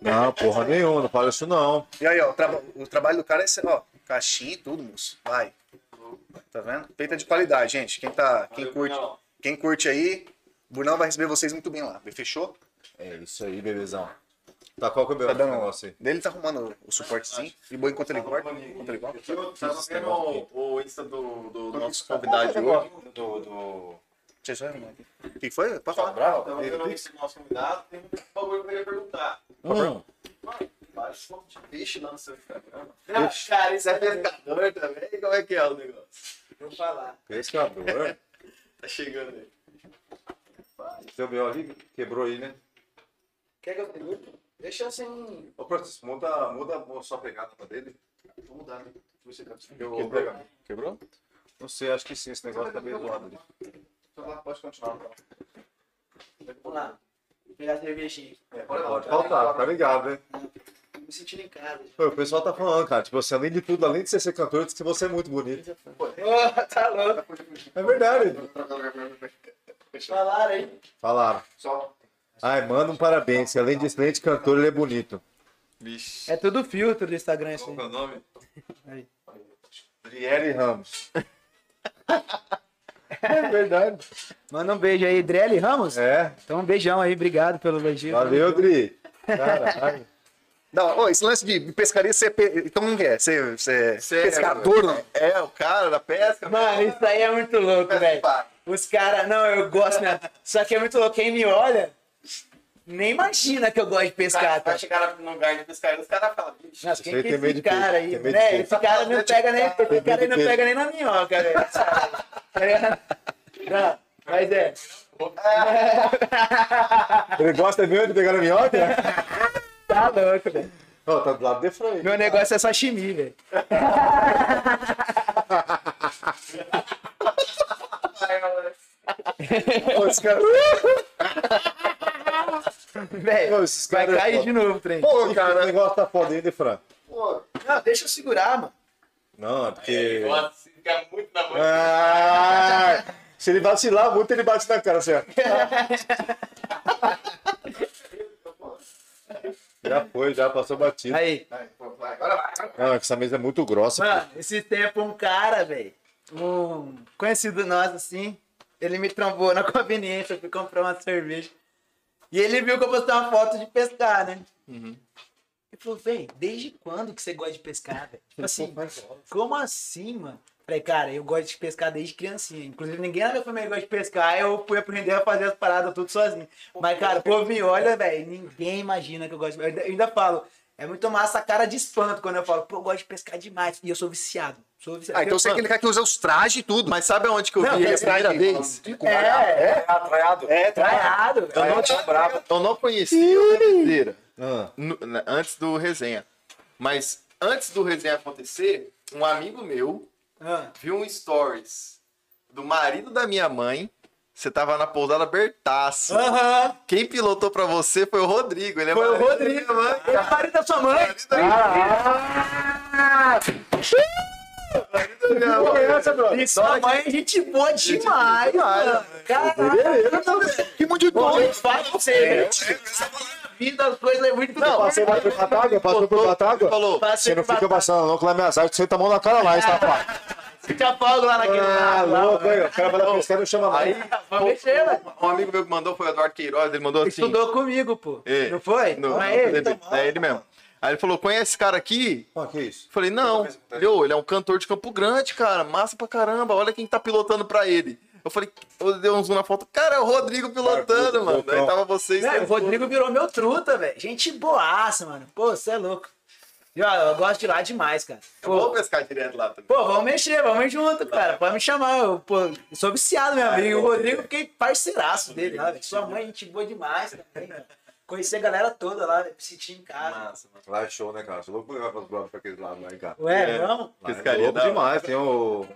S1: Não, porra nenhuma, não fala isso não.
S3: E aí, ó, o, traba- o trabalho do cara é, esse, ó, caixinha e tudo, moço. Vai. Tá vendo? Feita de qualidade, gente. Quem tá, quem
S5: Valeu,
S3: curte,
S5: Brunão.
S3: quem curte aí, o Brunão vai receber vocês muito bem lá. Fechou?
S1: É isso aí, bebezão. Tá qual que é o meu
S3: Tá dando
S1: negócio aí?
S3: Ele tá arrumando o suportezinho. E boa enquanto ele corta. Enquanto ele corta.
S5: Eu tava vendo o, o Insta do, do, do nosso
S1: Tá,
S5: convidado de hoje. Do, do...
S3: Deixa eu só arrumar aqui. né? O que foi? Pode falar.
S1: Tá,
S5: Tava vendo o Insta do nosso convidado, tem um bagulho que eu queria perguntar.
S1: Hum,
S5: Mano, vários pontos de peixe lá no seu Instagram. Ah, cara, isso é pescador também? Como é que é o negócio? Vou falar.
S1: pescador.
S5: Tá chegando aí.
S1: Seu B.O. ali quebrou aí, né?
S4: Quer que eu pergunte? Deixa assim.
S1: Ô, Francisco, muda, muda a sua pegada pra dele.
S5: Vou mudar, né? Você tá
S1: Eu,
S5: Quebrou?
S1: Quebrou? Não sei, acho que sim, esse negócio tá meio zoado ali.
S5: Pode continuar.
S4: Vamos lá. Vou pegar a cervejinha.
S1: Faltava, tá ligado, né?
S4: Tô me sentindo em casa.
S1: Pô, o pessoal tá falando, cara, tipo assim, além de tudo, além de você ser cantor, diz que você é muito bonito.
S4: Ô, tá louco.
S1: É verdade.
S4: Falaram aí.
S1: Falaram. Ai, manda um parabéns, que além de excelente cantor, ele é bonito.
S5: Vixe.
S4: É tudo filtro do Instagram, assim.
S5: Qual é o nome?
S1: Driele Ramos. É verdade.
S4: Manda um beijo aí, Drelli Ramos.
S1: É.
S4: Então um beijão aí, obrigado pelo elogio.
S1: Valeu, Dri. Caralho.
S3: Não, ô, esse lance de pescaria, você é. pe- Então não é? Você, você é
S5: Você é-
S3: pescador, não?
S5: É, o cara da pesca.
S4: Mano, isso aí é muito louco, velho. Os caras, não, eu gosto mesmo. Só que é muito louco, quem me olha, nem imagina que eu gosto de pescar, tá?
S5: Vai chegar num lugar de
S3: Ah,
S5: pescaria, os caras falam, bicho.
S4: Nossa, quem
S1: Esse aí
S4: que é
S1: tem medo
S4: esse
S1: de
S4: cara
S1: peixe,
S4: aí,
S1: tem medo de
S4: né?
S1: peixe.
S4: Esse cara não pega nem, esse
S1: medo
S4: cara aí
S1: de
S4: não
S1: peixe.
S4: pega nem na minhoca, velho. sabe? Tá ligado? Não, mas é.
S1: Ele gosta mesmo de pegar na minhoca?
S4: Tá louco, velho.
S1: Ó, tá do lado de Fran. aí.
S4: Meu negócio é sashimi, velho.
S1: Ô, esse cara- Ô,
S4: Velho,
S1: esses
S4: vai
S1: caras-
S4: cair de novo, trem.
S1: Pô, cara. O negócio tá foda aí, de Fran.
S4: Não, deixa eu segurar, mano.
S1: Não, é porque.
S5: Nossa, fica muito na mão.
S1: Ah, se ele vacilar muito, ele bate na cara, assim, certo? Já foi, já passou batido.
S4: Aí.
S1: Não, é que essa mesa é muito grossa.
S4: Mano, esse tempo um cara, velho, um conhecido nosso, assim, ele me trombou na conveniência, eu fui comprar uma cerveja. E ele viu que eu postei uma foto de pescar, né? Ele falou, velho, desde quando que você gosta de pescar, velho? Tipo assim, como assim, mano? Falei, cara, eu gosto de pescar desde criancinha. Inclusive, ninguém na minha família gosta de pescar. aí Eu fui aprender a fazer as paradas tudo sozinho. Mas, cara, o povo me olha, velho, ninguém imagina que eu gosto de pescar. Eu ainda falo, é muito massa a cara de espanto quando eu falo, pô, eu gosto de pescar demais. E eu sou viciado. Sou viciado.
S3: Ah, então você é aquele cara que usa os trajes e tudo.
S5: Mas sabe aonde que eu
S4: Não,
S5: vi ele a
S4: esse
S5: primeira vez?
S4: É, é,
S3: tá
S1: atraiado. É,
S4: traiado, velho.
S5: Eu não, tinha- eu não conhecia o Oliveira
S1: Ah,
S5: no- na- antes do resenha. Mas antes do resenha acontecer, um amigo meu
S4: Ah,
S5: viu um stories do marido da minha mãe. Você tava na pousada Bertaço.
S4: Aham.
S5: Quem pilotou pra você foi o Rodrigo. Ele é
S4: Foi o
S5: marido da
S4: Rodrigo,
S5: minha
S4: mano.
S5: mãe.
S4: Ele é marido da sua mãe.
S1: que porra é essa, brother?
S4: Isso, sua mãe é gente boa demais, mano.
S5: é
S4: Caralho,
S1: Beleza, meu Deus.
S5: né?
S3: Que mundo
S1: né?
S3: de
S4: é, eu
S3: doido.
S4: falo pra você, velho. Vida, as coisas é muito assim,
S1: Eu Passei mais por Batágua, passou por Batágua.
S5: Falou.
S1: Você não fica passando não, que lá é minhas artes, senta a mão na cara lá, hein,
S5: Ah,
S1: safado.
S4: Tinha Paulo lá naquele
S1: Ah,
S4: lado, lá,
S1: louco,
S4: mano.
S1: aí, ó. O cara vai lá pescar e não chama mais.
S5: Aí,
S4: Vamos mexer, né?
S5: um, um amigo meu que mandou foi o Eduardo Queiroz. Ele mandou assim.
S4: Estudou comigo, pô.
S5: É.
S4: Não foi?
S5: no-
S4: não é
S5: no
S4: ele?
S5: TV. É ele mesmo. Aí ele falou: conhece esse cara aqui?
S1: Ó, que isso?
S5: Falei, não. Ele, ô, ele é um cantor de Campo Grande, cara. Massa pra caramba. Olha quem tá pilotando pra ele. Eu falei, eu dei um zoom na foto. Cara, é o Rodrigo pilotando,
S1: Barbudo,
S5: mano.
S1: loucão.
S5: Aí
S4: Né?
S5: tava vocês.
S4: Não, o Rodrigo virou meu truta, velho. Gente boaça, mano. Pô, você é louco. E ó, eu gosto de lá demais, cara.
S5: Eu vou pescar direto lá também.
S4: Pô, vamos mexer, vamos junto, cara. Pode me chamar. Eu, pô, sou viciado, meu amigo. O Rodrigo, fiquei parceiraço dele lá. velho. Sua mãe, gente boa demais também, cara. Conheci a galera toda lá, me senti em casa.
S5: Massa, mano.
S1: Lá é show, né, cara? Você é louco pra levar pros brothers pra aqueles lados lá, hein, cara?
S4: Ué,
S5: É.
S4: vamos?
S1: Lá é
S5: Pescaria
S1: louco
S5: da hora.
S1: demais, tem o...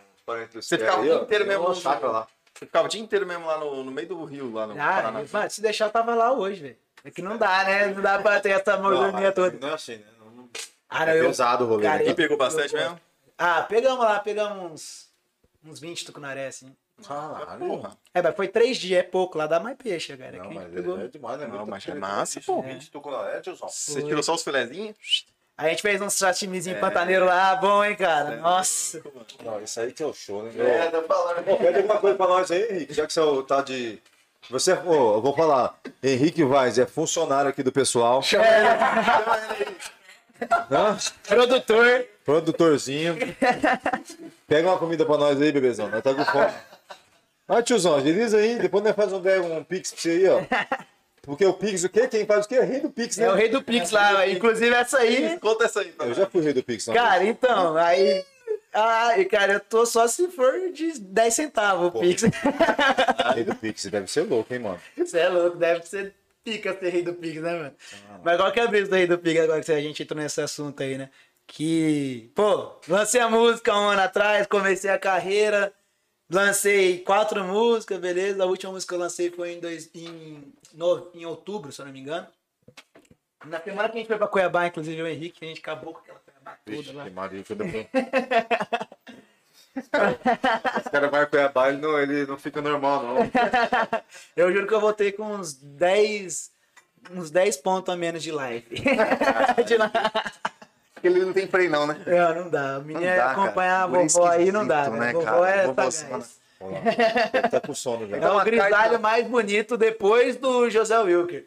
S1: Você
S5: ficava o dia inteiro mesmo
S1: Uma
S5: no-
S1: chácara lá.
S5: Eu ficava o dia inteiro mesmo lá no, no meio do rio, lá no
S4: Ah,
S5: Paraná.
S4: mano, se deixar, eu tava lá hoje, velho. É que não dá, né? Não dá pra ter essa mordomia
S1: mas
S4: toda.
S1: Não é assim, né? Não- não-
S4: Ah, não,
S1: É
S4: eu...
S1: pesado o rolê.
S4: Cara,
S1: né,
S5: E pegou bastante mesmo?
S4: ah, pegamos lá, pegamos uns, uns 20 tucunaré, assim.
S1: Caralho.
S5: Porra.
S4: É, mas foi três dias, é pouco, lá dá mais peixe, cara.
S1: Não,
S4: que a gente
S1: mas
S4: pegou.
S1: é, é demais, né?
S5: Não,
S1: Muito
S5: mas é
S1: peixe,
S5: massa,
S1: peixe,
S5: pô.
S1: 20 tucunaré, é, tiozão.
S5: Você
S4: Foi.
S5: tirou só os filezinhos?
S4: A gente fez uns sashimizinho
S5: É.
S4: pantaneiro lá, bom, hein,
S1: É.
S4: cara? Nossa.
S1: Não, isso aí que é o show, né?
S5: É, tá falando.
S1: Pô, pede alguma coisa pra nós aí, Henrique, já que você tá de. Você, pô, eu vou falar. Henrique Vaz é funcionário aqui do pessoal. né?
S4: Produtor.
S1: Produtorzinho. Pega uma comida pra nós aí, bebezão. Nós tá com fome. Ah, tiozão, agiliza aí. Depois nós faz um, um pix pra você aí, ó. Porque o pix, o quê? Quem faz o quê? É rei do pix, né?
S4: É o rei do Pix lá, velho. inclusive essa aí.
S5: Conta essa aí. então.
S1: Eu já fui rei do pix. Não.
S4: Cara, então, aí. Ah, e cara, eu tô só se for de 10 centavos o
S1: Pô.
S4: Pix.
S1: Rei do pix, deve ser louco, hein, mano?
S4: Você é louco, deve ser pica ser rei do Pix, né, mano? Mas qual que é a brisa do rei do Pix agora que a gente entrou nesse assunto aí, né? Que, pô, lancei a música um ano atrás, comecei a carreira, lancei quatro músicas, beleza? A última música que eu lancei foi em, dois, em, no- em outubro, se eu não me engano. Na semana que a gente foi pra Cuiabá, inclusive o Henrique, a gente acabou com aquela Cuiabá toda
S1: Vixe,
S4: lá.
S1: que marido que eu dou. Esse cara vai Cuiabá, ele não, ele não fica normal, não.
S4: Eu juro que eu voltei com uns 10. Uns 10 pontos a menos de live. de live.
S3: Porque ele não tem freio, não, né?
S4: É, não dá. O menino
S3: Não
S4: é
S3: dá,
S4: acompanhar
S3: cara. Por
S4: a
S3: isso
S4: vovó
S3: que
S4: aí não dá.
S3: sinto,
S4: Né?
S3: né,
S4: vovó
S3: cara?
S4: é
S3: Vovó
S4: sagaz.
S3: sana.
S1: Vamos lá. Ele tá com sono
S4: É
S1: já.
S4: o
S3: uma
S4: grisalho
S3: carta-
S4: mais bonito depois do José Wilker.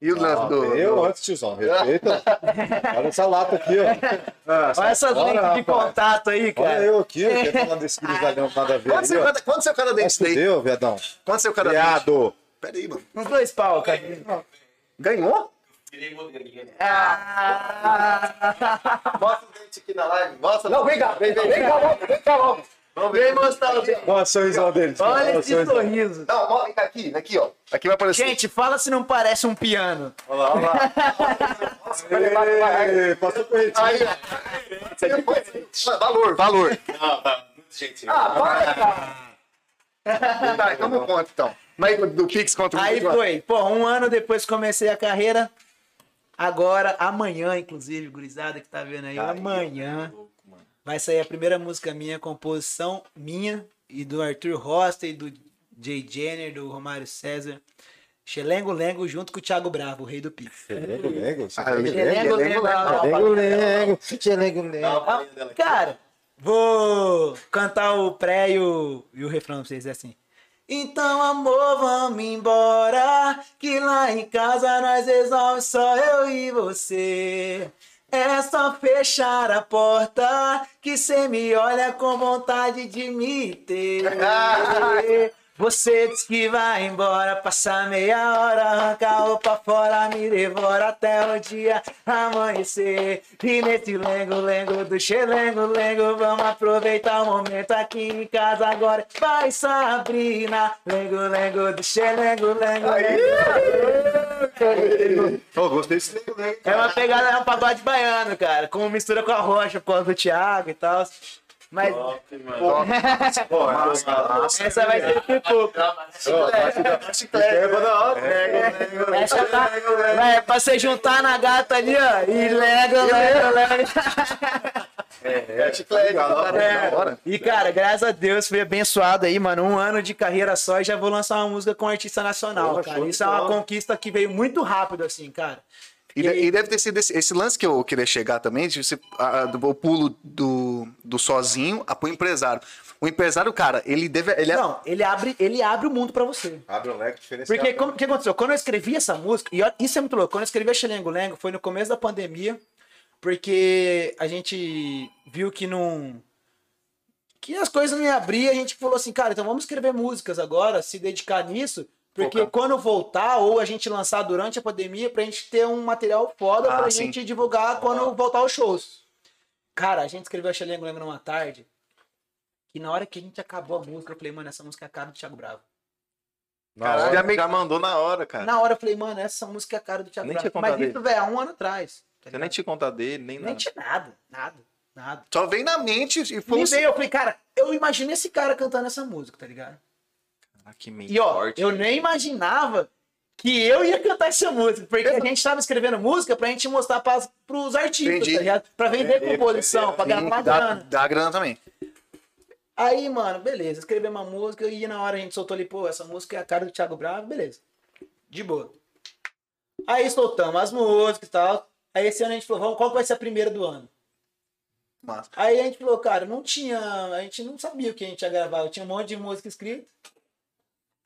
S3: E o lance do.
S1: eu
S3: do-
S1: antes, tiozão. Respeita. Olha essa lata tá aqui, ó.
S3: Ah,
S4: Olha essas
S1: Bora,
S4: lentes de
S1: rapaz.
S4: contato aí,
S1: Olha
S4: cara.
S1: eu aqui, ó, que é falando desse grisalhão nada a ver.
S3: Quanto
S1: ali,
S3: seu
S1: ó.
S3: cara- Quanto seu é cara
S1: Vai
S3: dente
S1: se
S3: daí?
S1: fuder, ô, viadão.
S3: Quanto seu cara dente?
S1: Viado.
S3: Pera aí, mano.
S4: Uns dois pau, cara.
S3: Ganhou?
S4: Ah,
S5: Mostra o dente aqui na live. Mostra.
S3: Não, vem cá, vem, vem, vem cá logo, vem cá logo.
S5: Vamos ver.
S4: mostrar o dente.
S1: Olha o sorrisão dele.
S4: Olha
S1: o
S4: esse
S1: sorrisão.
S4: sorriso.
S3: Não, mo- aqui, aqui, ó. Aqui vai aparecer.
S4: Gente, fala se não parece um piano.
S1: Olha lá, olha lá. Ei, Passou corretinho.
S3: Aí, ó. Isso aqui foi- é? Valor, valor.
S5: Não, tá. Gente,
S3: Ah, para, cara. Tá, então não conta, então. Mas do Pix contra o
S4: Aí
S3: Pix,
S4: foi, pô, um ano depois que comecei a carreira. Agora, amanhã, inclusive, gurizada que tá vendo aí, Tá amanhã vai sair a primeira música minha, composição minha e do Arthur Rosta e do Jay Jenner, do Romário César. Xelengo Lengo junto com o Thiago Bravo, o rei do Pix.
S1: Lengo, lengo.
S4: Xelengo
S1: Lengo,
S4: Lengo,
S1: lengo. Lengo,
S5: dá
S1: lengo.
S5: uma palhinha dela aqui.
S4: Ah, Cara, vou cantar o pré e o, e o refrão pra vocês, é assim. Então, amor, vamos embora, que lá em casa nós resolve só eu e você. É só fechar a porta, que cê me olha com vontade de me ter. Você diz que vai embora, passa meia hora, arranca a roupa fora, me devora até o dia amanhecer. E nesse lengo-lengo do xelengo-lengo, vamos aproveitar o momento aqui em casa agora. Vai, Sabrina, lengo-lengo do xelengo-lengo.
S1: Ô, gostei desse lengo, lengo.
S4: É uma pegada, é um pagode baiano, cara, com mistura com a rocha, por causa do Thiago e tal. Mas
S5: Top, mano.
S1: Ó, massa.
S4: essa vai ser tipo...
S1: é, Leva na hora.
S4: Essa tá, é pra você juntar na gata ali, ó. E lega, lega, lega.
S1: É, chiclete.
S4: É. E, cara, graças a Deus, fui abençoado aí, mano. Um ano de carreira só e já vou lançar uma música com um artista nacional,
S1: Porra,
S4: cara.
S1: show de
S4: Isso é uma
S1: bola.
S4: conquista que veio muito rápido, assim, cara.
S3: E, de- e deve ter sido esse, esse lance que eu queria chegar também, de você, a- a- do o pulo do, do sozinho a pro empresário. O empresário, cara, ele deve. Ele é-
S4: Não, ele abre, ele abre o mundo pra você.
S1: Abre um leque diferenciado.
S4: Porque como- o que aconteceu? Quando eu escrevi essa música, e ó, isso é muito louco, quando eu escrevi a Xelengo Lengo foi no começo da pandemia, porque a gente viu que não. que as coisas não iam abrir, a gente falou assim, cara, então vamos escrever músicas agora, se dedicar nisso, Porque
S3: Focar.
S4: quando voltar, ou a gente lançar durante a pandemia, pra gente ter um material foda
S3: Ah,
S4: pra
S3: sim.
S4: gente divulgar quando voltar os shows. Cara, a gente escreveu a Xelengo Lembra numa tarde. E na hora que a gente acabou a música, eu falei, mano, essa música é a cara do Thiago Bravo.
S1: Na hora.
S5: já, já mandou na hora, cara.
S4: Na hora eu falei, mano, essa música é a cara do Thiago
S5: Nem tinha
S4: Bravo.
S5: contado
S4: Mas isso, velho, há um ano atrás. tá
S5: Eu nem
S4: ligado?
S5: te contar dele, nem
S4: Nem
S5: nada.
S4: tinha nada, nada, nada.
S3: Só vem na mente e foi
S4: Me
S3: um
S4: veio, eu falei, cara, eu imagino esse cara cantando essa música, tá ligado?
S5: Ah, que mente
S4: E ó,
S5: forte.
S4: eu nem imaginava que eu ia cantar essa música, porque a gente tava escrevendo música pra gente mostrar pra, pros artistas,
S3: Entendi.
S4: tá ligado? Pra vender composição, pra ganhar uma
S3: dá,
S4: grana.
S3: dá grana também.
S4: Aí, mano, beleza, escrever uma música e na hora a gente soltou ali, pô, essa música é a cara do Thiago Bravo, beleza. De boa. Aí soltamos as músicas e tal. Aí esse ano a gente falou, vamos, qual que vai ser a primeira do ano?
S3: Massa.
S4: Aí a gente falou, cara, não tinha. A gente não sabia o que a gente ia gravar. Eu tinha um monte de música escrita.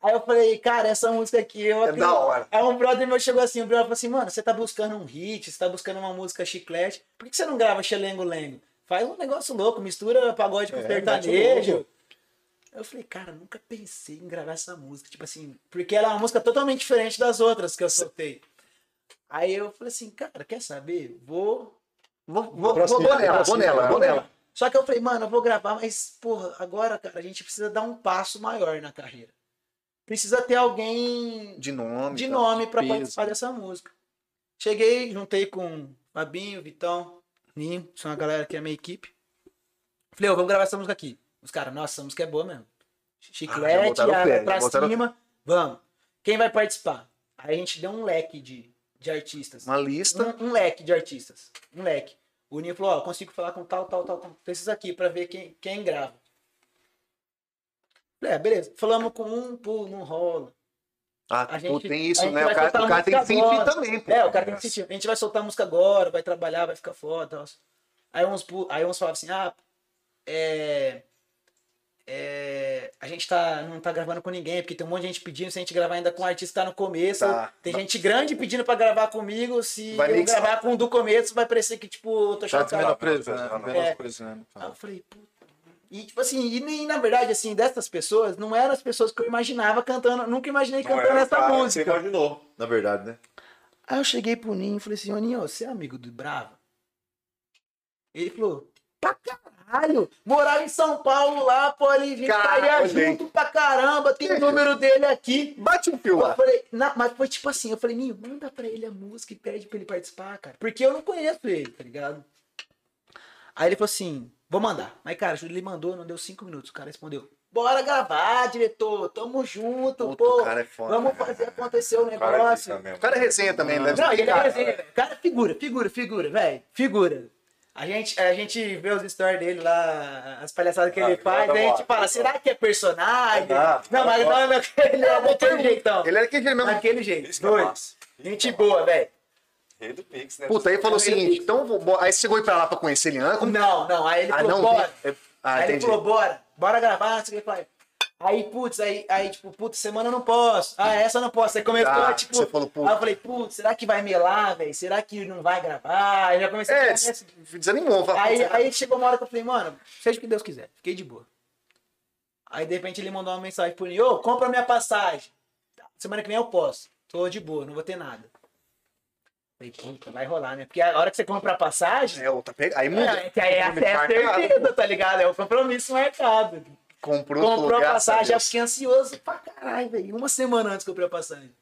S4: Aí eu falei, cara, essa música aqui. Eu
S3: É
S4: acredito.
S3: da hora.
S4: Aí um brother meu chegou assim, o brother falou assim, mano, você tá buscando um hit, você tá buscando uma música chiclete. Por que você não grava Xelengo Lengo? Faz um negócio louco, mistura pagode com
S1: É, mete o
S4: sertanejo.
S1: louco.
S4: um Eu falei, cara, nunca pensei em gravar essa música. Tipo assim, porque ela é uma música totalmente diferente das outras que eu soltei. Aí eu falei assim, cara, quer saber? Vou
S3: Vou, vou, vou,
S1: Próximo,
S3: vou nela, vou
S1: próximo,
S3: nela, vou
S1: cara.
S3: nela.
S4: só que eu falei, mano, eu vou gravar, mas, porra, agora, cara, a gente precisa dar um passo maior na carreira. Precisa ter alguém
S3: De nome.
S4: de
S3: tá.
S4: nome pra
S5: peso.
S4: participar dessa música. Cheguei, juntei com Fabinho, Vitão, Ninho, que são a galera que é a minha equipe. Falei, ô, vamos gravar essa música aqui. Os caras, nossa, essa música é boa mesmo.
S3: Ah, já
S4: Chiclete,
S3: botaram o pé,
S4: a- pra
S3: já botaram-
S4: cima, vamos. Quem vai participar? Aí a gente deu um leque de, de artistas
S3: Uma lista.
S4: um, um leque de artistas. Um leque. O Ninho falou, ó, eu consigo falar com tal, tal, tal, tal. Esses aqui pra ver quem, quem grava. Falei, É, beleza. Falamos com um, pô, não rola.
S3: Ah,
S4: A
S3: pô,
S4: gente-
S3: tem
S4: a
S3: isso,
S4: gente
S3: né?
S4: vai
S3: O cara,
S4: soltar
S3: o cara tem que
S4: música
S3: sentir
S4: agora.
S3: também, pô.
S4: É, o cara tem que sentir. A gente vai soltar a música agora, vai trabalhar, vai ficar foda. tal. Aí uns, pu- aí uns falavam assim, ah, é, é, a gente tá, não tá gravando com ninguém, porque tem um monte de gente pedindo se a gente gravar ainda com o artista que tá no começo.
S3: Tá.
S4: Tem gente grande pedindo pra gravar comigo, se
S3: Vai
S4: eu
S3: mixar.
S4: gravar com um do começo vai parecer que, tipo, eu tô
S5: Tá te
S4: chocado.
S3: né?
S4: É.
S5: menosprezando, menosprezando.
S4: Aí
S5: cara.
S4: eu falei, puta. E, tipo assim, e nem, na verdade, assim, dessas pessoas, não eram as pessoas que eu imaginava cantando, nunca imaginei
S1: Não,
S4: cantando
S1: é,
S4: essa
S1: cara,
S4: música.
S1: Você imaginou, na verdade, né?
S4: Aí eu cheguei pro Ninho e falei assim, ô Ninho, você é amigo do Bravo? Ele falou, pra caralho, morava em São Paulo lá, pô, ele vinha
S3: Caralho,
S4: estaria
S3: gente.
S4: junto pra caramba, tem o número dele aqui.
S3: Bate um fio
S4: Eu
S3: lá.
S4: falei, na- mas foi tipo assim, eu falei, Ninho, manda pra ele a música e pede pra ele participar, cara. Porque eu não conheço ele, tá ligado? Aí ele falou assim, vou mandar. Mas, cara, ele mandou, não deu cinco minutos. O cara respondeu, bora gravar, diretor, tamo junto,
S3: Puta,
S4: pô.
S3: o cara é foda,
S4: vamos
S3: cara.
S4: fazer acontecer o
S1: O cara é
S4: negócio.
S1: artista mesmo.
S3: O cara é resenha também, deve
S4: Não,
S3: ser
S4: ele é
S3: cara. né?
S4: resenha, velho. Cara, figura, figura, figura, velho. Figura. A gente, a gente vê os stories dele lá, as palhaçadas que
S1: Ah,
S4: ele
S1: ele
S4: faz,
S1: joga
S4: aí a gente
S1: bola.
S3: tá
S4: fala, será que é personagem?
S1: Ah,
S4: não, mas não, não, ele é daquele jeitão.
S3: Ele era aquele mesmo.
S4: Daquele jeito.
S1: Isso que é
S4: Doido.
S1: massa.
S4: Gente boa, velho.
S1: Rei do Pix, né?
S3: Puta, aí falou o seguinte, então vou- bo- aí você chegou aí pra lá pra conhecer ele, ah, como...
S4: Não, não, aí ele
S3: Ah,
S4: falou,
S3: não,
S4: bora.
S3: tem- é- Ah,
S4: aí ele
S3: entendi.
S4: falou, bora, bora gravar, não sei o que pai. Aí, putz, aí, aí, tipo, putz, semana eu não posso. Ah, essa eu não posso. Aí começou,
S3: Ah,
S4: tipo.
S3: você falou, putz.
S4: Aí eu falei, putz, será que vai melar, velho? Será que não vai gravar? Aí já comecei
S3: É,
S4: a né, ficar nessa.
S3: desanimou. fala,
S4: Aí,
S3: "Putz,
S4: aí chegou uma hora que eu falei, mano, seja o que Deus quiser. Fiquei de boa. Aí de repente ele mandou uma mensagem pro Nil, ô, compra minha passagem. Semana que vem eu posso. Tô de boa, não vou ter nada. Falei, puta, vai rolar, né? Porque a hora que você compra a passagem,
S3: É, outra pega. Aí muda.
S4: é, que aí é, é a
S3: Marcado,
S4: certeza, tá ligado? É o compromisso marcado.
S3: Comprou,
S4: Comprou a
S3: graças
S4: passagem, eu
S3: Deus.
S4: fiquei ansioso pra caralho, velho. Uma semana antes que eu comprei a passagem.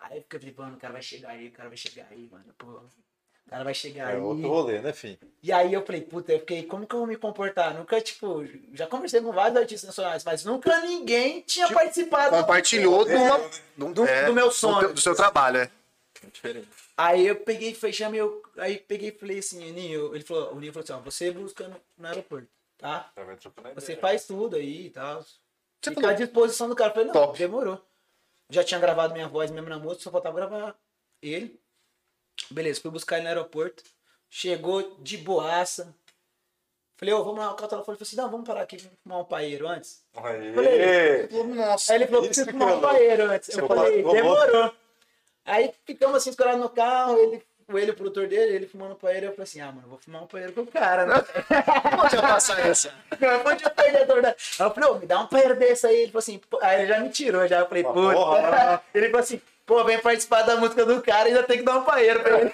S4: Aí eu fiquei pensando, mano, o cara vai chegar aí, o cara vai chegar aí, mano. Pô, o cara vai chegar aí.
S1: É outro rolê, né, fim?
S4: E aí eu falei, puta, eu fiquei, como que eu vou me comportar? Nunca, tipo, já conversei com vários artistas nacionais, mas nunca ninguém tinha
S3: é
S4: participado. É.
S3: Compartilhou de uma- de um-
S4: Do- do meu sonho.
S3: teu- Do, seu trabalho, é.
S5: É diferente.
S4: Aí eu peguei e fechei meu. Aí peguei e falei assim, Ninho, ele falou, o Ninho falou assim, ó, você busca no, no aeroporto, tá? Você faz tudo aí e tal. Fica
S3: falou.
S4: à disposição do cara. Eu falei, não,
S3: Top.
S4: demorou. Já tinha gravado minha voz mesmo na música, só faltava gravar ele. Beleza, fui buscar ele no aeroporto. Chegou de boaça. Falei, ô, vamos lá, o cara falou assim, não, vamos parar aqui, vamos fumar um paeiro antes.
S1: Aê!
S4: Aí ele falou,
S1: Isso
S4: preciso
S1: que
S4: fumar
S1: é
S4: um
S1: louco.
S4: banheiro antes.
S1: Você
S4: Eu falei,
S1: falou,
S4: demorou. Aí ficamos assim, escorando no carro, ele o ele, o produtor dele, ele fumando paeira, eu falei assim, ah, mano, vou fumar um paeiro com o cara, né?
S3: Pode passar essa.
S4: Não podia perder a dor da- Aí eu falei, ô, me dá um paeiro desse aí. Ele falou assim, pô, aí ele já me tirou, já. Eu falei, pô.
S1: porra.
S4: Ele falou assim, pô, vem participar da música do cara e ainda tem que dar um paeiro pra ele.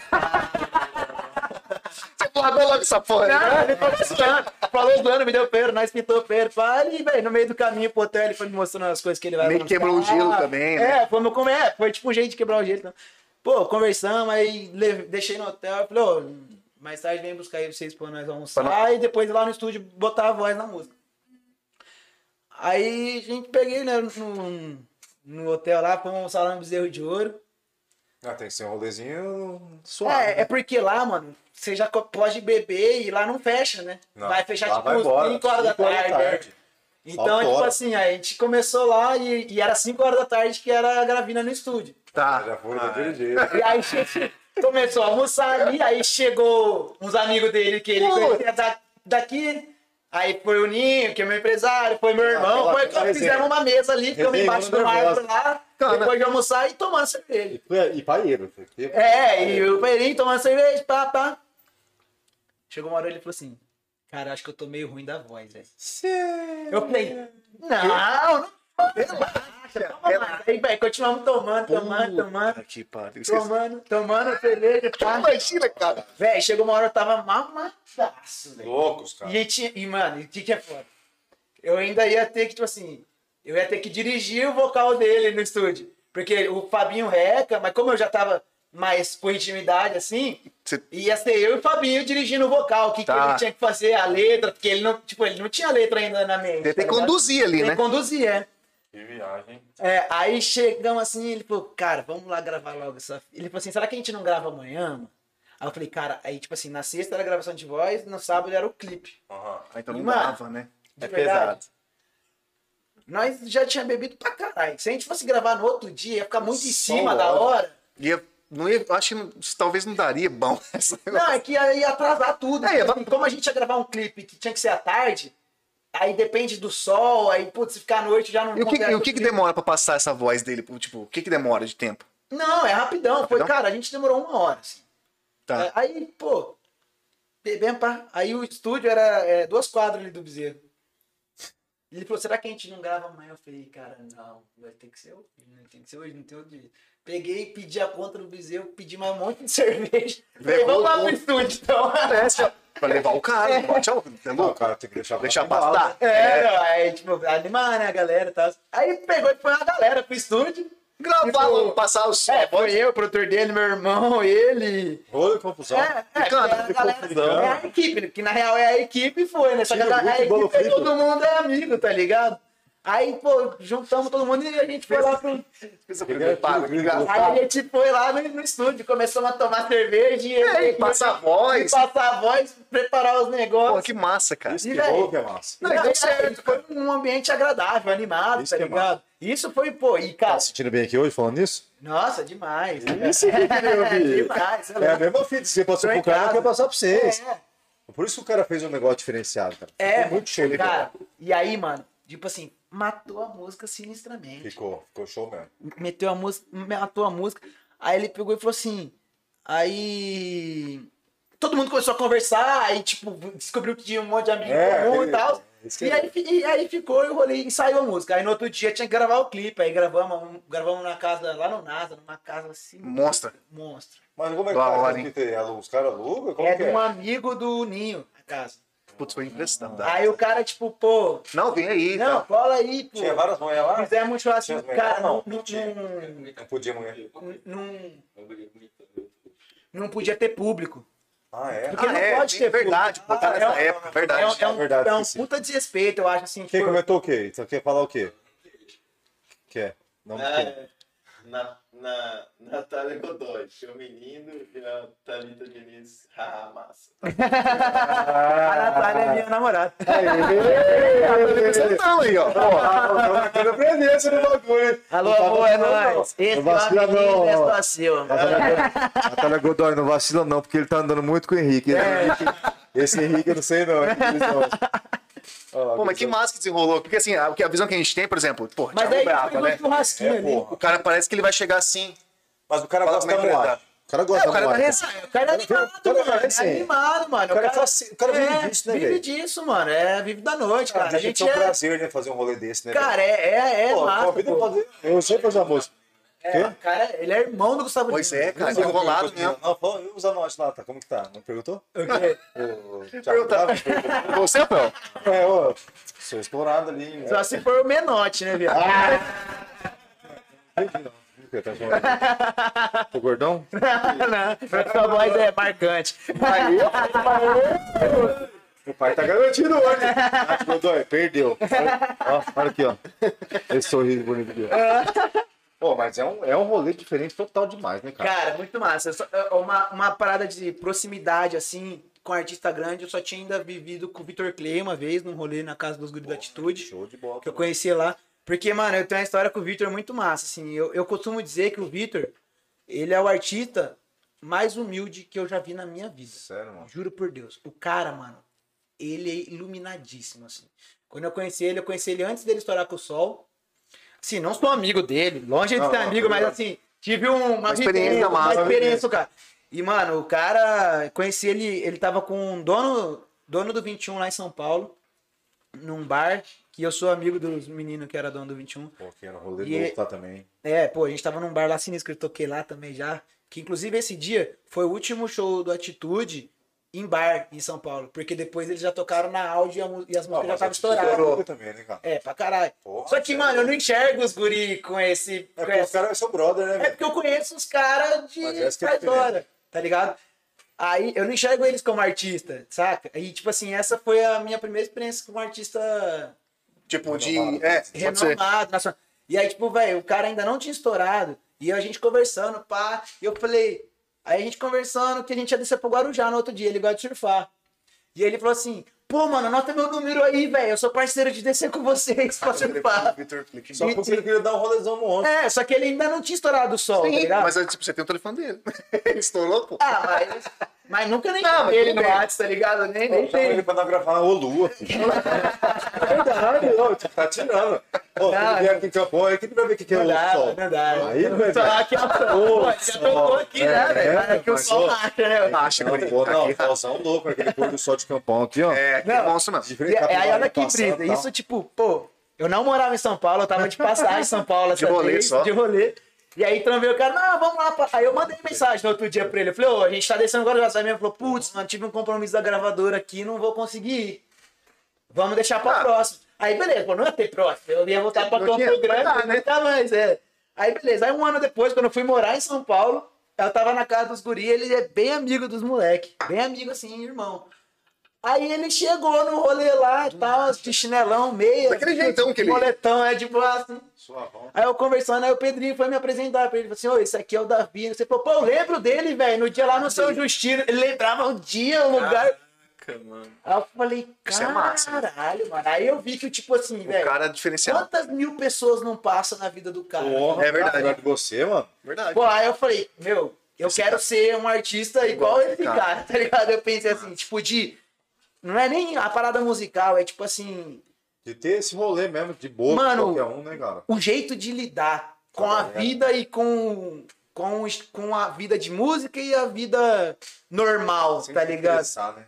S3: Você guardou logo essa porra. aí, né?
S4: Não, ele falou zoando, falou zoando, me deu paeiro, nós pintou paeiro. Falei, velho, no meio do caminho pro hotel, ele foi me mostrando as coisas que ele vai
S3: Meio que quebrou o gelo também, né?
S4: É, foi, meu, como é, foi tipo um jeito de quebrar o gelo. então. Pô, conversamos, aí leve- deixei no hotel, eu falei, ô, mais tarde vem buscar aí vocês pra nós almoçar.
S3: Pra
S4: E depois lá no estúdio botar a voz na música. Aí a gente peguei, né, no, no hotel lá, fomos almoçar lá no bezerro de ouro.
S1: Ah, tem que ser um rolezinho suave. né?
S4: É, é porque lá, mano, você já co- pode beber e lá não fecha, né?
S1: Não,
S4: vai fechar
S1: lá
S4: tipo
S1: vai embora,
S4: uns 5 horas da
S1: cinco
S4: tarde. né? Então,
S1: Lá
S4: é tipo
S1: fora.
S4: assim, a gente começou lá e, e era 5 horas da tarde que era a gravina no estúdio.
S1: Ah,
S3: Tá.
S1: Já foram daquele jeito.
S4: E aí a gente começou a almoçar ali, aí chegou uns amigos dele que ele conhecia da- daqui. né? Aí foi o Ninho, que é meu empresário, foi meu irmão,
S1: Ah, aquela-
S4: foi
S1: aquela
S4: fizemos
S1: resenha.
S4: uma mesa ali, ficamos
S1: Resenha,
S4: embaixo de uma
S1: nervosa.
S4: árvore lá,
S3: Cara.
S4: depois de almoçar e tomando cerveja.
S1: E paeiro.
S4: É, e o Perinho tomando cerveja, pá, pá. Chegou uma hora ele falou assim: Cara, acho que eu tô meio ruim da voz, velho. Eu falei: Não, não. Relaxa, toma mais. Aí, velho, continuamos tomando, tomando, tomando,
S3: Aqui, pá.
S4: tomando, tomando cerveja, pá.
S3: Imagina, cara.
S4: Velho, chegou uma hora eu tava mamadaço, velho.
S1: Loucos,
S3: Tá.
S1: cara.
S4: E, aí tinha, e, mano, e o que, que é foda? Eu ainda ia ter que, tipo assim, eu ia ter que dirigir o vocal dele no estúdio. Porque o Fabinho reca, mas como eu já tava mais por intimidade, assim,
S3: Você-
S4: ia ser eu e o Fabinho dirigindo o vocal. O que, que
S3: Tá.
S4: ele tinha que fazer, a letra, porque ele não, tipo, ele não tinha letra ainda na mente.
S3: Tem que
S4: tá ligado?
S3: conduzir ali,
S4: Tem que
S3: né?
S4: conduzir, é.
S5: Que viagem.
S4: É, aí chegamos assim, ele falou, cara, vamos lá gravar logo essa. Ele falou assim, será que a gente não grava amanhã, mano? Aí eu falei, cara, aí tipo assim, na sexta era a gravação de voz, no sábado era o clipe.
S3: Ah, então não
S4: Mano.
S3: dava, né?
S4: De
S5: É
S4: verdade.
S5: pesado.
S4: Nós já tinha bebido pra caralho. Se a gente fosse gravar no outro dia, ia ficar muito em
S1: Só
S4: cima da
S1: hora.
S4: hora.
S3: Ia, não ia, acho que não- talvez não daria bom essa
S4: Não, é que ia, ia atrasar tudo.
S3: É, ia
S4: Tipo assim, Como a gente ia gravar um clipe que tinha que ser à tarde, aí depende do sol, aí, putz, se ficar à noite já não
S3: E o que,
S4: consegue
S3: e o que que
S4: clipe.
S3: demora pra passar essa voz dele? Tipo, o que que demora de tempo?
S4: Não, é rapidão. Foi,
S3: Rapidão?
S4: cara, a gente demorou uma hora, assim. É,
S3: Tá.
S4: Aí, pô, bebemos pra... Aí o estúdio era é, duas quadras ali do bezerro. Ele falou, será que a gente não grava amanhã? Eu falei, cara, não, vai ter que ser hoje, né? tem que ser hoje, não tem outro dia. Peguei, pedi a conta do bezerro, pedi mais um monte de cerveja. Falei, vamos lá pro estúdio, então.
S3: Pra levar o cara. Tchau, é
S1: Não,
S3: louco?
S1: cara, tem que deixar
S3: Deixa
S1: pra lá. né?
S3: passar.
S4: É, não, aí, tipo, animar, né, a galera e tal. Aí pegou e foi uma galera pro estúdio.
S3: Gravar,
S4: Tipo,
S3: passar o som.
S4: É, foi eu, o produtor dele, meu irmão, ele.
S1: Rolo e confusão.
S4: É, é,
S3: Ficando,
S4: a galera,
S1: confusão.
S4: é a equipe, que na real é a equipe e foi, né? Só que
S1: Tira o
S4: a,
S1: grupo
S4: a
S1: e bola
S4: equipe é
S1: frita.
S4: todo mundo é amigo, tá ligado? Aí, pô, juntamos todo mundo e a gente foi lá pro.
S3: Pensa primeiro, para, que engraçado.
S4: Aí a gente foi lá no, no estúdio, começamos a tomar cerveja e.
S3: É, e passar a voz.
S4: e Passar a voz, preparar os
S3: Pô,
S4: negócios.
S3: que massa, cara.
S1: Isso
S4: E,
S1: que
S4: velho,
S1: rolo que é massa.
S4: Não,
S3: Não, deu
S4: é,
S3: certo,
S4: foi um ambiente agradável, animado,
S1: Isso
S4: tá
S1: que é
S4: ligado? Isso foi, pô, e cara,
S1: Tá se sentindo bem aqui hoje falando nisso?
S4: nossa, demais. né, cara.
S1: Isso que eu queria ouvir.
S4: demais,
S1: É a mesma fita. Você passou
S4: Tô em
S1: pro cara, eu
S4: casa.
S1: quero passar pra vocês.
S4: É.
S1: Por isso que o cara fez um negócio diferenciado, cara.
S4: É,
S1: Ficou muito né, show. de
S4: cara.
S1: bola.
S4: E aí, mano, tipo assim, matou a música sinistramente.
S1: Ficou, ficou show mesmo.
S4: Meteu a música, matou a música. Aí ele pegou e falou assim. Aí. Todo mundo começou a conversar, aí, tipo, descobriu que tinha um monte de amigo
S1: É,
S4: comum e
S1: é,
S4: tal.
S1: é, isso que
S4: E
S1: é.
S4: aí, fi- e aí ficou e o rolê e saiu a música. Aí no outro dia tinha que gravar o clipe. Aí gravamos, um- gravamos na casa, lá no NASA, numa casa assim,
S3: Mostra.
S4: monstro.
S1: Mas como é que
S3: Da
S1: faz?
S3: hora,
S1: Tem que ter aluno? Os caras alugam? Como
S4: é
S1: que
S4: de um amigo do Ninho, a casa.
S3: Putz, foi impressionante.
S4: Aí o cara, tipo, pô,
S3: Não, vem aí.
S4: não,
S3: tá.
S4: cola aí, pô.
S1: Tinha várias mulheres lá?
S4: Fizemos um churrasquinho,
S1: Tinha
S4: cara, não,
S1: não,
S4: não,
S1: Não podia mulher.
S4: não, não,
S1: É um
S4: não podia ter público.
S1: Ah, é?
S4: Porque
S3: Ah,
S4: não
S3: é,
S4: pode ter
S3: verdade,
S4: público.
S3: pô, tá
S4: Ah,
S3: nessa
S4: é um-
S3: época,
S4: É um,
S3: verdade.
S4: é um-
S1: verdade,
S4: é um
S1: sim.
S4: puta desrespeito, eu acho, assim.
S1: Quem
S4: por-
S1: comentou o quê? Você quer falar o quê? Que é? Não, que...
S5: É, na, na, Natália Godoy, o menino e a Thalita Diniz,
S4: Ah,
S5: haha, massa.
S4: A Natália é minha namorada.
S3: Então aí, ó.
S1: Eu aprendi esse no bagulho, hein?
S4: Alô,
S1: Não tava
S4: amor, é
S1: falando, não.
S4: nóis. Esse
S1: Não
S4: é
S1: vacila, não.
S4: o é só seu.
S1: Natália Godoy, não vacila não, porque ele tá andando muito com o Henrique.
S4: É.
S1: Esse Henrique eu não sei não. hein? Olha lá,
S3: Pô, mas que
S1: pessoal.
S3: massa que desenrolou. Porque assim, a, porque a visão que a gente tem, por exemplo, pô,
S4: Mas
S3: Thiago
S4: aí a gente
S3: Brava,
S4: pegou um
S3: né?
S4: churrasquinho
S1: tipo É,
S4: ali.
S1: porra.
S3: O cara parece que ele vai chegar assim.
S1: Mas o cara
S3: Fala
S1: gosta
S3: como é
S1: da
S3: que vai
S1: moagem.
S3: dar.
S1: O O cara gosta
S4: o cara
S1: da
S4: tá
S1: moeda.
S4: resenha. O cara é
S1: O cara-
S4: animado,
S1: o cara
S4: mano.
S1: parece-
S4: É animado, mano.
S1: o cara fala assim, o cara vive
S4: é,
S1: disso, né,
S4: Vive
S1: velho?
S4: disso, mano. É, vive da noite, cara.
S1: Cara,
S4: a
S1: deve
S4: gente
S1: ser um
S4: é.
S1: prazer, né, fazer um rolê desse, né?
S4: Cara, é, é, é.
S1: velho? Pô,
S4: massa,
S1: convida
S4: pô.
S1: pra fazer- Eu sei fazer uma música.
S4: É,
S1: Quê?
S4: cara, ele é irmão do Gustavo
S3: Pois
S4: Lima.
S3: é, cara,
S1: Sabe como
S3: enrolado
S1: é que eu-
S3: mesmo.
S1: Não, fala, e os anões lá, tá? Como que tá? Não perguntou? O Thiago Flávio perguntou.
S2: Você, Pel?
S1: É, ô, sou explorado ali. né?
S4: Só se for o menote, né, viado?
S1: Ah, Eu tava falando. Tô gordão?
S4: Não, sua voz é marcante.
S1: Meu pai tá garantido hoje. Ah, Godoy, perdeu. Ó, olha aqui, ó. Esse sorriso bonito aqui, ó. Pô, mas é um, é um rolê diferente total demais, né, cara?
S4: Cara, muito massa. Só- é Uma, uma parada de proximidade, assim, com artista grande. Eu só tinha ainda vivido com o Vitor Clay uma vez, num rolê na casa dos guris da Atitude.
S1: Show de bola.
S4: que eu conheci lá. Porque, mano, eu tenho uma história com o Vitor muito massa, assim. Eu, eu costumo dizer que o Vitor, ele é o artista mais humilde que eu já vi na minha vida.
S1: Sério, mano.
S4: Juro por Deus. O cara, mano, ele é iluminadíssimo, assim. Quando eu conheci ele, eu conheci ele antes dele estourar com o sol. Assim, não sou amigo dele, longe de
S1: Não,
S4: ser
S1: não,
S4: amigo, mas
S1: obrigado.
S4: assim, tive um- uma,
S3: experiência
S4: vivência,
S3: massa,
S4: Uma
S1: né?
S4: experiência, cara. E, mano, o cara, conheci ele, ele tava com um dono, dono do 21 lá em São Paulo, num bar, que eu sou amigo dos meninos que era dono do 21.
S1: Pô, que era um rolê
S4: E-
S1: novo lá também.
S4: É, pô, a gente tava num bar lá sinistro que eu toquei lá também já. Que inclusive esse dia foi o último show do Atitude em bar em São Paulo. Porque depois eles já tocaram na áudio e a mu- e as músicas já estavam estouradas.
S1: é Estourou. também, né, cara?
S4: É, pra caralho.
S1: Porra,
S4: Só que,
S1: sério?
S4: mano, eu não enxergo os guri com esse.
S1: É
S4: com
S1: porque os
S4: essa-
S1: caras são brother, né,
S4: É
S1: velho?
S4: porque eu conheço os caras de
S1: Mas essa que é a
S4: faz
S1: diferença.
S4: hora, tá ligado? Aí eu não enxergo eles como artista, saca? E tipo assim, essa foi a minha primeira experiência como artista
S3: Tipo, de.
S1: Renovado.
S3: É, pode ser.
S4: renomado. nacional. E aí, tipo, velho, o cara ainda não tinha estourado. E a gente conversando, pá. E eu falei. Aí a gente conversando que a gente ia descer pro Guarujá no outro dia. Ele gosta de surfar. E ele falou assim: pô, mano, anota meu número aí, velho. Eu sou parceiro de descer com vocês pra
S1: é
S4: surfar.
S1: Só porque ele queria dar um rolezão no ontem.
S4: É, só que ele ainda não tinha estourado o sol, tá
S3: Sim,
S4: ligado?
S3: mas tipo, você tem o telefone dele. Ele estourou, pô.
S4: Ah, mas, mas nunca nem
S3: Não, mas
S4: ele
S3: tudo
S4: no
S3: bem.
S4: WhatsApp, tá ligado? Nem, nem
S1: Chama ele
S4: tem.
S1: pra não gravar ô lua, filho. É verdade, não, tá tirando. Ô,
S4: Não,
S1: ele vier aqui em Campo, aí quem vai ver o que que é
S4: Não
S1: o
S4: dá,
S1: sol?
S4: não dá.
S1: Aí, velho.
S4: Só que a pô, já tocou aqui, né,
S1: É,
S4: velho?
S1: é,
S4: que o
S1: mas,
S4: sol
S1: ó,
S4: racha, né? mano?
S3: Acha,
S1: Não, tá pô, não, o solzão um louco, aquele pôr do sol de Campão aqui, ó.
S3: É, que
S4: Não.
S3: monstro mesmo.
S1: De
S4: E,
S1: frente,
S4: é, aí olha
S1: Capivara
S4: que
S1: passando, tá
S4: brisa.
S1: tal.
S4: Isso, tipo, pô, eu não morava em São Paulo, eu tava de passagem em São Paulo essa
S3: De rolê
S4: vez,
S3: só.
S4: de rolê. E aí também o cara, não, vamos lá. pá. Aí eu mandei mensagem no outro dia pra ele. Eu falei, ô, a gente tá descendo agora, já sabe mesmo. Ele falou, putz, mano, tive um compromisso da gravadora aqui, não vou conseguir ir. Vamos deixar pra
S3: Ah.
S4: próximo. Aí beleza, pô, não ia ter próximo. Eu ia voltar pra
S3: Não
S4: Campo
S3: tinha, não
S4: Grande,
S3: dá,
S4: não né? Tá mais, é. Aí beleza, aí um ano depois, quando eu fui morar em São Paulo, eu tava na casa dos guri, ele é bem amigo dos moleque. Bem amigo assim, irmão. Aí ele chegou no rolê lá e tal, de chinelão, meia. assim,
S3: Daquele jeitão que ele-
S4: Moletão, é de boa assim.
S1: Suavão.
S4: Aí eu conversando, aí o Pedrinho foi me apresentar pra ele. Falou assim: Ô, esse aqui é o Davi. Você falou, pô, eu lembro dele, velho, no dia lá no São Justino. Ele lembrava o dia, o lugar.
S5: Caraca, mano.
S4: Aí eu falei,
S3: Isso é massa, né?
S4: caralho, mano. Aí eu vi que, tipo assim,
S3: O
S4: velho,
S3: cara é diferenciado.
S4: quantas mil pessoas não passam na vida do cara? né?
S1: Porra,
S3: É verdade.
S1: cara, de você, mano.
S3: Verdade.
S4: Pô, aí eu falei, meu, eu quero ser um artista igual
S3: é Igual esse
S4: esse cara. tá ligado? Eu pensei assim, tipo, de. Não é nem a parada musical, é tipo assim,
S1: De ter esse rolê mesmo, de boa, com
S4: Mano,
S1: qualquer um, né, cara?
S4: o jeito de lidar com a
S1: Trabalhar.
S4: vida e com, com, os- com a vida de música e a vida normal,
S1: Sem
S4: tá
S1: se
S4: ligado?
S1: interessar, né?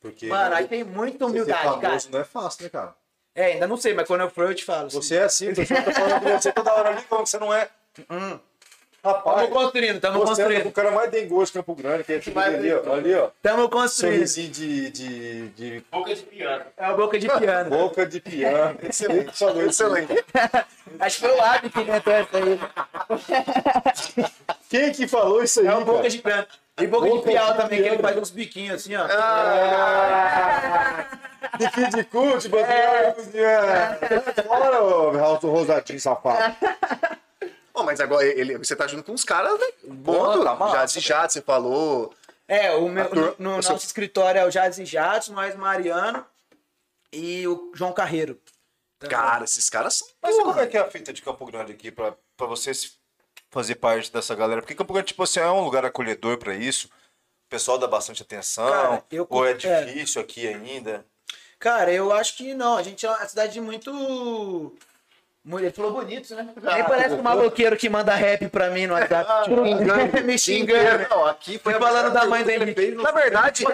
S1: Porque
S4: Mano, aí
S1: você
S4: tem muita
S1: ser
S4: humildade, cara.
S1: famoso não é fácil, né, cara?
S4: É, ainda não sei, mas quando eu for eu te falo. assim.
S1: Você é assim, o pessoal tá falando de você toda hora ali, como que você não é.
S4: Hum.
S1: Rapaz,
S4: Tamo construindo, tamo
S1: você é
S4: construindo.
S1: o cara mais dengoso de Campo Grande, que é tudo ali, ó. Ali, ó.
S4: Tamo construindo.
S1: Sorrisinho de, de, de
S7: Boca de piano.
S4: É a boca de piano.
S1: boca de piano. Excelente, só dois,
S3: Excelente.
S4: Acho que foi o Abi que inventou essa aí.
S1: Quem que falou isso aí?
S4: É o boca
S1: cara?
S4: de piano. E boca, de
S1: Boca
S4: piau
S1: de
S4: também, que ele
S1: piano. Ah.
S4: faz uns biquinhos assim, ó.
S1: De fim de cu, de
S6: É.
S1: basear. Fora, ô Raul Rosadinho safado.
S3: Ô, mas agora ele, você tá junto com uns caras né? bom,
S1: Pô,
S3: do-
S1: tá massa,
S3: Jazz e Jato, você falou.
S4: É, o meu,
S3: Ator-
S4: no, no
S3: eu
S4: nosso
S3: sou-
S4: escritório é o Jazz e Jatos, nós Mariano e o João Carreiro. Tá
S3: Cara, esses caras são.
S6: Mas como é que é a fita de Campo Grande aqui pra, pra você se fazer parte dessa galera? Porque Campo Grande, tipo assim, é um lugar acolhedor pra isso. O pessoal dá bastante atenção.
S4: Cara, eu-
S6: ou é
S4: é.
S6: difícil aqui ainda.
S4: Cara, eu acho que não. A gente é uma cidade muito Mulher, falou bonito, né? Nem parece um maloqueiro que manda rap pra mim no WhatsApp. tipo, me xingando.
S5: Não, aqui foi
S4: E falando da mãe
S5: pergunta
S4: da
S5: que ele fez no
S3: Na verdade,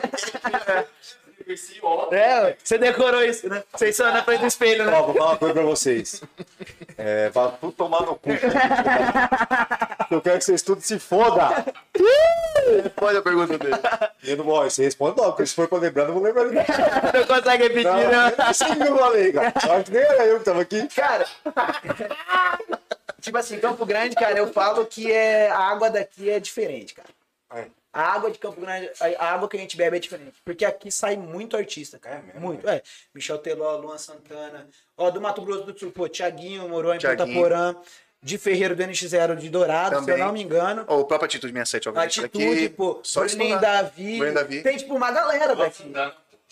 S5: Percy, ó.
S4: É, você decorou isso, né? Vocês são na frente do espelho, né?
S1: Ó, vou falar uma coisa pra vocês. É, vá tudo tomar no cu. Eu quero que vocês tudo se foda.
S5: Olha a pergunta dele.
S1: E eu não vou, você responde logo, porque se for pra lembrar, não vou lembrar de nada.
S4: Não consegue repetir,
S1: Não,
S4: né?
S1: eu sei que eu falei, cara. Só que nem era eu que tava aqui.
S4: Cara, tipo assim, Campo Grande, cara, eu falo que é, a água daqui é diferente, cara. A água de Campo Grande, a a água que a gente bebe é diferente. Porque aqui sai muito artista, cara. muito. É. Michel Teló, Luan Santana. Ó, do Mato Grosso do Sul, pô, Tiaguinho morou em Ponta
S3: Thiaguinho.
S4: Porã. De Ferreiro do NX0 de Dourado, se
S3: Também.
S4: eu não me engano.
S3: ó, o próprio Atitude 67, obviamente,
S4: Atitude,
S3: daqui.
S4: pô.
S3: só
S4: Bruninho
S3: estudar.
S4: Davi.
S3: Bruninho Davi.
S4: Tem, tipo, uma galera daqui.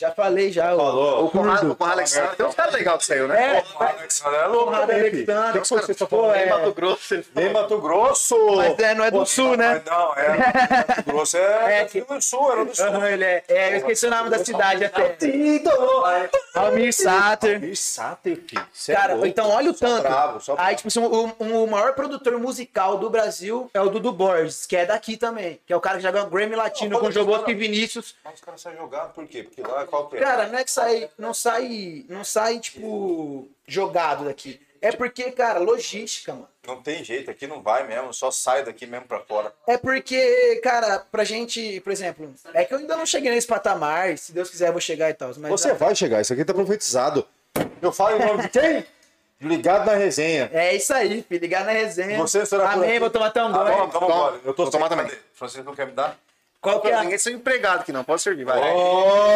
S4: Já falei, já. ó.
S3: O Conrado, o Conrado Alexandre. Tem uns caras legais que saiu, né?
S4: É,
S6: Alexandre é louco.
S4: Conrado
S1: Felipe.
S4: Alexandre.
S1: Tem que ser
S4: Pô,
S1: São Paulo.
S4: é,
S5: Mato Grosso, ele
S1: Nem Mato Grosso!
S4: Mas é, não é do sul, né?
S6: Mas Não, é. Mato Grosso é.
S4: É que-
S6: do Sul, era do Sul.
S4: Aham, ele é, é, eu esqueci o nome da cidade até. Almir Sater.
S1: Ih, Sater, filho. Cê é
S4: Cara,
S1: louco.
S4: então olha o tanto.
S1: bravo, só bravo.
S4: Aí, tipo assim, o, o- o maior produtor musical do Brasil é o Dudu Borges, que é daqui também. Que é o cara que já ganhou Grammy Latino com Jobosco e Vinícius.
S6: Mas os caras saem jogar, por quê? Porque lá qual que é?
S4: Cara, não é que sai, não sai, não sai, tipo, jogado daqui. É porque, cara, logística, mano.
S6: Não tem jeito, aqui não vai mesmo, só sai daqui mesmo pra fora.
S4: É porque, cara, pra gente, por exemplo, é que eu ainda não cheguei nesse patamar, se Deus quiser eu vou chegar e tal. Mas
S1: Você vai chegar, isso aqui tá profetizado. Eu falo em nome de quem? Ligado na resenha.
S4: É isso aí, filho. Ligar na resenha.
S1: Você será por
S4: Amém,
S1: aqui?
S4: vou tomar um tão
S6: Ah,
S4: bom.
S5: tá
S6: vamos, vamos
S3: Toma.
S6: embora. Eu tô
S3: Vou tomar
S6: sem-
S3: também.
S6: Cadê? Francisco não quer me dar?
S4: Qual que é?
S3: Pô,
S4: a-
S3: Ninguém saiu empregado aqui não, pode servir, vai.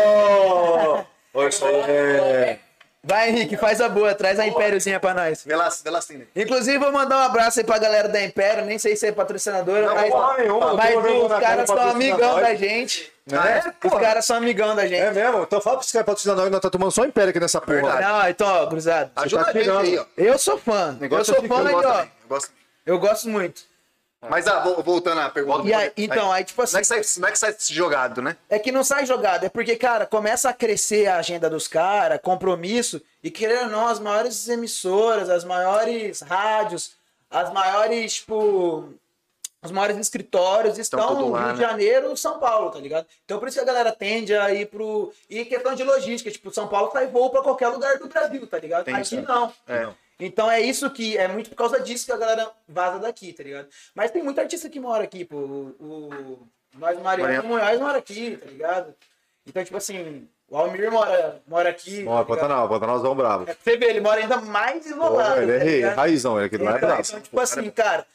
S1: Oh! Oi, isso aí é...
S4: Vai, Henrique, faz a boa. Traz a Impériozinha pra nós.
S3: Velas- Velastine.
S4: Inclusive, vou mandar um abraço aí pra galera da Império. Nem sei se é patrocinadora,
S1: Não,
S4: mas,
S1: porra nenhuma, eu
S4: mas
S1: tô olhando
S4: os
S1: na cara pra
S4: caras são
S1: patrocinar
S4: amigão
S1: nós.
S4: da gente. É,
S1: Né?
S4: Os caras são amigão da gente.
S1: É mesmo? Então fala pra esse cara patrocinar nós que nós tá tomando só império aqui nessa porra.
S3: Verdade.
S4: Não, então, ó, cruzado.
S3: Ajuda
S1: tá
S3: a gente
S1: tirando.
S3: aí, ó.
S4: Eu sou fã. Eu sou fã aí,
S3: gosto
S4: ó.
S3: também, eu gosto.
S4: Eu gosto muito.
S3: Mas ah, vo- voltando à pergunta.
S4: E aí, então, aí, tipo assim.
S3: Não é, que sai, não é que sai jogado, né?
S4: É que não sai jogada, é porque, cara, começa a crescer a agenda dos caras, compromisso, e querendo ou não, as maiores emissoras, as maiores rádios, as maiores, tipo, os maiores escritórios estão,
S3: tudo
S4: no
S3: lá,
S4: Rio de
S3: né?
S4: Janeiro ou São Paulo, tá ligado? Então por isso que a galera tende a ir pro. E questão de logística, tipo, São Paulo sai voo pra qualquer lugar do Brasil, tá ligado?
S3: Tem
S4: Aqui
S3: isso, né?
S4: não.
S3: É.
S4: Então é isso que. É muito por causa disso que a galera vaza daqui, tá ligado? Mas tem muito artista que mora aqui, pô. O. o nós
S3: Mariano.
S4: Mariano Munhoz mora aqui, tá ligado? Então, tipo assim, o Almir mora, mora aqui.
S1: Ó,
S4: tá ligado? É,
S1: Pantanal, Pantanalzão bravo.
S4: Você vê, ele mora ainda mais
S1: Ô,
S4: isolado.
S1: ele é
S4: tá
S1: rei,
S4: ligado?
S1: raizão, ele aqui do
S4: Então,
S1: lado é
S4: então,
S1: bravo.
S4: tipo assim, cara,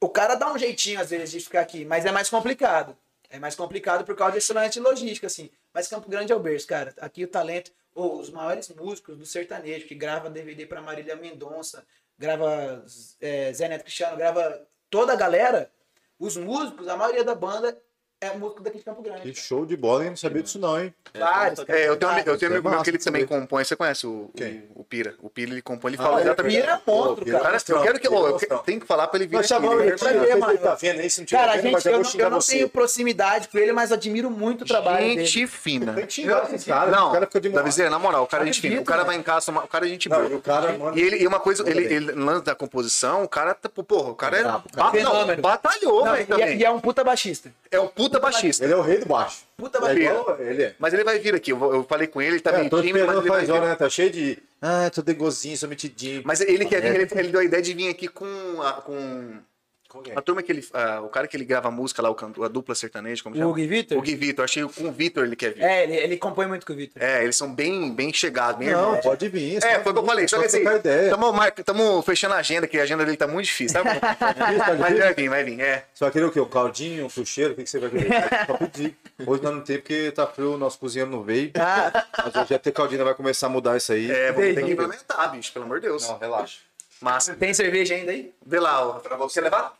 S4: o cara dá um jeitinho às vezes de ficar aqui, mas é mais complicado. É mais complicado por causa desse lance de logística, assim. Mas Campo Grande é o berço, cara. Aqui o talento, ou os maiores músicos do sertanejo, que grava DVD pra Marília Mendonça, grava é, Zé Neto Cristiano, grava toda a galera, os músicos, a maioria da banda é músico daqui de Campo Grande.
S1: Que show de bola, hein? Não sabia disso não, hein?
S4: cara. Vários. cara.
S3: É, eu tenho, um ami- eu
S4: Vários.
S3: tenho um amigo meu que ele
S1: Massa,
S3: também
S1: também.
S3: compõe. Você conhece o,
S1: Quem?
S3: o, o Pira? O Pira ele compõe, ele fala
S1: Ah,
S3: exatamente.
S4: Pira é é monstro,
S1: Pira.
S4: cara.
S3: Cara, assim, eu quero que. ó, eu que- tem que falar pra ele vir.
S1: Nós
S3: aqui, né?
S1: chamamos
S3: ele
S1: ele
S3: vai-
S1: aqui,
S4: vai
S1: não
S4: ver,
S1: sei se
S4: mano.
S1: ele tá vendo aí, se não tiver
S4: Cara, a
S1: vendo,
S4: gente,
S1: mas eu
S4: eu,
S1: vou
S4: não,
S1: xingar
S4: eu não
S1: você.
S4: tenho proximidade com ele, mas admiro muito o trabalho dele.
S3: Gente fina.
S1: Tem que xingar esses caras,
S3: Não,
S1: o cara fica de mal.
S3: Davizeira, na moral, o cara é gente
S4: Acredito,
S3: fina. O cara
S4: né?
S3: vai em casa, tomar- o cara é gente
S1: Não, e
S3: boa.
S1: o cara, mano...
S3: E, ele, e uma coisa, ele,
S1: bem.
S3: ele lança da composição, o cara, tá- porra, o cara é.
S1: Bravo,
S3: ba- não,
S4: Fenômeno.
S3: batalhou,
S4: Não,
S3: velho,
S4: e, é-
S3: também.
S4: e é um puta baixista.
S3: É um puta baixista.
S1: Ele é o rei do baixo.
S4: Puta
S1: é
S4: baixista.
S1: igual ele é.
S3: Mas ele vai vir aqui, eu, vou- eu falei com ele, ele tá
S1: É,
S3: bem
S1: tô
S3: tímido, mas
S1: esperando
S3: ele vai
S1: faz
S3: vir.
S1: hora, né? Tá cheio de... Ah, tô degozinho, sou metidinho.
S3: Mas ele quer
S1: É.
S3: vir, ele, ele deu a ideia de vir aqui com a, com a turma que ele. ah, o cara que ele grava música lá, o canto, a dupla sertaneja, como chama?
S4: Hugo e Vitor?
S3: O Gui Vitor, achei que com o Vitor ele quer vir. É,
S4: É, ele, ele compõe muito com o Vitor.
S3: eles são bem, bem chegados, bem
S1: Não,
S3: irmãos.
S1: pode vir.
S3: É, foi o que eu falei. Só que assim,
S1: trocar ideia.
S3: tamo, marca- tamo fechando a agenda, que a agenda dele tá muito difícil, sabe?
S1: tá
S3: Mas vai vir, vai vir, é.
S1: Você vai querer o quê? O caldinho, o fuxeiro? O que, que você vai querer? Só pedir. Hoje nós não tem porque tá frio, o nosso cozinheiro não veio.
S4: Ah,
S1: Mas hoje até Caldina vai começar a mudar isso aí.
S3: É, vamos ter que implementar, bicho, pelo amor de Deus.
S1: Não, relaxa.
S3: Massa.
S4: tem cerveja ainda aí?
S3: Vê lá, ó. Pra você levar?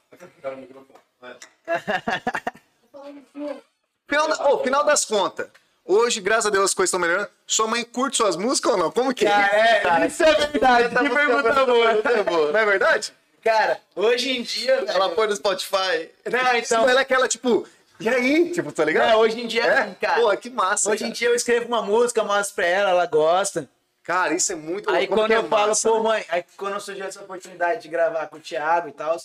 S3: Final, da- ô, final das contas. Hoje, graças a Deus, as coisas estão melhorando. Sua mãe curte suas músicas ou não? Como que é?
S4: isso é verdade.
S5: Que pergunta boa, não é boa.
S3: Não é verdade?
S4: Cara, hoje em dia.
S5: Ela põe no Spotify.
S4: Não, então. É,
S3: Então ela é aquela, tipo, e aí? Tipo, tá ligado?
S4: Não, hoje em dia é assim, cara.
S3: Pô, que massa.
S4: Hoje em dia eu escrevo uma música, mostro pra ela, ela gosta.
S3: Cara, isso é muito
S4: Aí
S3: Como
S4: quando
S3: que é
S4: eu falo,
S3: massa,
S4: pô,
S3: né?
S4: mãe, aí quando surgiu essa oportunidade de gravar com o Thiago e tal,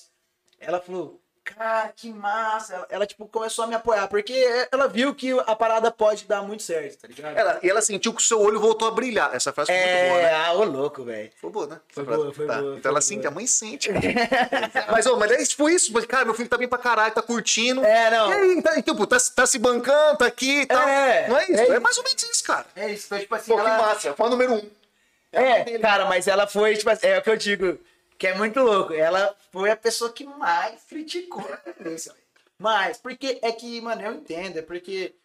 S4: ela falou, cara, que massa. Ela, ela, tipo, começou a me apoiar, porque ela viu que a parada pode dar muito certo, tá ligado?
S3: Ela, e ela sentiu que o seu olho voltou a brilhar. Essa frase foi muito boa, né?
S4: ah, ô louco, velho.
S3: Foi boa, né? Essa
S4: Foi
S3: frase.
S4: boa, foi
S3: Tá.
S4: boa,
S3: Então
S4: foi
S3: ela
S4: boa.
S3: sente, a mãe sente. mas, ô, mas é, isso, foi isso. Mas, cara, meu filho tá bem pra caralho, tá curtindo.
S4: É, não.
S3: E aí, tá, e, tipo, tá, tá se bancando, tá aqui e tal.
S4: É,
S3: não é isso.
S4: é
S3: É,
S4: isso.
S3: mais ou menos isso, cara.
S4: É isso, então, tipo assim,
S3: Pô, que
S4: ela...
S3: massa. Fã número um.
S4: É, cara, mas ela foi, tipo assim, é o que eu digo, que é muito louco. Ela foi a pessoa que mais criticou a tendência, velho. Mas, porque é que, mano, eu entendo, é porque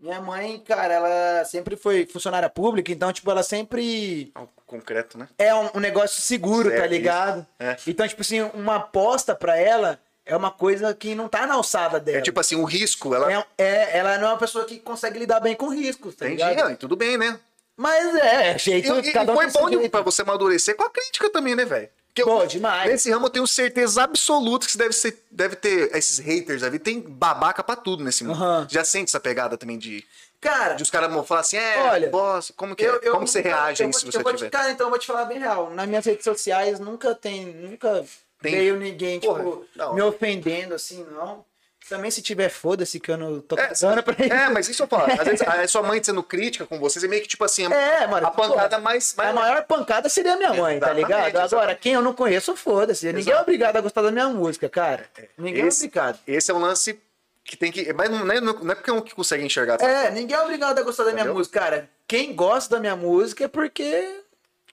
S4: minha mãe, cara, ela sempre foi funcionária pública, então, tipo, ela sempre
S3: Ah, Concreto, né?
S4: é um, um negócio seguro,
S3: Certo,
S4: tá ligado?
S3: isso, É.
S4: Então, tipo assim, uma aposta pra ela é uma coisa que não tá na alçada dela.
S3: É tipo assim, o risco, ela...
S4: É- é, ela não é uma pessoa que consegue lidar bem com riscos, tá
S3: Entendi,
S4: ligado?
S3: não, e tudo bem, né?
S4: Mas é,
S3: E,
S4: jeito,
S3: e- e
S4: cada um
S3: foi
S4: tem seu
S3: bom de,
S4: jeito.
S3: pra você amadurecer com a crítica também, né, velho? Porque eu-
S4: Bom demais.
S3: Nesse ramo eu tenho certeza absoluta que você deve, ser, deve ter esses haters ali. Tem babaca pra tudo nesse mundo.
S4: Aham.
S3: Já sente essa pegada também de,
S4: Cara,
S3: de os caras falar assim, é,
S4: Olha,
S3: boss, como que é? Como você
S4: nunca-
S3: reage
S4: eu
S3: aí
S4: vou
S3: se
S4: te-
S3: você
S4: eu vou te-
S3: tiver?
S4: Cara, então eu vou te falar bem real. Nas minhas redes sociais nunca tem, nunca
S3: Tem?
S4: veio ninguém, tipo,
S3: Porra, da hora.
S4: me ofendendo assim, não. Também se tiver, foda-se que eu não tô
S3: É,
S4: casando pra ele.
S3: É, mas isso eu falo. Às vezes a sua mãe sendo crítica com você, você meio que tipo assim,
S4: É, mano.
S3: a pancada
S4: pô, é
S3: mais.
S4: a
S3: mais
S4: maior pancada seria a minha mãe, tá
S3: Exatamente,
S4: ligado? Agora,
S3: exatamente.
S4: quem eu não conheço, foda-se. Ninguém é
S3: Exato.
S4: obrigado a gostar da minha música, cara. Ninguém
S3: Esse-
S4: é obrigado.
S3: Esse é um lance que tem que. Mas não é, não é porque é um que consegue enxergar. sabe?
S4: É, ninguém é obrigado a gostar da minha
S3: Entendeu?
S4: música, cara. Quem gosta da minha música é porque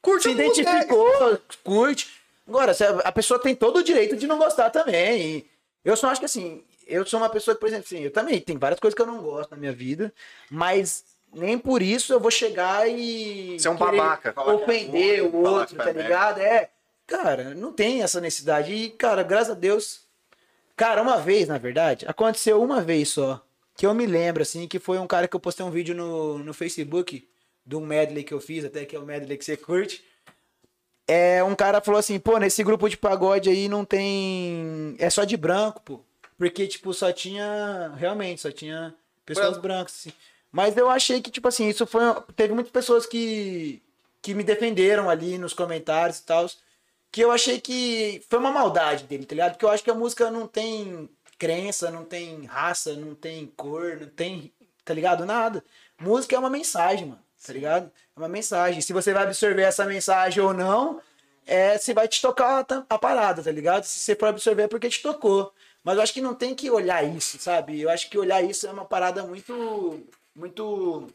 S4: curte, se
S3: a música,
S4: identificou, curte. Agora, se a a pessoa tem todo o direito de não gostar também. E eu só acho que assim, eu sou uma pessoa que, por exemplo, assim, eu também tenho várias coisas que eu não gosto na minha vida, mas nem por isso eu vou chegar e.
S3: Você é um
S4: querer
S3: babaca.
S4: Ofender o
S5: falar
S4: outro,
S5: que
S4: tá
S5: é
S4: ligado? É. Cara, não tem essa necessidade. E, cara, graças a Deus, Cara, uma vez, na verdade, aconteceu uma vez só. Que eu me lembro, assim, que foi um cara que eu postei um vídeo no, no Facebook de um medley que eu fiz, até que é o medley que você curte. É, um cara falou assim, pô, nesse grupo de pagode aí não tem. É só de branco, pô. Porque, tipo, só tinha. Realmente, só tinha pessoas brancas, assim. Mas eu achei que, tipo assim, isso foi. Teve muitas pessoas que. que me defenderam ali nos comentários e tal que eu achei que foi uma maldade dele, tá ligado? Porque eu acho que a música não tem crença, não tem raça, não tem cor, não tem, tá ligado? Nada. Música é uma mensagem, mano, tá ligado? É uma mensagem. Se você vai absorver essa mensagem ou não, é se vai te tocar a, tam- a parada, tá ligado? Se você for absorver é porque te tocou. Mas eu acho que não tem que olhar isso, sabe? Eu acho que olhar isso é uma parada muito, muito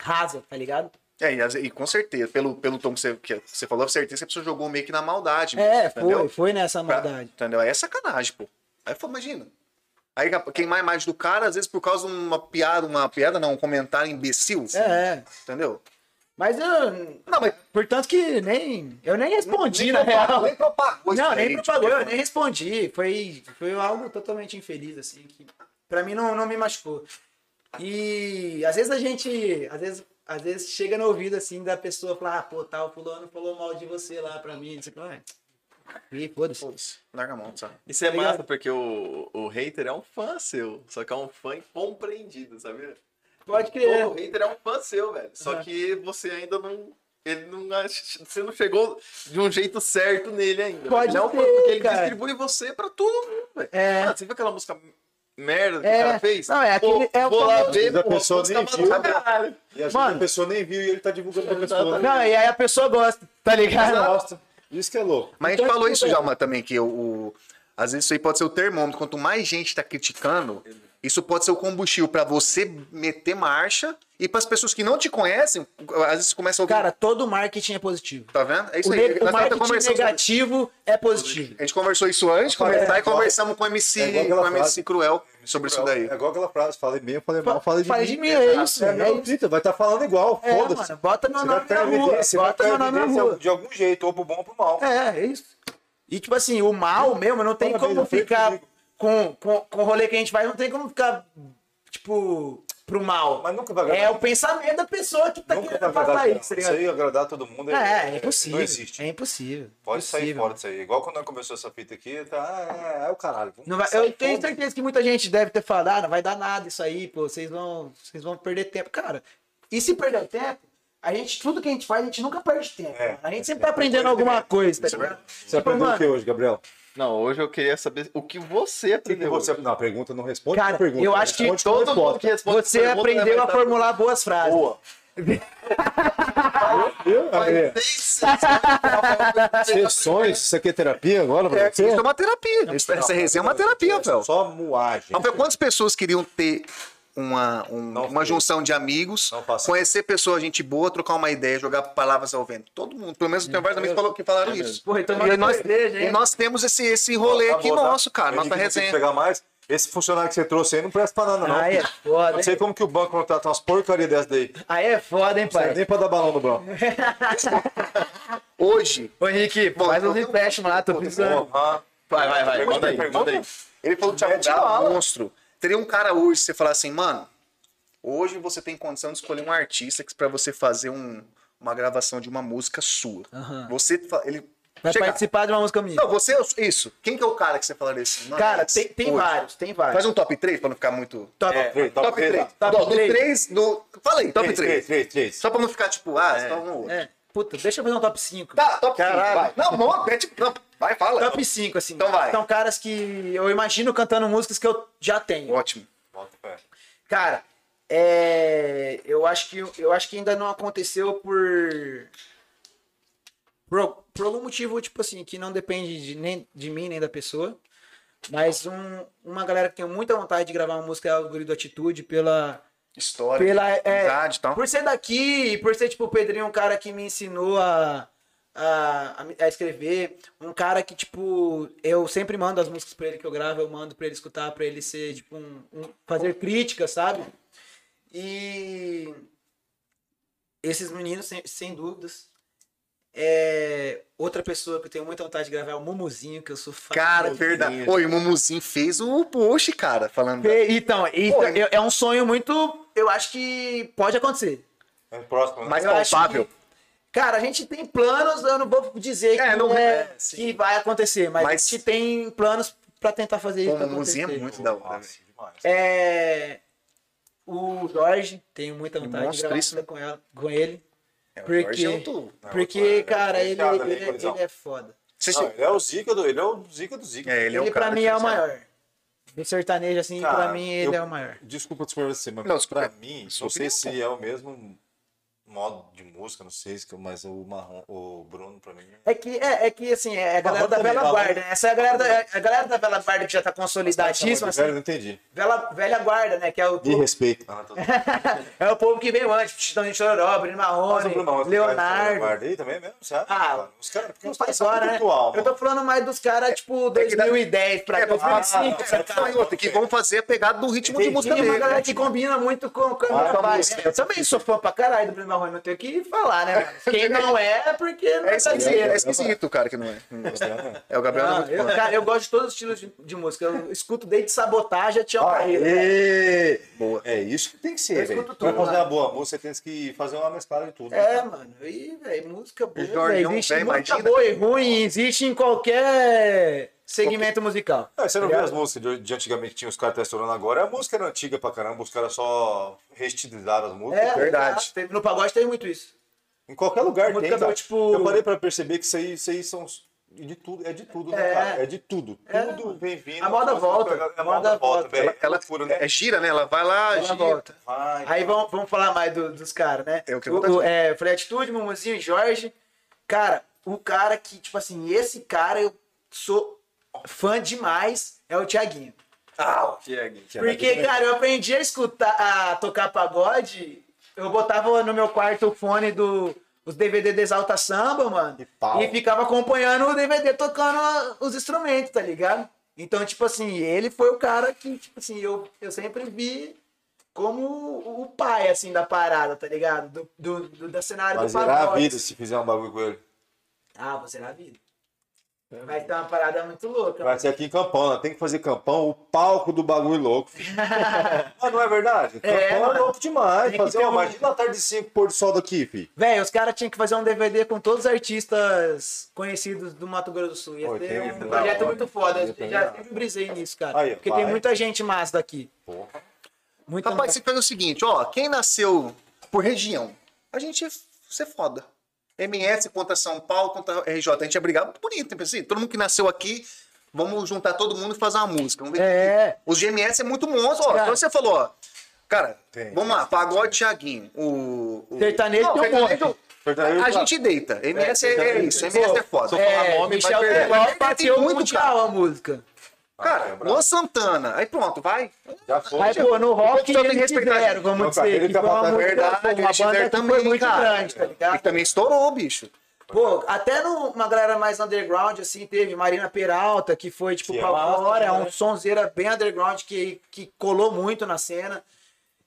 S4: rasa, tá ligado?
S3: É, e, às- e com certeza, pelo, pelo tom que você, que você falou, com certeza que a pessoa jogou meio que na maldade.
S4: É,
S3: entendeu?
S4: foi, foi nessa
S3: Pra-
S4: maldade.
S3: entendeu? Aí é sacanagem, pô. Aí foi, imagina. Aí cap- queimar a imagem do cara, às vezes por causa de uma piada, uma piada não, um comentário imbecil. assim,
S4: É, é.
S3: Entendeu?
S4: Mas eu,
S3: Não, mas é
S4: Portanto que nem. Eu nem respondi,
S3: nem
S4: na
S3: propagou,
S4: real.
S3: nem propagou isso
S4: Não,
S3: daí,
S4: nem né?
S3: tipo,
S4: propagou, eu
S3: tipo,
S4: nem respondi. Foi, foi algo totalmente infeliz, assim, que pra mim não, não me machucou. E às vezes a gente. Às vezes, às vezes chega no ouvido assim da pessoa falar, ah, pô, tal, fulano falou mal de você lá pra mim. Você fala, "Ah, e foda-se.
S3: foda-se, larga a mão, sabe?
S5: Isso é
S4: Obrigado.
S5: massa, porque o, o hater é um fã seu. Só que é um fã incompreendido, sabia?
S4: Pode
S5: Pô,
S4: crer.
S5: o hater é um fã seu, velho. Só
S4: Uhum.
S5: que você ainda não. Ele não ach- Você não chegou de um jeito certo nele ainda.
S4: Pode
S5: ele é um fã,
S4: ser,
S5: porque ele
S4: cara.
S5: distribui você pra todo mundo, velho.
S4: É.
S5: Mano, você viu aquela música merda que
S4: É.
S5: o cara fez?
S4: Não, é aquele-
S5: Pô,
S4: é o
S5: vou lá
S4: famoso-
S5: ver,
S1: Mas a
S5: porra,
S1: pessoa
S5: música
S1: nem viu.
S5: massa pra caralho.
S1: E às vezes
S4: Mano.
S1: a pessoa nem viu e ele tá divulgando pra pessoa.
S4: Não, é e aí a pessoa gosta, tá ligado?
S1: Gosta. Isso que é louco.
S3: Mas a gente
S4: Então,
S3: falou
S4: tudo
S3: isso
S4: bem.
S3: já uma, também, que o, o- às vezes isso aí pode ser o termômetro. Quanto mais gente tá criticando, isso pode ser o combustível pra você meter marcha e pras pessoas que não te conhecem, às vezes começa a ouvir.
S4: Cara, todo marketing é positivo.
S3: tá vendo? É isso
S4: O,
S3: aí.
S4: ne-
S3: Nós
S4: o
S3: tava
S4: marketing
S3: conversando sobre-
S4: negativo é positivo.
S3: A gente conversou isso antes de começar e conversamos com o MC,
S1: é igual aquela
S3: com o MC
S1: frase.
S3: Cruel sobre isso daí.
S1: É igual aquela frase, falei bem, eu falei mal, falei de
S4: Falei
S1: mim.
S4: de mim, é isso,
S1: É,
S4: é
S1: a mesma
S4: isso.
S1: fita, vai estar falando igual,
S4: É,
S1: foda-se.
S4: mano, bota meu
S1: Você
S4: nome
S1: vai ter
S4: na rua.
S1: evidência, vai
S4: Bota
S1: ter
S4: meu nome na
S1: evidência
S4: rua.
S6: De algum jeito, ou pro bom ou pro mal.
S4: É, é isso. E tipo assim, o mal mesmo não tem
S1: Parabéns,
S4: como
S1: eu sempre
S4: ficar
S1: digo.
S4: com, com, com o rolê que a gente faz, não tem como ficar, tipo, pro mal.
S1: Mas nunca vai
S4: É
S1: agradar.
S4: o pensamento da pessoa que tá
S1: Nunca vai
S4: querendo
S1: agradar.
S4: passar isso, tá
S6: Isso
S4: ligado?
S6: aí agradar todo mundo
S4: É, é impossível.
S6: Não existe.
S4: É impossível.
S6: Pode sair
S4: Impossível.
S6: fora disso aí. Igual quando nós começou essa fita aqui, tá. ah, É, é o caralho. vamos
S4: Não vai-
S6: sair
S4: eu tenho
S6: fora.
S4: certeza que muita gente deve ter falado, ah, não vai dar nada isso aí, pô, vocês vão, vocês vão perder tempo. Cara, e se perder tempo, A gente, tudo que a gente faz, a gente nunca perde tempo.
S6: É.
S4: mano. A gente sempre tá aprendendo alguma coisa, tá ligado?
S1: Você aprendeu o que hoje, Gabriel?
S5: Não, hoje eu queria saber o que você
S1: O que que
S5: aprendeu.
S1: você... Não, a pergunta não responde.
S4: Cara,
S1: a pergunta, né?
S4: eu acho que
S1: responde com
S5: todo
S1: resposta.
S5: mundo que responde essa
S4: Você
S5: pergunta, né,
S4: aprendeu
S5: vai
S4: a
S5: tá-
S4: formular boas frases.
S5: Boa.
S1: Viu? Aí, Sessões, isso aqui é terapia agora? pra você?
S3: Isso é uma terapia. Isso- Essa resenha é uma terapia, velho. É um
S1: Só moagem.
S3: Rafael, quantas pessoas queriam ter uma, um- uma junção de amigos,
S6: Não faço.
S3: conhecer pessoas, gente boa, trocar uma ideia, jogar palavras ao vento? Todo mundo, pelo menos tem vários amigos que falou- que falaram isso.
S4: Porra, então
S3: E nós,
S4: igreja,
S3: e
S4: hein?
S3: nós temos esse, esse rolê aqui
S6: Tá bom, tá?
S3: nosso, cara,
S6: Eu
S3: nossa
S6: digo que não tem que
S3: resenha.
S6: pegar mais. Esse funcionário que você trouxe aí não presta pra nada, não.
S4: Aí é foda,
S6: Não sei
S4: hein?
S6: como que o banco não trata umas porcaria dessa daí.
S4: Aí é foda, hein,
S1: Não é
S4: pai?
S1: Nem pra dar balão no bronco.
S3: Hoje,
S4: Ô, Henrique, faz
S3: eu
S4: uns
S3: tô-
S4: empréstimos lá,
S1: tá
S4: tô precisando.
S5: Vai, vai, vai. Manda aí,
S6: Pergunta
S5: manda aí.
S3: ele falou que Thiago Bravo, monstro. Teria um cara hoje, você falar assim, mano, hoje você tem condição de escolher um artista que pra você fazer um- uma gravação de uma música sua.
S4: Aham.
S3: Você, fa- ele...
S4: Vai
S3: Chega-
S4: participar de uma música minha.
S3: Não, você, isso. Quem que é o cara que você falaria assim? mano,
S4: Cara,
S3: esse-
S4: tem, tem
S3: hoje?
S4: vários, tem vários.
S3: Faz um top 3 pra não ficar muito.
S4: Top
S6: É,
S4: três.
S6: top
S3: Top 3.
S6: três.
S4: Top
S3: Top
S4: três.
S3: 3 no. Fala aí, top 3.
S6: 3, 3.
S3: Só pra não ficar tipo, ah, só um ou outro.
S4: É. Puta, deixa eu fazer um top 5.
S5: Ah,
S3: Tá, top 3.
S4: Caralho.
S3: Vai. Não, não, pede. Não, vai, fala.
S4: Top 5, assim.
S3: Então vai.
S4: São caras que eu imagino cantando músicas que eu já tenho.
S3: Ótimo.
S4: Cara, é, eu acho que eu acho que ainda não aconteceu por por, por algum motivo tipo assim que não depende de, nem de mim nem da pessoa, mas um- uma galera que tem muita vontade de gravar uma música é o Guri do Atitude pela
S3: História.
S4: pela é,
S3: Amizade e tal.
S4: por ser daqui e por ser tipo o Pedrinho um cara que me ensinou a a, a me- a escrever, um cara que, tipo, eu sempre mando as músicas pra ele que eu gravo, eu mando pra ele escutar, pra ele ser, tipo, um, um- fazer crítica, sabe? E esses meninos, sem, sem dúvidas. É, outra pessoa que eu tenho muita vontade de gravar é o Mumuzinho, que eu sou fã.
S3: Cara, verdade. Oi, o Mumuzinho fez o post, cara, falando. da-
S4: E- Então, e-
S3: Pô,
S4: eu- é um sonho muito. Eu acho que pode acontecer.
S6: É o próximo, né?
S3: Mais
S4: Eu acho
S3: palpável.
S4: que- Cara, a gente tem planos, eu não vou dizer
S3: É,
S4: que,
S3: não-
S4: não é,
S3: é, sim.
S4: que vai acontecer, mas,
S3: Mas-
S4: a gente tem planos pra tentar fazer
S3: Pô,
S4: isso.
S3: o
S4: pra
S3: Mumuzinho é
S4: acontecer.
S3: muito da
S6: Ah,
S3: hora. velho.
S4: É, O Jorge, tenho muita vontade de gravar
S3: Monstríssimo.
S4: música com, ela, com ele.
S3: É, o Jorge
S4: porque,
S3: é outro-
S4: porque cara,
S6: é
S4: ele,
S6: fechado
S3: né,
S6: ali,
S4: ele,
S6: colisão.
S4: ele é foda.
S3: Vocês-
S6: Não, ele é o Zica do, ele é o Zica do Zica.
S3: É, ele é
S4: Ele,
S3: o cara.
S4: pra mim é o
S3: diferenciado.
S4: maior. Do sertanejo, assim,
S6: Cara,
S4: pra mim ele
S6: eu-
S4: é o maior.
S6: Desculpa te você, mas
S3: Não,
S6: pra
S3: desculpa.
S6: mim,
S3: Sua
S6: não sei
S3: opinião,
S6: se é o mesmo modo de música, não sei se, mas o Marrom, o Bruno pra mim.
S4: É que, é, é que assim, é a galera
S1: Marrom
S4: da
S1: também,
S4: Vela
S1: Marrom.
S4: Guarda. né? Essa é a galera da, a galera da Vela Guarda que já tá consolidadíssima,
S1: Velho,
S4: assim.
S1: não entendi.
S4: Vela, velha Guarda, né? Que é o
S1: De respeito.
S6: Ah, tô...
S4: é o povo que veio antes, Titão de Chororó, Bruno
S6: Mas o
S4: Marrone,
S6: Bruno Marrom,
S4: Leonardo.
S6: Guarda aí também é mesmo, sabe?
S4: Ah,
S6: os caras, porque
S4: Não
S6: os caras
S4: faz
S6: são
S4: hora,
S6: muito
S4: né?
S6: atual, mano.
S4: Eu tô falando mais dos caras, tipo,
S3: que dá-
S4: 2010 pra
S3: É, pra falar assim,
S4: 2005, sabe?
S3: que vão fazer a pegada do ritmo é de
S4: Tem
S3: música
S4: uma
S3: dele.
S4: galera que combina muito com o Câmara Baixo. né? Eu também sou fã pra caralho do Bruno Marrone, não tenho o que falar, né? mano? Quem não é, é porque não
S3: É
S4: é
S3: esquisito,
S4: brasileiro.
S3: é esquisito, cara, que não é. É, o Gabriel não é
S4: Não,
S3: muito
S4: eu,
S3: fã.
S4: cara, eu gosto de todos os estilos de, de música. Eu escuto desde sabotagem até
S1: Ah,
S4: uma carreira.
S1: é? Aê!
S3: Boa.
S1: É isso que tem que
S4: né? Eu
S1: ser,
S4: escuto
S1: velho.
S4: tudo,
S1: Pra fazer
S4: né?
S1: uma boa música, você tem que fazer uma mesclada de tudo.
S4: É, mano. E, velho, música boa.
S3: Jorge é
S4: velho,
S3: um
S4: existe
S3: velho,
S4: música
S3: imagina.
S4: boa e ruim, existe em qualquer segmento musical. Tá
S6: Ah, você não vê as músicas de, de antigamente que tinha os caras estourando agora? A música era antiga pra caramba, os caras só restilizaram as músicas.
S4: É,
S3: Verdade.
S4: exato. Teve- No pagode tem muito isso.
S6: Em qualquer lugar
S4: Música
S6: tem,
S4: do
S6: cara.
S4: tipo-
S6: Eu parei pra perceber que isso aí, isso aí são de tudo, é de tudo, né,
S4: É.
S6: cara? É de tudo. Tudo vem vindo.
S4: A moda
S6: tudo-
S4: volta.
S6: A moda
S4: A
S6: volta,
S4: moda volta.
S6: velho. É
S3: Ela
S6: loucura, né?
S3: é, gira, né? Ela vai lá,
S4: Ela
S3: gira.
S4: volta.
S6: Vai,
S4: Aí vamos, vamos falar mais do- dos caras, né?
S3: Eu quero
S4: o,
S3: vontade.
S4: o, é, eu falei Atitude, Mumuzinho, Jorge. Cara, o cara que, tipo assim, esse cara eu sou fã demais é o Thiaguinho.
S1: é
S4: Porque, cara, eu aprendi a escutar, a tocar pagode. Eu botava no meu quarto o fone do os DVD de Exalta Samba, mano.
S1: pau.
S4: E ficava acompanhando o DVD tocando os instrumentos, tá ligado? Então, tipo assim, ele foi o cara que, tipo assim, eu, eu sempre vi como o- o pai, assim, da parada, tá ligado? Do, do, do- da cenário
S1: Vai
S4: do
S1: zerar a
S4: pagode.
S1: vida se fizer um bagulho com ele.
S4: Ah, vou zerar a vida. Vai ter uma parada muito louca.
S1: Vai ser aqui em Campão, né? Tem que fazer Campão, o palco do bagulho louco. filho.
S6: Ah,
S1: Mas não é verdade? Campão
S4: É,
S1: é,
S4: mano.
S1: louco demais.
S4: Tem que
S1: Fazer,
S4: ter
S1: ó,
S4: um-
S1: Imagina a tarde de 5 pôr do sol daqui, fi.
S4: Véi, os caras tinham que fazer um DVD com todos os artistas conhecidos do Mato Grosso do Sul. Ia
S1: Pô,
S4: ser
S1: tem
S4: um
S1: muito
S4: projeto
S1: da hora.
S4: muito foda.
S1: Ia ter
S4: Eu já
S1: da
S4: sempre brisei nisso, cara.
S1: Aí, ó,
S4: porque
S1: vai.
S4: tem muita gente massa daqui. Muita
S3: Rapaz, você faz o seguinte, ó, quem nasceu por região, a gente ser foda. MS contra São Paulo, contra RJ. A gente ia brigar muito bonito, pensei, todo mundo que nasceu aqui, vamos juntar todo mundo e fazer uma música. Vamos ver
S4: É.
S3: Os GMS é muito monstro, ó.
S4: Cara.
S3: Então você falou, ó. Cara,
S6: Tem,
S3: vamos lá, pagode Thiaguinho. O. o...
S4: Sertanejo tem um
S3: sertanejo-
S4: monte.
S3: A a gente deita. MS é, é isso, MS é foda.
S4: É,
S5: nome,
S4: Michel
S5: vai
S3: perder.
S4: Teló
S3: Tem
S4: bateu
S3: muito,
S4: muito mundial a música.
S3: Cara, Luan Santana. Aí pronto, vai.
S1: Já foi.
S4: Mas, pô, no rock
S3: só tem
S4: eles
S3: que respeitar
S4: fizeram, vamos
S1: Não, cara,
S4: dizer,
S1: ele
S4: que
S1: tá
S4: foi uma
S1: falando a é
S4: música,
S3: verdade,
S4: pô, uma
S3: o Exter
S4: banda que
S3: também,
S4: foi muito
S3: cara.
S4: grande, tá
S3: E
S4: ligado?
S3: também estourou, bicho.
S4: Pô, até numa galera mais underground, assim, teve Marina Peralta, que foi, tipo,
S6: Que é
S4: pra
S6: massa,
S4: fora,
S6: né?
S4: um sonzeira bem underground que, que colou muito na cena.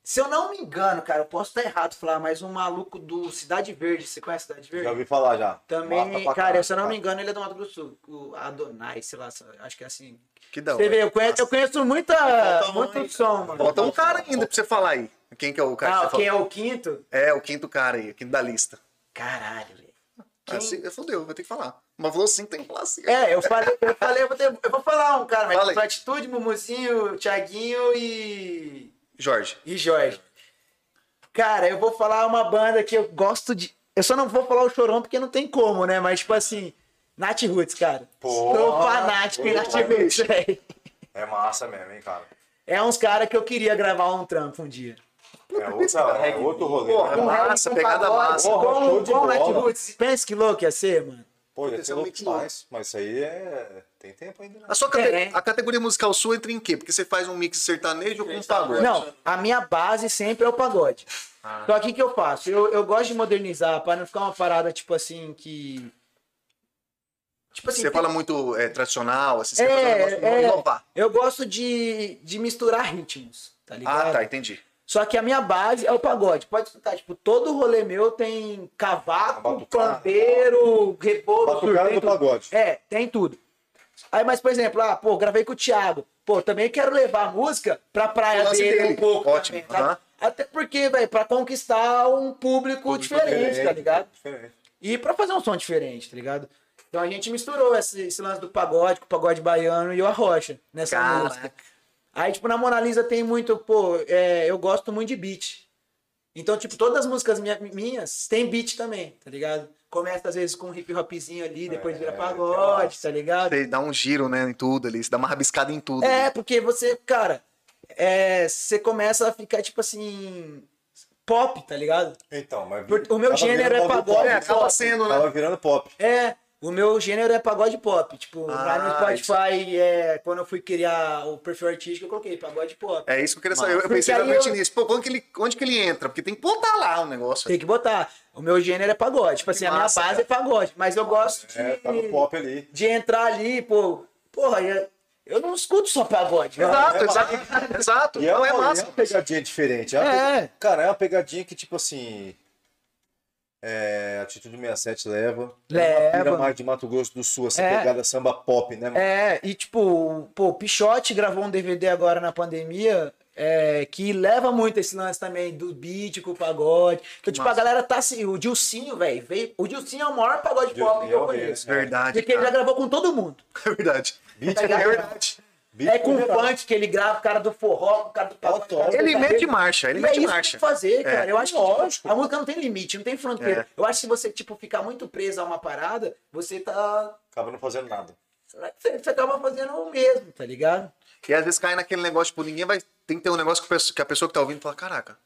S4: Se eu não me engano, cara, eu posso estar errado falar, mas um maluco do Cidade Verde, você conhece Cidade Verde?
S1: Já ouvi falar já. Mata
S4: Também,
S1: pra
S4: cara,
S1: caralho,
S4: se eu não
S1: cara.
S4: me engano, ele é do Mato Grosso do Sul. O Adonai, sei lá, acho que é assim.
S3: Que da
S4: Você
S3: hora.
S4: vê, é eu conheço, eu conheço muita, muito som, mano.
S3: Falta um cara ainda pra você falar aí. Quem que é o cara que
S4: Ah,
S3: você
S4: quem
S3: falou?
S4: é o quinto?
S3: É, o quinto cara aí, o quinto da lista.
S4: Caralho, velho.
S3: Ah, se- fodeu, vai ter que falar. Mas falou sim, tem que falar assim. sim.
S4: É, eu falei, eu falei, eu vou, ter- eu vou falar um cara, mas
S3: Fala aí.
S4: Platitude, atitude, Mumuzinho, Thiaguinho e.
S3: Jorge.
S4: e Jorge. Cara, eu vou falar uma banda que eu gosto de. Eu só não vou falar o chorão porque não tem como, né? Mas, tipo assim, Nath Roots, cara. Sou fanático em Nath Roots, velho.
S6: É massa mesmo, hein, cara.
S4: É uns caras que eu queria gravar um trampo um dia.
S6: É outra, é outro rolê.
S3: Porra,
S4: um
S3: um
S6: né?
S3: massa, pegada
S4: pagode,
S3: massa.
S1: Porra, show
S4: Com,
S1: de
S4: com
S1: bola.
S4: Nath Roots. Pensa que louco ia ser, mano.
S6: Pô, ia ser louco
S3: Potencialmente louco.
S6: demais. Mas isso aí é. Tem tempo ainda, né?
S3: A sua cate-
S4: É.
S3: a categoria musical sua entra em quê? Porque você faz um mix sertanejo com pagode.
S4: Não, a minha base sempre é o pagode. Só que o que eu faço? Eu, eu gosto de modernizar pra não ficar uma parada tipo assim que. Tipo assim,
S3: Você fala muito é, tradicional, assim, você
S4: É,
S3: faz um negócio
S4: é.
S3: inovar.
S4: eu gosto de, de misturar ritmos, tá ligado?
S3: Ah, tá, entendi.
S4: Só que a minha base é o pagode. Pode escutar, tipo, todo rolê meu tem cavaco,
S6: Batucada.
S4: pandeiro, rebolo,
S1: Batucada
S4: surdo, tem
S1: do pagode.
S4: É, tem tudo. Aí, mas, por exemplo, ah, pô, gravei com o Thiago. Pô, também quero levar a música pra praia
S3: O lance
S4: dele,
S3: dele.
S4: um pouco.
S3: Ótimo,
S4: também, sabe?
S3: aham.
S4: Até porque, velho, pra conquistar um público, diferente, tá ligado?
S6: Diferente.
S4: E pra fazer um som diferente, tá ligado? Então a gente misturou esse, esse lance do pagode com o pagode baiano e o Arrocha nessa
S3: Caraca.
S4: música. Aí, tipo, na Mona Lisa tem muito, pô, é, eu gosto muito de beat. Então, tipo, todas as músicas minha- minhas tem beat também, tá ligado? Começa às vezes com um hip hopzinho ali, depois vira pagode, tá ligado?
S3: Você dá um giro, né, em tudo ali, você dá uma rabiscada em tudo.
S4: É, porque você, cara, é, você começa a ficar, tipo assim, pop, tá ligado?
S6: Então, mas.
S4: Por- o meu
S1: Tava
S4: gênero
S1: virando
S4: é
S1: bagulho
S4: pagode.
S1: pop.
S4: pop.
S3: acaba sendo, né?
S1: Tava virando pop.
S4: É, o meu gênero é pagode pop. Tipo,
S3: Ah,
S4: lá no Spotify, é, quando eu fui criar o perfil artístico, eu coloquei pagode pop.
S3: É isso que eu queria saber. Eu
S4: Porque
S3: pensei
S4: aí
S3: realmente
S4: eu-
S3: nisso. Pô, quando que ele, onde que ele entra? Porque tem que botar lá o negócio.
S4: Tem que botar. O meu gênero é pagode. Tipo assim, a minha
S3: massa,
S4: base é pagode. Mas eu gosto de,
S1: É, tava pop ali.
S4: de entrar ali, pô. Porra, eu, eu não escuto só pagode. né?
S3: Exato, exato, exato.
S1: E
S3: Não é
S1: uma,
S3: massa.
S1: é uma pegadinha diferente. É. uma
S4: Então, É.
S1: pega- Cara, é uma pegadinha que, tipo assim. É, a atitude 67 leva.
S4: Leva.
S1: Pira mais de Mato Grosso do Sul, essa
S4: É.
S1: pegada samba pop, né, mano?
S4: É, e tipo, pô, o Pichote gravou um DVD agora na pandemia. é, que leva muito esse lance também do beat com o pagode. Então, tipo, a galera tá assim. O Dilcinho, velho, veio. O Dilcinho é o maior pagode pop que eu
S6: é o rei,
S4: conheço.
S6: né?
S3: Verdade,
S4: Porque ele já
S3: cara.
S4: gravou com todo mundo.
S3: É verdade.
S1: Beat
S3: É
S1: é
S3: verdade.
S1: Beat
S4: é com o
S1: legal.
S4: funk que ele grava, o cara do forró, o cara do pagode. o cara do
S3: Ele
S4: cabelo.
S3: mete marcha, ele
S4: E
S3: mete
S4: é isso
S3: marcha.
S4: Que tem que fazer, cara. Eu acho que tipo,
S1: lógico.
S4: a música não tem limite, não tem fronteira.
S3: É.
S4: Eu acho que se você, tipo, ficar muito preso a uma parada, você tá.
S6: Acaba não fazendo nada.
S4: Você você acaba fazendo o mesmo, tá ligado?
S3: E às vezes cai naquele negócio, tipo, ninguém vai. Tem que ter um negócio que, a pessoa- que a pessoa que tá ouvindo fala, caraca,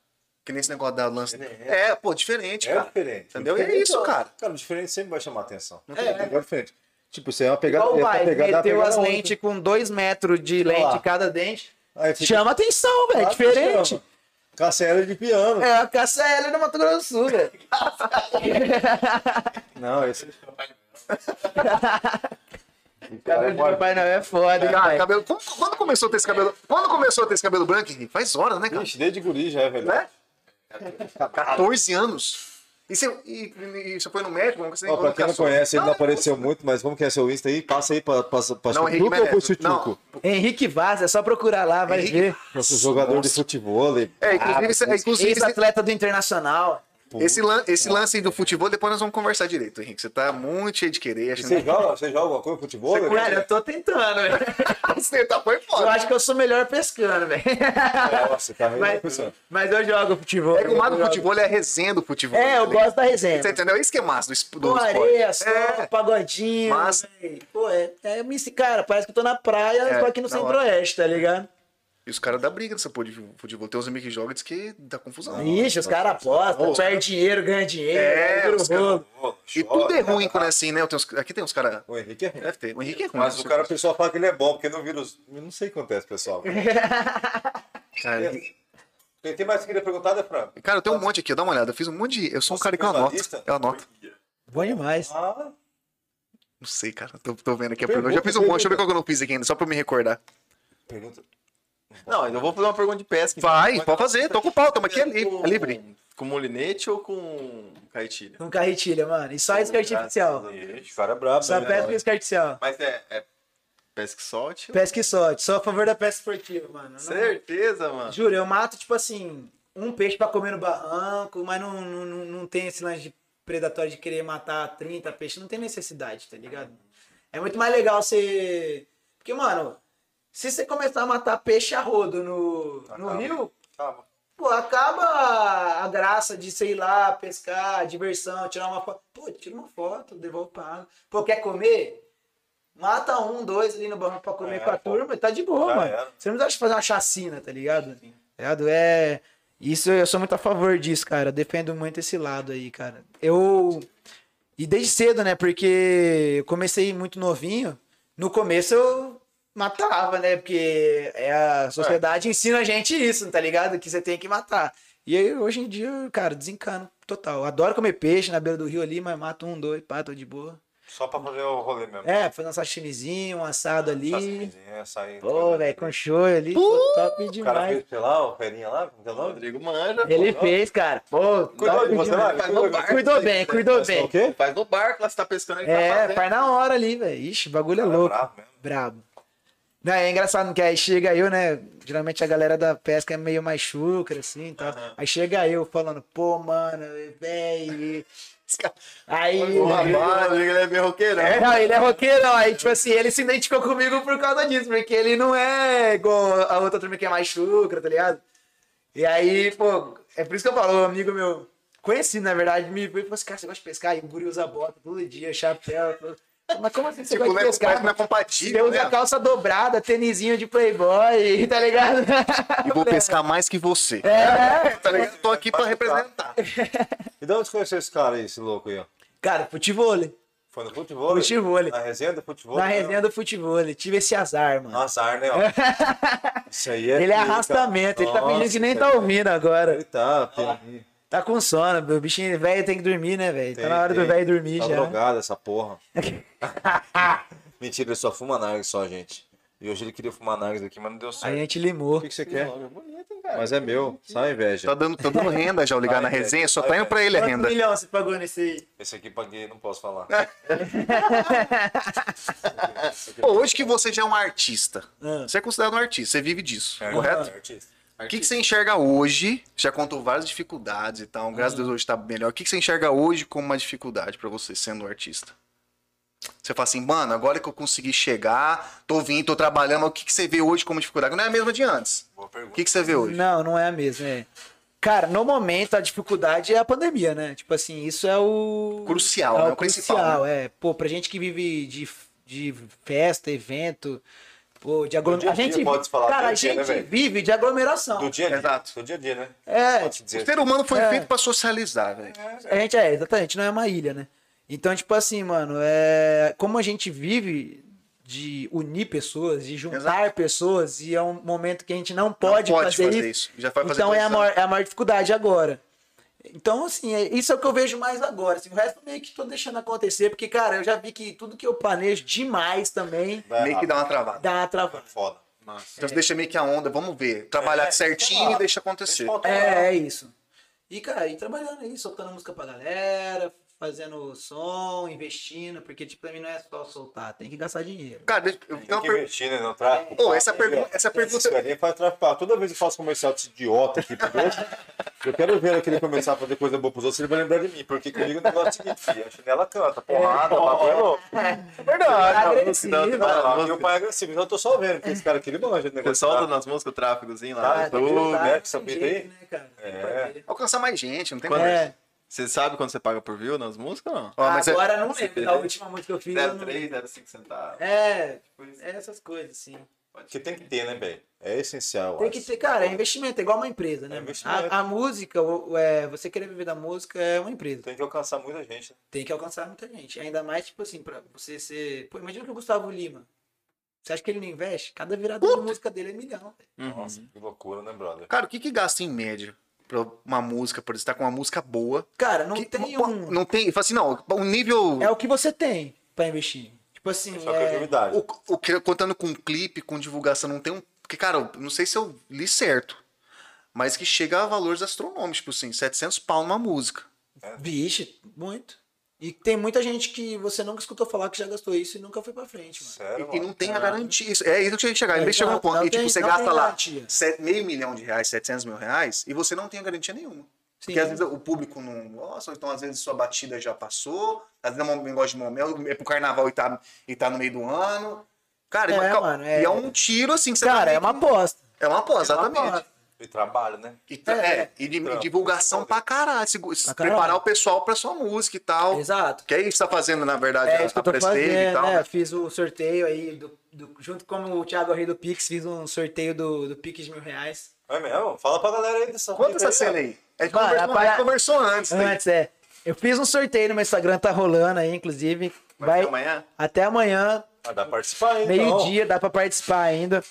S3: que nem esse negócio da lance. É, pô, diferente,
S6: É
S3: cara.
S6: diferente.
S3: Entendeu? E é isso, cara.
S1: Cara, o diferente sempre vai chamar atenção. Não
S4: tem
S1: é,
S4: jeito.
S1: negócio diferente. Tipo, isso aí é uma pegada.
S4: Igual o
S1: essa
S4: pai,
S1: pegada é uma
S4: meteu
S1: pegada
S4: as
S1: única.
S4: lentes com dois metros de lente
S1: lá. É,
S4: cada dente.
S1: Aí fica-
S4: Chama atenção, velho.
S1: Ah,
S4: É diferente.
S1: chama. Cancela de piano.
S4: É a KCL no Mato Grosso do Sul, velho.
S1: Não, esse.
S4: Cabelo de Papai Noel é foda, hein,
S3: Cara,
S4: pai.
S3: cabelo. como- quando começou a ter esse cabelo? Quando começou a ter esse cabelo branco, Henrique? Faz horas, né, cara?
S1: Ixi, desde guri já, é velho.
S3: Né? 14 anos. E você, e, e você foi no médico? Como que você
S1: Ó, pra quem não
S3: caçou?
S1: conhece, ele não
S3: Não,
S1: apareceu muito, mas vamos conhecer o Insta aí. Passa aí pra, pra, pra
S3: Não,
S1: Chuchuco
S3: Henrique
S1: ou pro
S3: merece.
S1: Chuchuco?
S4: Henrique Vaz, é só procurar lá, vai
S3: Henrique
S4: ver.
S1: Nosso jogador de futebol. ele-
S3: É, inclusive,
S1: Ah,
S3: você- inclusive, você-
S4: Ex-atleta do Internacional.
S3: Esse, lan- esse lance aí do futebol, depois nós vamos conversar direito, Henrique. Você tá muito cheio de querer, achando
S1: Você joga, você joga alguma coisa? Futebol? né?
S4: Cara, eu tô tentando, velho.
S3: que você tá foi
S4: Eu
S3: fora.
S4: acho que eu sou melhor pescando, velho.
S1: Nossa, tá meio
S4: Mas-
S1: pensando.
S4: Mas eu jogo futebol.
S3: É que assim. o mar do futebol é a resenha do futebol.
S4: É,
S3: tá
S4: eu
S3: ligado?
S4: gosto da resenha.
S3: Você entendeu? Isso que é massa do, es- do
S4: Pô, areia, sol,
S3: É.
S4: pagodinho.
S3: Massa.
S4: velho. Pô, é, é, me- cara, parece que eu tô na praia,
S3: É,
S4: tô aqui no
S3: da hora.
S4: centro-oeste, tá ligado?
S3: E os caras dá briga nessa porra de futebol. Tem uns amigos que jogam e diz que dá confusão.
S4: Ixi, os caras apostam, perde dinheiro, ganha dinheiro,
S3: É,
S4: é,
S3: os cara-
S4: rolo.
S3: E tudo é ruim quando é assim, né? Eu tenho uns- aqui tem uns caras.
S1: O Henrique é ruim.
S3: Deve ter. O Henrique é ruim.
S6: Mas
S3: né?
S6: o cara,
S1: O pessoal fala que ele é bom, porque não vira os... Eu não sei o que acontece, pessoal.
S3: Cara,
S1: Tem tem mais que queria perguntar, né, Fran?
S3: cara, eu tenho um monte aqui, dá uma olhada. Eu fiz um monte de. Eu sou um
S1: Você
S3: cara que eu
S1: fez uma
S3: anoto.
S1: lista?
S3: Eu anoto.
S4: Bom demais.
S1: Ah,
S3: Não sei, cara. Tô, tô vendo aqui a
S1: Pergunta,
S3: pergunta. Eu já fiz um monte. Deixa
S1: pergunta.
S3: eu ver qual que eu não fiz aqui ainda, só pra eu me recordar.
S1: pergunta.
S5: Não, eu vou fazer uma pergunta de pesca. então.
S3: Vai,
S5: Mas
S3: pode fazer. Tô com pau, tamo aqui é
S5: com-
S3: li- é livre.
S5: Com molinete ou com caetilha?
S4: Com carretilha, mano. E só isca artificial.
S6: Ixi, o cara é brabo,
S4: Só
S6: né?
S4: pesca com isca artificial.
S5: Mas é, é pesca e solte?
S4: Pesca e sorte. Só a favor da pesca esportiva, mano. Eu não-
S3: é
S5: Certeza, mano.
S4: Juro, eu mato, tipo assim, um peixe pra comer no barranco, mas não, não, não, não tem esse lance de predatório de querer matar 30 peixes. Não tem necessidade, tá ligado? É muito mais legal você. Porque, mano, se você começar a matar peixe a rodo no, no rio, pô, acaba a graça de, sei lá, pescar, diversão, tirar uma foto. Pô, tira uma foto, devolve pra água. Pô, quer comer? Mata um, dois ali no barranco pra comer
S6: É,
S4: com a
S6: pô.
S4: turma, tá de boa,
S6: Já
S4: mano.
S6: era.
S4: Você não precisa fazer uma chacina, tá ligado? Tá ligado? É. Isso eu sou muito a favor disso, cara. Eu defendo muito esse lado aí, cara. Eu. E desde cedo, né? Porque eu comecei muito novinho. No começo eu matava, né? Porque é a sociedade ensina a gente isso, tá ligado? Que você tem que matar. E aí, hoje em dia, cara, desencano total. Eu adoro comer peixe na beira do rio ali, mas mato um, dois, pá, tô de boa.
S6: Só pra fazer o rolê mesmo.
S4: É, fazer um sashimizinho, um assado
S6: Ah,
S4: ali.
S6: Sashimizinho, é, sair-
S4: Pô, velho, com shoyu ali, pô, top
S1: assim. O cara
S4: demais.
S1: fez, sei lá, o ferinha lá, como que é o nome?
S5: Rodrigo manja. pô.
S4: Ele fez, cara. Pô,
S1: Cuidou de
S4: top
S1: você lá?
S4: demais.
S1: Cuidou de você?
S4: Cuidou bem, cuidou
S1: O
S4: bem.
S1: quê?
S5: Faz no barco, lá você tá pescando, ele tá
S4: É,
S5: fazendo.
S4: faz na hora ali, velho. Ixi, o bagulho é
S6: Cara, é
S4: louco.
S6: brabo mesmo.
S4: Brabo. Não, é engraçado que aí chega eu, né? Geralmente a galera da pesca é meio mais chucra, assim e tal. Aí chega eu falando, pô, mano, velho. Aí. né?
S5: O Rodrigo, ele é meio roqueirão.
S4: É, não, ele é roqueirão. Aí, tipo assim, ele se identificou comigo por causa disso, porque ele não é igual a outra turma que é mais chucra, tá ligado? E aí, pô, é por isso que eu falo, um amigo meu, conhecido, na verdade, me veio e falou assim, cara, você gosta de pescar? E o guri usa bota todo dia, chapéu. tudo. Mas como assim você
S3: Tipo,
S4: gosta
S3: não
S4: de
S3: é,
S4: pescar?
S3: não é
S4: mano? Você
S3: compatível.
S4: usa
S3: Né?
S4: calça dobrada, tênisinho de playboy, tá ligado?
S3: E vou pescar mais que você.
S4: né? É.
S3: Tá ligado? Tô aqui pra representar.
S1: E de onde você conheceu esse cara aí, esse louco aí? ó?
S4: Cara, futebol.
S1: Foi no futebol?
S4: Futevôlei.
S1: Na resenha do futebol?
S4: Na resenha do futebol, tive esse azar, mano.
S1: Nossa, ar, né? Ó. Isso aí é.
S4: Ele é
S1: pica.
S4: arrastamento, ele tá
S1: Nossa, é
S4: fingindo que nem tá ouvindo agora.
S1: Ele tá, tem-
S4: Tá com sono, o bichinho velho tem que dormir, né, velho? Tá
S1: tem-
S4: na hora do
S1: tem-
S4: velho dormir
S1: tá
S4: já.
S1: drogado essa porra. Mentira, ele só fuma narguilé só, gente. E hoje ele queria fumar narguilé aqui, mas não deu
S4: A
S6: certo.
S4: gente
S1: O
S4: limou.
S1: que, que você quer? Mas é meu, só a
S3: Tá
S1: inveja.
S3: dando, tá dando renda já o ligar
S1: Vai,
S3: na
S1: velho.
S3: resenha, só
S1: Vai,
S3: tá indo pra ele a
S4: Quanto
S3: renda.
S4: milhão você pagou nesse aí?
S6: Esse aqui paguei, não posso falar.
S3: Pô, hoje que você já é um artista,
S4: Ah.
S3: você é considerado um artista, você vive disso,
S6: É,
S3: correto?
S6: artista.
S3: O que, que você enxerga hoje? Já contou várias dificuldades e tal, graças a
S4: Hum.
S3: Deus hoje tá melhor. O que, que você enxerga hoje como uma dificuldade pra você sendo um artista? Você fala assim, mano, agora que eu consegui chegar, tô vindo, tô trabalhando, mas o que, que você vê hoje como dificuldade? Não é a mesma de antes.
S6: Boa
S3: O
S6: pergunta.
S3: que, que você vê hoje?
S4: Não, não é a mesma, é. Cara, no momento a dificuldade é a pandemia, né? Tipo assim, isso é o.
S3: Crucial,
S4: é
S3: né?
S4: o
S3: O principal,
S4: crucial, é. Pô, pra gente que vive de, de festa, evento, pô, de
S6: dia a
S4: aglomeração.
S6: dia, pode falar,
S4: Cara, a
S6: do dia, né,
S4: gente
S6: velho?
S4: vive de aglomeração.
S6: Do dia a dia.
S3: Exato.
S6: Do dia a dia, né?
S4: É,
S6: Pode
S3: O
S6: dizer.
S3: ser humano foi
S4: É.
S3: feito pra socializar, velho.
S4: A gente é, exatamente, não é uma ilha, né? Então, tipo assim, mano, é... como a gente vive de unir pessoas, de juntar pessoas, e é um momento que a gente não pode,
S3: pode
S4: fazer,
S3: fazer isso,
S4: isso.
S3: já vai fazer
S4: então é
S3: dois
S4: a, maior, é a maior dificuldade agora. Então, assim, é- isso é o que eu vejo mais agora. assim, o resto eu meio que tô deixando acontecer, porque, cara, eu já vi que tudo que eu planejo demais também
S6: Vai
S3: Meio que
S6: rápido.
S3: dá uma travada.
S4: dá uma
S1: é
S4: travada.
S6: Foda.
S3: Então você deixa meio que a onda, vamos ver. Trabalhar
S6: É.
S3: certinho e deixa
S6: Deixa
S3: acontecer.
S6: eu contar.
S4: É, é isso. E, cara, e trabalhando aí, soltando música pra galera, fazendo som, investindo, porque tipo, pra mim não é só soltar, tem que gastar dinheiro.
S3: Cara, deixa eu
S6: Tem
S3: então,
S6: que
S3: per...
S6: investir, né? No tráfico.
S3: Ô, essa, pergu... essa pergunta.
S1: Esse carinha faz traficar. Toda vez que eu faço comercial desse idiota aqui pro outro, eu quero ver ele querer começar a fazer coisa boa pros outros, ele vai lembrar de mim. Porque comigo o negócio é o seguinte, filho, a chinela canta, porrada, bagulho é louco.
S4: Agressivo.
S1: Cara, lá, meu pai é agressivo, então eu tô só vendo, porque esse cara aqui ele manja de
S5: O
S1: negócio.
S5: pessoal das músicas, o tráfegozinho lá
S4: Ah,
S5: no
S4: tem que
S5: YouTube.
S4: ajudar,
S1: né,
S4: tem
S1: que só
S4: jeito,
S1: peita
S4: né, cara? Tem
S1: É.
S4: que fazer.
S3: Alcançar mais gente, não tem
S5: Quando-
S4: É.
S5: Você sabe quando você paga por view nas músicas ou não?
S3: Ó, mas é-
S4: Agora eu não
S5: Você
S4: lembro
S5: fez
S4: da
S5: aí?
S4: última música que eu fiz. eu não-
S5: 03, 05 centavos.
S4: É, é essas coisas, assim.
S1: Que tem que ter, né, velho? É essencial.
S4: Tem que ter, cara, é investimento, é igual uma empresa, né?
S1: É
S4: mano?
S1: investimento.
S4: a, a música, o- o- é, você querer viver da música é uma empresa.
S1: Tem que alcançar muita gente.
S6: né?
S4: Tem que alcançar muita gente. Ainda mais, tipo assim, pra você ser. Pô, imagina que o Gustavo Lima. Você acha que ele não investe? Cada virada de música dele é milhão. velho.
S1: Nossa, que loucura, né, brother?
S3: Cara, o que, que gasta em média pra uma música, por estar com uma música boa?
S4: Cara, não
S3: Que-
S4: tem
S3: pô,
S4: um.
S3: Não tem. Fala assim, não, um nível.
S4: É o que você tem pra investir. Tipo assim.
S1: Só
S4: é-
S1: criatividade.
S3: O, o que- contando com clipe, com divulgação, não tem um. Porque, cara, eu não sei se eu li certo, mas que chega a valores astronômicos, tipo assim, 700 pau numa música.
S4: Vixe, muito. E tem muita gente que você nunca escutou falar que já gastou isso e nunca foi pra frente, mano.
S6: Sério,
S3: E, e
S6: mano?
S3: não
S1: né?
S3: tem a garantia. Isso, é isso que eu ia chegar.
S4: É,
S3: Em vez de chegar
S4: não-
S3: um ponto
S4: não
S3: e, tipo,
S4: tem-
S3: você
S4: não
S3: gasta
S4: tem
S3: lá
S4: garantia.
S3: set- meio milhão de reais, 700 mil reais, e você não tem a garantia nenhuma. Porque às vezes o público não gosta, ou então às vezes sua batida já passou, às vezes é um negócio de momento, é pro carnaval e tá, e tá no meio do ano. Cara,
S4: É,
S3: e, uma- cal-
S4: mano, é-
S3: e é um tiro assim que você tá
S4: Cara,
S3: meio
S4: é uma aposta.
S3: que- É uma pós,
S4: é uma
S3: exatamente.
S4: aposta.
S6: E trabalho, né?
S3: E, tra-
S4: É,
S3: é, e, de- e divulgação pra caralho. se- se
S4: Pra caralho.
S3: preparar o pessoal pra sua música e tal.
S4: Exato.
S3: Que é isso que tá fazendo, na verdade,
S4: É
S3: a,
S4: isso que
S3: a
S4: eu tô
S3: press stage e
S4: fazendo,
S3: tal.
S4: né? Eu Fiz o sorteio aí, do, do- junto com o Thiago Rei do Pix, fiz um sorteio do, do Pix de mil reais.
S6: É mesmo? Fala pra galera aí dessa
S3: Conta essa
S6: aí, né?
S3: cena aí. É que
S4: Vai,
S3: conversou,
S4: rapaz,
S3: a gente conversou antes. né?
S4: Antes, é. Eu fiz um sorteio no meu Instagram, tá rolando aí, inclusive. Vai,
S5: Até amanhã?
S4: até amanhã,
S6: ó. Ah, dá pra participar aí, então.
S4: meio-dia, dá pra participar ainda.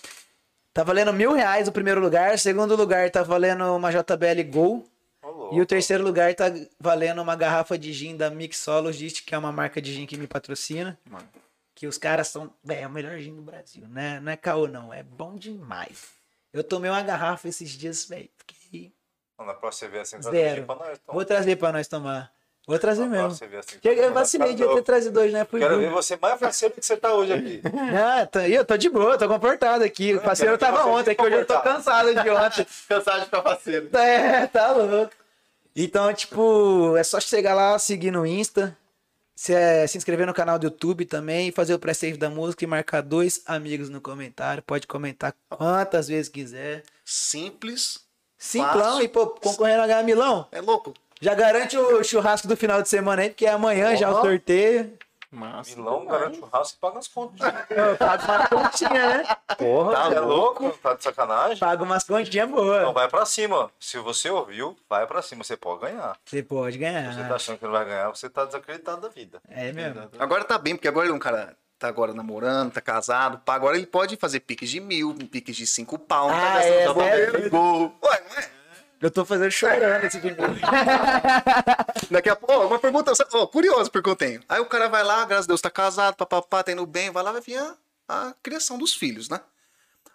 S4: Tá valendo mil reais o primeiro lugar, segundo lugar tá valendo uma JBL Gol.
S6: Ô, louco.
S4: E o terceiro lugar tá valendo uma garrafa de gin da Mixologist, que é uma marca de gin que me patrocina. Que os caras são. Véi, é o melhor gin do Brasil, né? Não é caô, não. É bom demais. Eu tomei uma garrafa esses dias, velho. Fiquei
S6: Não, Na próxima você vê assim, traz
S4: zero.
S6: aqui pra nós, então.
S4: Vou trazer pra nós tomar. Vou trazer
S6: Na próxima
S4: mesmo.
S6: você vê assim.
S4: Eu, eu
S6: Tá
S4: vacilei de eu ter
S6: louco.
S4: trazido dois, né? Fui
S6: Quero
S4: burro.
S6: ver você mais parceiro que você tá hoje aqui.
S4: Ah, tá- Ih, eu tô de boa, tô comportado aqui. O parceiro
S6: quero ver
S4: tava
S6: você
S4: ontem, que hoje eu tô cansado de ontem.
S5: Cansado de ficar parceiro.
S4: É, tá louco. Então, tipo, é só chegar lá, seguir no Insta, se, é, se inscrever no canal do YouTube também, fazer o pré-save da música e marcar dois amigos no comentário. Pode comentar quantas vezes quiser.
S3: Simples.
S4: Simplão e, pô, concorrendo a ganhar milão.
S3: É louco.
S4: Já garante o churrasco do final de semana aí, porque é amanhã já o sorteio.
S5: Massa.
S6: Milão garante churrasco e paga as contas.
S4: Tá Paga umas continhas, né?
S1: Porra,
S6: Tá louco? Tá de sacanagem?
S4: Paga umas continhas
S6: Não,
S4: boas.
S6: vai pra cima. Se você ouviu, vai pra cima. Você pode ganhar.
S4: Você pode
S6: Você tá
S4: ganhar.
S6: achando que não vai ganhar, você tá desacreditado da vida.
S4: É mesmo.
S3: Agora tá bem, porque agora ele é um cara tá agora namorando, tá casado, pá, agora ele pode fazer piques de mil, piques de cinco pau, não
S4: Ah,
S3: tá gastando
S4: é,
S3: só
S4: né?
S3: dinheiro. Gol. Ué, não é?
S4: Eu tô fazendo chorando esse vídeo.
S3: Daqui a pouco, ó, uma pergunta, sabe- ó, curioso porque eu tenho. Aí o cara vai lá, graças a Deus tá casado, papapá, tá indo bem, vai lá, vai vir a, a criação dos filhos, né?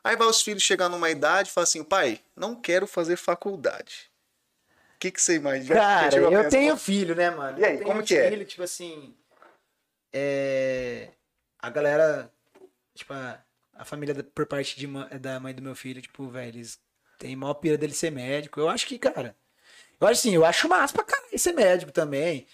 S3: Aí vai os filhos chegar numa idade e falar assim, pai, não quero fazer faculdade. O que, que você imagina?
S4: Cara,
S3: Chegou a
S4: eu
S3: pensar,
S4: tenho filho, né, mano?
S3: E aí,
S4: Eu
S3: como
S4: tenho
S3: que é?
S4: filho, tipo assim. É... A galera. Tipo, a, a família da- por parte de ma- da mãe do meu filho, tipo, velho, eles têm maior pira dele ser médico. Eu acho que, cara. Eu acho assim, eu acho massa pra caralho ser médico também.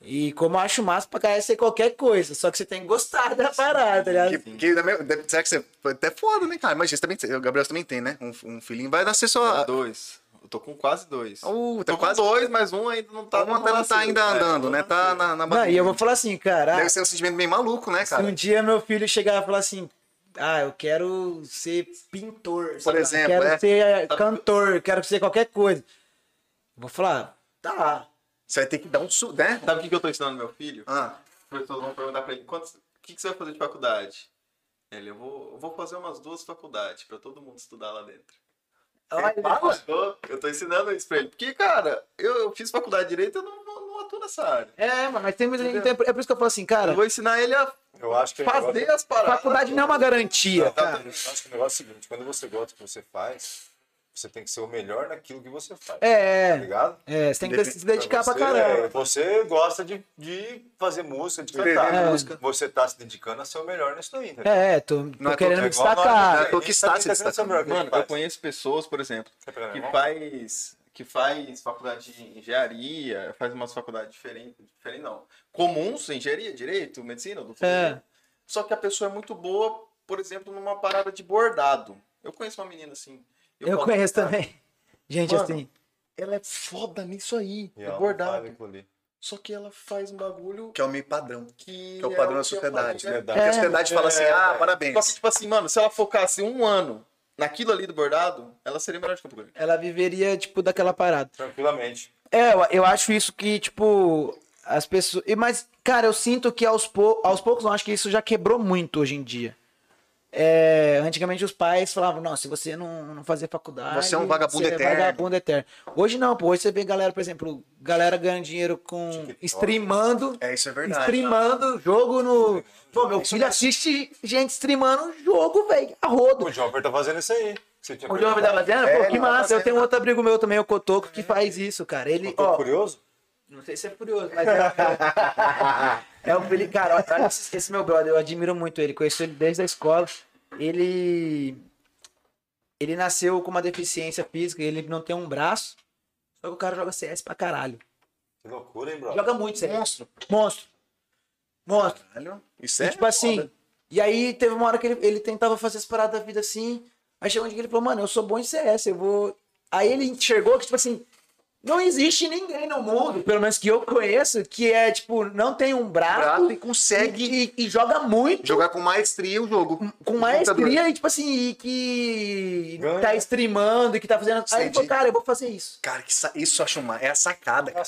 S4: E como eu acho massa pra caralho ser qualquer coisa. Só que você tem que gostar da parada, tá ligado?
S3: Que, que da mesma- deve- será que você. foi Até foda, né, cara? Mas você também, o Gabriel também tem, né? Um, um filhinho. Vai nascer só.
S5: Ah, Dois. Eu tô com quase dois.
S3: Uh, tá
S5: tô
S3: quase.
S5: com Então, dois, mas um ainda não tá.
S3: Tá, uma tela tá ainda andando, né? Tá na, na
S4: Não, e eu vou falar assim, cara.
S3: Deve ser um sentimento bem maluco, né,
S4: Se um
S3: cara?
S4: dia meu filho chegar e falar assim, ah, eu quero ser pintor, sei lá,
S3: exemplo,
S4: quero
S3: é.
S4: ser eh, cantor, quero ser qualquer coisa. Vou falar, tá.
S3: Você vai ter que dar um su, né?
S5: Sabe o que, que eu tô ensinando meu filho?
S3: Ah,
S5: As pessoas vão perguntar pra ele, "Quantos- o que, que você vai fazer de faculdade? Ele, eu vou, eu vou fazer umas duas faculdades pra todo mundo estudar lá dentro. É
S4: Olha,
S5: Eu, eu tô ensinando isso pra ele. Porque, cara, eu, eu fiz faculdade de direito e eu não, não, não atuo nessa área.
S4: é, mano, mas tem muita gente. É por é por isso que eu falo assim,
S5: Eu
S4: cara,
S5: vou ensinar ele a
S6: Eu acho que o negócio-
S5: fazer as paradas. um
S4: faculdade não é uma garantia,
S6: Tá, tá,
S4: cara.
S6: Eu acho que o negócio é o seguinte, quando você gosta do que você faz, Você tem que ser o melhor naquilo que você faz. Tá
S4: É,
S6: ligado?
S4: é, você tem que se dedicar pra
S6: você, é,
S4: caramba.
S6: Você gosta de, de fazer música, de
S3: Escrever
S6: cantar.
S3: música.
S6: Você tá se dedicando a ser o melhor nisso aí, entendeu?
S4: É, tô,
S3: Não
S4: tô
S3: é
S4: querendo
S3: todo-
S4: me
S6: É igual nós, né?
S4: destacar.
S3: É todo- que está
S6: Ninguém
S3: se
S6: tentando ser o melhor que a
S5: Mano,
S6: gente
S5: eu
S6: faz.
S5: conheço pessoas, por exemplo,
S6: Quer pegar na
S5: que
S3: É.
S6: mão?
S5: faz que faz faculdade de engenharia, faz umas faculdades diferentes, diferente não, comuns, engenharia, direito, medicina, doutor.
S4: É.
S5: Só que a pessoa é muito boa, por exemplo, numa parada de bordado. Eu conheço uma menina assim.
S4: Eu
S5: falo,
S4: conheço
S5: "Cara,
S4: também. Gente,
S5: Tá. Mano,
S4: assim,
S5: Ela é foda nisso aí,
S6: E um
S5: é
S6: ela
S5: bordado.
S6: fala aquilo ali.
S5: Só que ela faz um bagulho
S3: Que é o meio padrão.
S5: que
S3: Que é o padrão da
S5: que
S3: sociedade.
S5: a
S3: né?
S5: família-
S3: Porque
S4: É,
S3: a sociedade fala
S6: É,
S3: assim, ah,
S5: Só que,
S3: parabéns.
S5: tipo assim, mano, se ela focasse um ano naquilo ali do bordado, ela seria melhor de Campo Grande.
S4: ela viveria, tipo, daquela parada.
S6: Tranquilamente.
S4: É, eu, eu acho isso que, tipo, as pessoas. e, Mas, cara, eu sinto que aos, pou... aos poucos, eu acho que isso já quebrou muito hoje em dia. É, antigamente os pais falavam, não, se você não, não fazer faculdade.
S3: Você é um vagabundo
S4: você é
S3: eterno."
S4: vagabundo eterno. Hoje não, pô. Hoje você vê galera, por exemplo, galera ganhando dinheiro com. streamando.
S3: É, isso é verdade.
S4: Streamando jogo no. Pô, meu filho assiste gente streamando um jogo, velho. A rodo.
S6: O Jumper tá fazendo isso aí. Você tinha
S4: O Jovem da Fazenda,
S3: É,
S4: pô,
S3: ele
S4: que
S3: tá
S4: massa. Eu
S3: fazendo.
S4: tenho outro amigo meu também, o Cotoco, que faz isso, cara. Ele,
S6: Tô
S4: ó,
S6: curioso?
S4: não sei se é furioso, mas é. é um Felipe. Cara, olha esse esse meu brother, eu admiro muito ele. Conheço ele desde a escola. Ele. Ele nasceu com uma deficiência física, ele não tem um braço. Só que o cara joga CS pra caralho.
S6: Que loucura, hein, bro?
S4: Joga muito CS.
S3: Monstro.
S4: Monstro. Monstro.
S3: Caralho.
S4: E,
S3: Isso é
S4: tipo assim. E aí teve uma hora que ele, ele tentava fazer as paradas da vida assim. Aí chegou um dia que ele falou, mano, eu sou bom em CS, eu vou. Aí ele enxergou que, tipo assim, não existe ninguém no mundo, pelo menos que eu conheço, que é, tipo, não tem um braço,
S3: Prato e consegue
S4: e, e- e joga muito.
S3: jogar com maestria o jogo.
S4: Com maestria e, tipo assim, e que
S6: Ganha.
S4: tá streamando e que tá fazendo. Aí ele falou,
S3: Entendi.
S4: cara, eu vou fazer isso.
S3: Cara, que sa- isso eu acho uma... É a sacada, cara.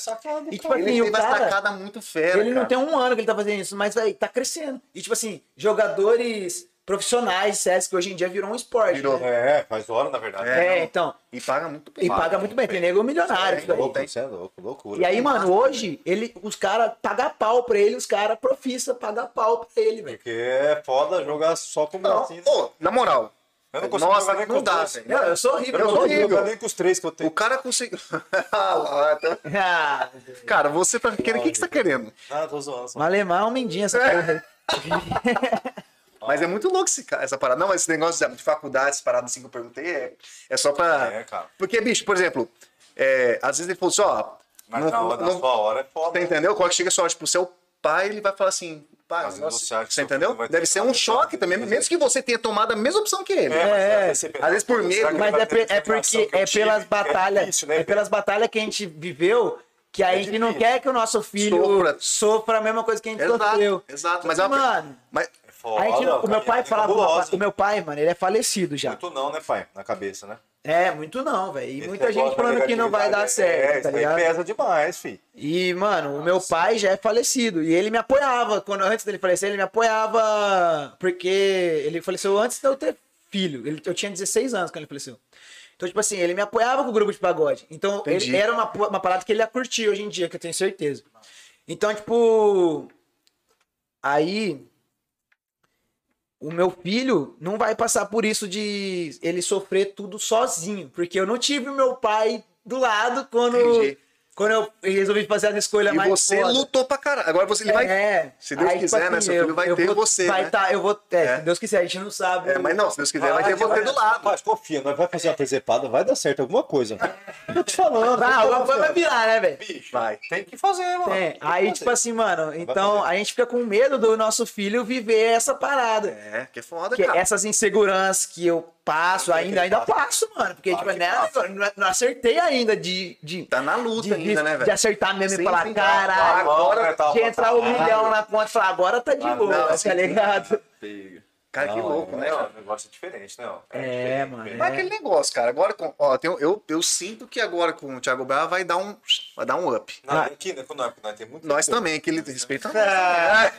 S4: E, tipo assim,
S3: Ele
S4: o
S3: teve uma
S4: cara.
S3: sacada muito fera,
S4: Ele não tem um ano que ele tá fazendo isso, mas vai, tá crescendo. E tipo assim, jogadores profissionais de CS, que hoje em dia virou um esporte.
S3: Virou.
S4: né?
S6: É, faz hora, na verdade.
S4: É,
S3: não.
S4: então.
S3: E paga muito bem.
S4: E paga muito bem, tem nego milionário. isso
S6: É
S4: aí.
S6: louco, você é louco, loucura.
S4: E aí, mano, hoje, ele, os caras pagam pau pra ele, os caras profissa, pagam pau pra ele, velho.
S6: Porque é foda jogar só com o
S3: Não,
S6: bracinho.
S3: ô, na moral.
S6: assim, né? Eu não consigo
S3: Nossa,
S6: jogar nem
S3: não
S6: com
S3: dá,
S6: dois.
S3: velho.
S4: Não, eu sou
S6: Eu
S3: Eu
S4: horrível. eu
S6: não
S4: sou
S6: consigo
S4: horrível.
S6: jogar nem com os três que eu
S3: O
S6: tenho.
S3: cara conseguiu... Ah, lá, tá-
S4: Ah,
S3: cara, você tá querendo... O que, que você tá querendo?
S6: Ah, tô zoando. só.
S4: um alemão é um mendinho essa porra.
S3: Mas é muito louco esse ca- essa parada. Não, mas esse negócio de de faculdade, essa parada assim que eu perguntei, é, é só pra...
S6: É, cara.
S3: Porque, bicho, por exemplo, é, às vezes ele falou assim, ó...
S6: Mas
S3: não-
S6: na hora, na
S3: não-
S6: sua hora é foda.
S3: Você entendeu? Qual que chega só, tipo, seu pai, ele vai falar assim, pai,
S6: Mas
S3: nossa,
S6: você acha que
S3: você
S6: seu
S3: entendeu?
S6: filho vai
S3: Deve
S6: ter
S3: ser um
S6: nada,
S3: choque
S6: nada,
S3: também,
S6: nada.
S3: mesmo que você tenha tomado a mesma opção que ele.
S6: mas
S4: É.
S6: às vezes você pensa,
S3: Às vezes por
S6: será
S3: medo,
S6: que ele
S4: Mas
S6: vai
S4: é,
S6: ter
S4: pe-
S6: tá essa
S4: é
S6: reação
S4: porque
S6: que eu
S4: é
S6: tive?
S4: pelas
S6: É,
S4: batalhas,
S6: difícil, né, É
S4: é pelas batalhas que a gente viveu, que a gente não quer que o nosso filho
S3: Sofra.
S4: sofra, a mesma coisa que a gente sofreu.
S3: Exato, exato. Mas, é uma-
S4: mano,
S3: mas
S6: velho? É foda,
S4: a gente não- o meu
S6: caminhada
S4: pai
S6: é
S4: falava,
S6: cabulosa.
S4: o meu pai, mano, ele é falecido já.
S6: Muito não, né, pai? Na cabeça, né?
S4: É, muito não, velho. E
S6: Esse
S4: muita
S6: negócio
S4: gente
S6: da
S4: falando que não vai dar
S6: negatividade é-
S4: certo,
S6: é,
S4: tá
S6: isso aí
S4: ligado?
S6: pesa demais, fi.
S4: E, mano, o meu pai já é falecido. E ele me apoiava. Quando, antes dele falecer, ele me apoiava. Porque ele faleceu antes de eu ter filho. Ele- eu tinha 16 anos quando ele faleceu. Então, tipo assim, ele me apoiava com o grupo de pagode. Então, ele-
S3: Entendi.
S4: era uma, po- uma parada que ele ia curtir hoje em dia, que eu tenho certeza. Então, tipo. Aí. O meu filho não vai passar por isso de ele sofrer tudo sozinho. Porque eu não tive o meu pai do lado quando.
S3: Entendi.
S4: Quando eu resolvi fazer as escolhas
S3: e
S4: mais
S3: você
S4: foda.
S3: lutou pra caralho. Agora você ele vai.
S4: É.
S3: se Deus
S4: tipo
S3: quiser, né, seu filho
S4: eu-
S3: vai
S4: eu
S3: ter
S4: vou-
S3: você,
S4: Vai
S3: né?
S4: tá, eu vou. É,
S3: É.
S4: se Deus quiser, a gente não sabe.
S3: É, mas não, se Deus quiser, vai ter você do lado.
S6: Mas confia, nós vai fazer uma presepada, vai dar certo alguma coisa. Tô te falando.
S4: Ah,
S6: tô
S4: alguma coisa vai
S6: falando.
S4: virar, né, velho?
S6: Bicho,
S3: Vai.
S6: tem que fazer, mano. Tem
S4: É,
S6: que
S4: aí,
S6: fazer.
S4: tipo assim, mano, então a gente fica com medo do nosso filho viver essa parada.
S3: É, que é foda,
S4: Que
S3: cara.
S4: essas inseguranças que eu passo, ainda, ainda passo, mano. Porque,
S6: Claro
S4: tipo,
S6: que
S4: né, não, não acertei ainda de. de
S3: Tá na luta
S4: de,
S3: ainda, né,
S4: de,
S3: velho?
S4: de acertar mesmo
S3: Sim,
S4: e falar,
S3: sim, tá.
S4: caralho,
S6: Agora
S4: agora
S6: tá
S4: de entrar um
S6: passando.
S4: milhão na conta e falar, agora tá de
S6: Ah,
S4: boa,
S3: não, sim,
S4: tá ligado?
S3: Cara, que
S6: Não,
S3: louco,
S6: é,
S3: né?
S6: não,
S3: cara?
S6: O negócio é diferente, não.
S4: É,
S6: diferente,
S4: mano,
S6: velho.
S3: Mas é aquele negócio, cara. Agora, com, ó, tem, um, eu, eu sinto que agora com o Thiago Braz vai dar um, vai dar um up.
S6: Não, aqui, né, com nós, com nós tem muito.
S3: Nós também, que ele respeita. nós.
S4: É.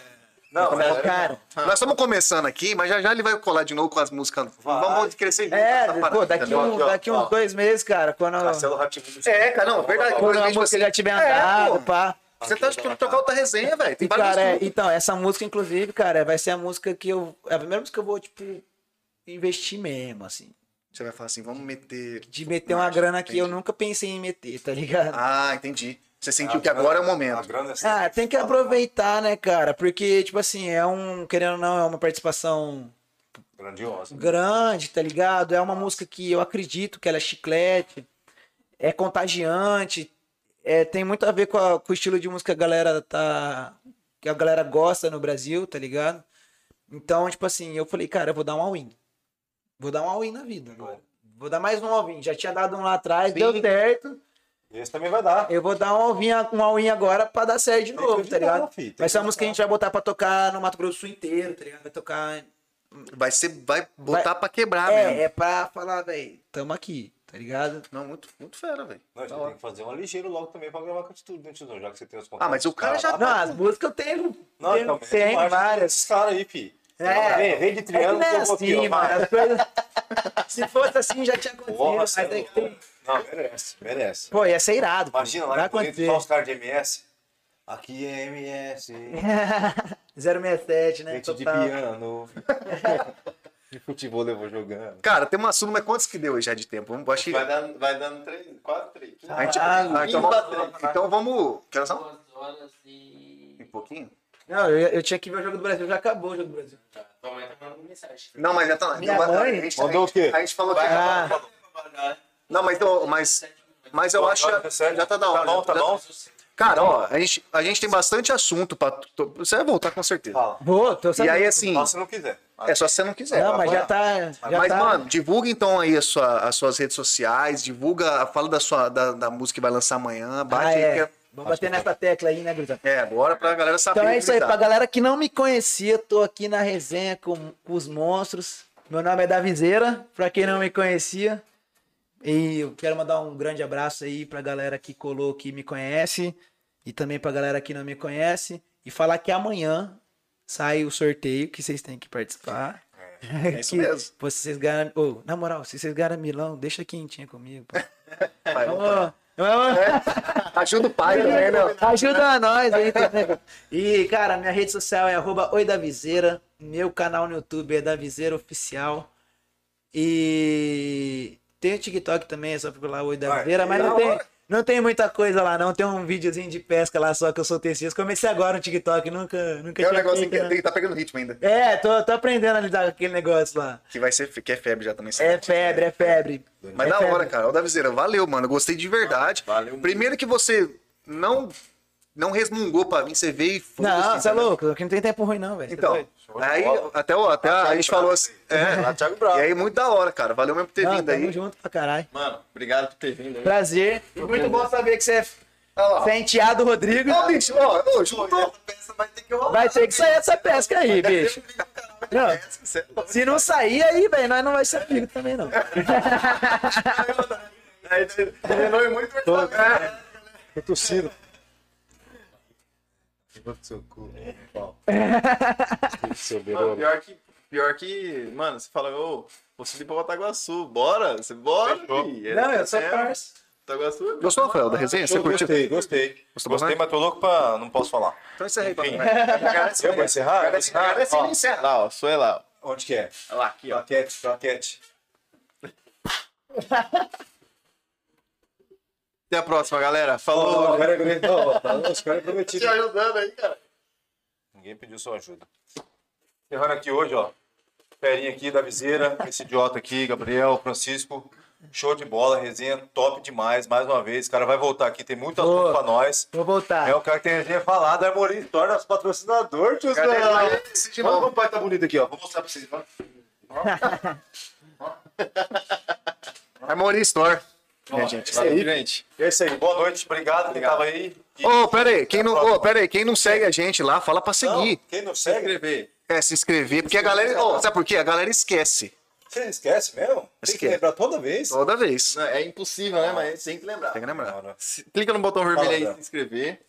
S6: Não, é,
S4: Mas,
S6: mas-
S4: cara,
S3: Ah, Nós estamos começando aqui, mas já já ele vai colar de novo com as músicas.
S6: Vai.
S3: Vamos crescer junto
S4: É,
S3: nessa
S4: pô,
S3: parada,
S4: daqui,
S3: tá entendeu?
S4: um,
S6: Aqui, ó,
S4: daqui uns
S6: ó.
S4: dois meses, cara, quando,
S3: Tá
S6: Marcelo Ratimundo.
S3: É, cara, não, verdade.
S4: quando a
S3: Tipo
S4: música
S3: assim,
S4: já tiver
S3: é,
S4: andado,
S3: pô.
S4: pá.
S3: Você tá querendo tocar outra resenha, velho. Tem
S4: E,
S3: vários
S4: cara, é,
S3: grupos.
S4: então, essa música, inclusive, cara, vai ser a música que eu. É a primeira música que eu vou, tipo, investir mesmo, assim.
S3: Você vai falar assim, vamos meter.
S4: De meter uma grana que eu
S3: Entendi.
S4: nunca pensei em meter, tá ligado?
S3: Ah, entendi. Você sentiu que agora é o
S6: A
S3: momento.
S6: grana é sempre
S4: Ah, tem que aproveitar, né, cara? Porque, tipo assim, é um, querendo ou não, é uma participação
S6: grandiosa.
S4: grande, tá ligado? É uma música que eu acredito que ela é chiclete, é contagiante, é, tem muito a ver com, a- com o estilo de música que a galera tá. que a galera gosta no Brasil, tá ligado? Então, tipo assim, eu falei, cara, eu vou dar um all-in. Vou dar um all-in na vida agora. Vou dar mais um all-in. Já tinha dado um lá atrás, deu certo.
S6: Esse também vai dar.
S4: Eu vou dar um all-in, a- um all-in agora pra dar certo de
S1: que
S4: novo, tá
S1: ajudar,
S4: ligado?
S1: fi, tem
S4: Vai ser
S1: que
S4: uma música que a gente vai botar pra tocar no Mato Grosso do Sul inteiro, tá ligado? Vai tocar
S3: Vai ser, vai botar pra quebrar
S4: é,
S3: Ah, mesmo.
S4: é pra falar, velho, tamo aqui, tá ligado?
S3: Não, muito, muito fera, velho.
S6: Não, a gente tem que fazer uma ligeiro logo também pra gravar com a atitude, né, Tizão? Já que você tem os contatos. tá?
S3: Ah, mas o cara já
S4: Não, as músicas eu tenho,
S6: Não,
S4: tenho
S6: então,
S4: tem
S6: eu acho que
S4: várias.
S6: Esses caras aí, fi.
S4: É.
S6: Vem, vem de
S4: É que
S6: triângulo,
S4: não é
S6: eu vou aqui, ó,
S4: assim,
S6: vai.
S4: mano, as coisas... Se fosse assim, já tinha acontecido,
S6: Porra,
S4: mas
S6: você é
S4: é que
S6: louco.
S4: tem...
S6: Não, merece, merece.
S4: Pô, ia ser irado, pô.
S6: Imagina lá,
S4: vai
S6: inclusive,
S4: acontecer.
S6: só os caras de MS. Aqui é MS,
S4: 067, né?
S6: gente de
S4: total.
S6: piano. de futebol eu vou jogando.
S3: Cara, tem um assunto, mas quantos que deu já de tempo? Vamos, acho que...
S5: Vai dando, vai dando três, quase três.
S3: a gente-
S4: Ah,
S3: Ah, então, vamos, então vamos... Quer só um
S7: Duas horas e.
S3: pouquinho?
S4: Não, eu, eu tinha que ver o Jogo do Brasil, já acabou o Jogo do Brasil.
S7: Tua mãe tá mandando mensagem.
S3: Não, mas já tá...
S4: Minha
S3: não,
S4: mãe?
S3: a gente-
S1: Mandou
S3: a gente-
S1: o quê?
S3: A gente falou que...
S4: Ah,
S3: Não, mas, então, mas, mas eu acho... que Já, já tá da hora.
S6: Tá bom, tá
S3: já-
S6: bom.
S3: Cara, ó, a gente, a gente tem bastante assunto pra... to- Você vai voltar com certeza.
S4: boa, tô
S3: E
S4: sabendo.
S3: aí, assim,
S6: Só se não quiser.
S3: é só se você não quiser.
S4: Não, mas já tá... Já
S3: mas,
S4: tá...
S3: mano, divulga então aí a sua- as suas redes sociais, divulga, fala da sua da, da música que vai lançar amanhã,
S4: Ah,
S3: bate aí.
S4: é.
S3: que um
S4: Vamos bater nessa tecla aí, né, Grutão?
S3: É, é, bora pra galera saber.
S4: Então é isso aí, pra
S3: gritar.
S4: galera que não me conhecia, tô aqui na resenha com, com os monstros. Meu nome é Davizeira, pra quem não me conhecia. E eu quero mandar um grande abraço aí pra galera que colou, que me conhece. E também pra galera que não me conhece. E falar que amanhã sai o sorteio que vocês têm que participar. É
S3: isso mesmo.
S4: Vocês ganham. Ô, na moral, se vocês ganharem Milão, deixa quentinha comigo. pô.
S3: Vai, É.
S4: Vamos. Vamos.
S3: Ajuda o pai também, né?
S4: Ajuda Tá nós aí, entendeu? E, cara, minha rede social é arroba Oi da Viseira. Meu canal no YouTube é da Viseira Oficial. E tem o TikTok também, é só procurar Oi da
S6: Vai,
S4: Viseira, mas
S6: da
S4: não tem, não tem muita coisa lá, não. Tem um videozinho de pesca lá só que eu sou tecido. Comecei agora no TikTok, nunca, nunca
S3: Tem um
S4: tinha
S3: negocinho
S4: feito,
S3: que
S4: né?
S3: tem- tá pegando ritmo ainda.
S4: É, tô, tô aprendendo a lidar com aquele negócio lá.
S3: Que vai ser, fe- que é febre já também.
S4: É
S3: sabe?
S4: febre, é febre.
S3: Mas
S4: é
S3: da hora,
S4: febre.
S3: cara. Ô, Davizeira, valeu, mano. Gostei de verdade. Valeu. Primeiro que você não não resmungou pra mim, você veio e foi.
S4: Não,
S3: assim,
S4: você é
S3: entendeu?
S4: louco, que não tem tempo ruim não, velho. Cê tá
S3: Então,
S4: doido?
S3: aí até, o- até a gente falou assim. É,
S5: Lá, Tá, Thiago Bravo.
S3: e aí muito da hora, cara. Valeu mesmo por ter
S4: Não,
S3: vindo
S4: tamo
S3: aí.
S4: junto pra caralho.
S5: Mano, obrigado por ter vindo aí.
S4: Prazer. E muito bom saber que você é
S3: Olha lá.
S4: Você é enteado, Rodrigo.
S3: Ó, bicho, ó, ô, juntou.
S4: Vai ter que sair essa pesca aí, bicho.
S5: né,
S4: Não, se não sair aí, velho, nós não vai ser amigo também, não.
S3: Treinou muito orçamento.
S1: Tô tossindo. Seu
S5: Mano,
S1: berola.
S5: pior que, pior que, mano, você fala, ô, vou subir pra Botaguaçu, bora, você bora, fi. É,
S4: Não, eu sou
S5: é,
S4: parça.
S5: Botaguaçu. é
S3: Gostou, Rafael, da resenha? Você
S1: Eu
S3: curtiu?
S1: Gostei, gostei.
S3: Gostou
S6: Gostei,
S3: bastante?
S6: mas tô louco pra. Não posso falar.
S3: Então encerra aí pra mim.
S1: Eu vou encerrar?
S3: Agradece e encerra.
S5: Lá, ó, sou eu lá. ó.
S1: Onde que é?
S5: Olha lá, aqui, ó.
S1: Plaquete, plaquete.
S5: Até a próxima, galera. Falou.
S1: Ó, o cara é prometido. Ó, tá- Os caras é prometido.
S5: ajudando aí, cara.
S6: Ninguém pediu sua ajuda. Encerrando aqui hoje, ó. Perinha aqui da viseira, esse idiota aqui, Gabriel, Francisco. Show de bola, resenha top demais, mais uma vez. O cara vai voltar aqui, tem muito assunto
S4: Boa.
S6: pra nós.
S4: Vou
S6: É
S4: voltar.
S6: o cara que tem resenha falada, é Armorim Store, nosso patrocinador, tiozão.
S3: Agradece de
S6: Olha
S3: novo.
S6: como o pai tá bonito aqui, ó. Vou mostrar pra vocês. ó.
S3: Armory Store. Minha gente.
S5: Valeu, gente.
S6: É isso aí. Boa noite, obrigado, quem tava aí. E-
S3: Ô, pera aí, quem não,
S6: Até a
S3: ô,
S6: próxima.
S3: pera aí, quem não segue a gente lá, fala pra
S6: Não,
S3: seguir.
S6: quem não
S5: Se
S6: segue,
S5: inscrever.
S3: É, se inscrever, porque a galera, ó, sabe por quê? A galera esquece
S6: você esquece mesmo? Tem que
S3: Esquece.
S6: lembrar toda vez.
S3: toda vez.
S5: Não, é impossível, né? Mas tem que lembrar.
S3: Tem que lembrar.
S5: Se- clica no botão vermelho
S6: Fala,
S5: aí,
S6: Léo.
S5: se inscrever.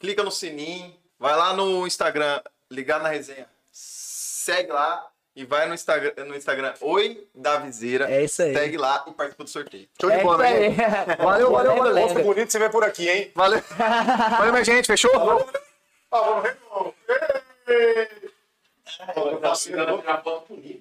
S5: Clica no sininho. Vai lá no Instagram, ligado na resenha. Segue lá e vai no Instagram, no Instagram Oi da Viseira.
S4: É isso aí.
S5: Segue lá e participa do sorteio.
S3: Show
S4: É
S3: de bola, né, gente? Valeu, valeu, valeu.
S6: Monstro bonito, você vê por aqui, hein?
S3: Valeu. Valeu, minha gente, fechou?
S7: Tá virando uma bonita.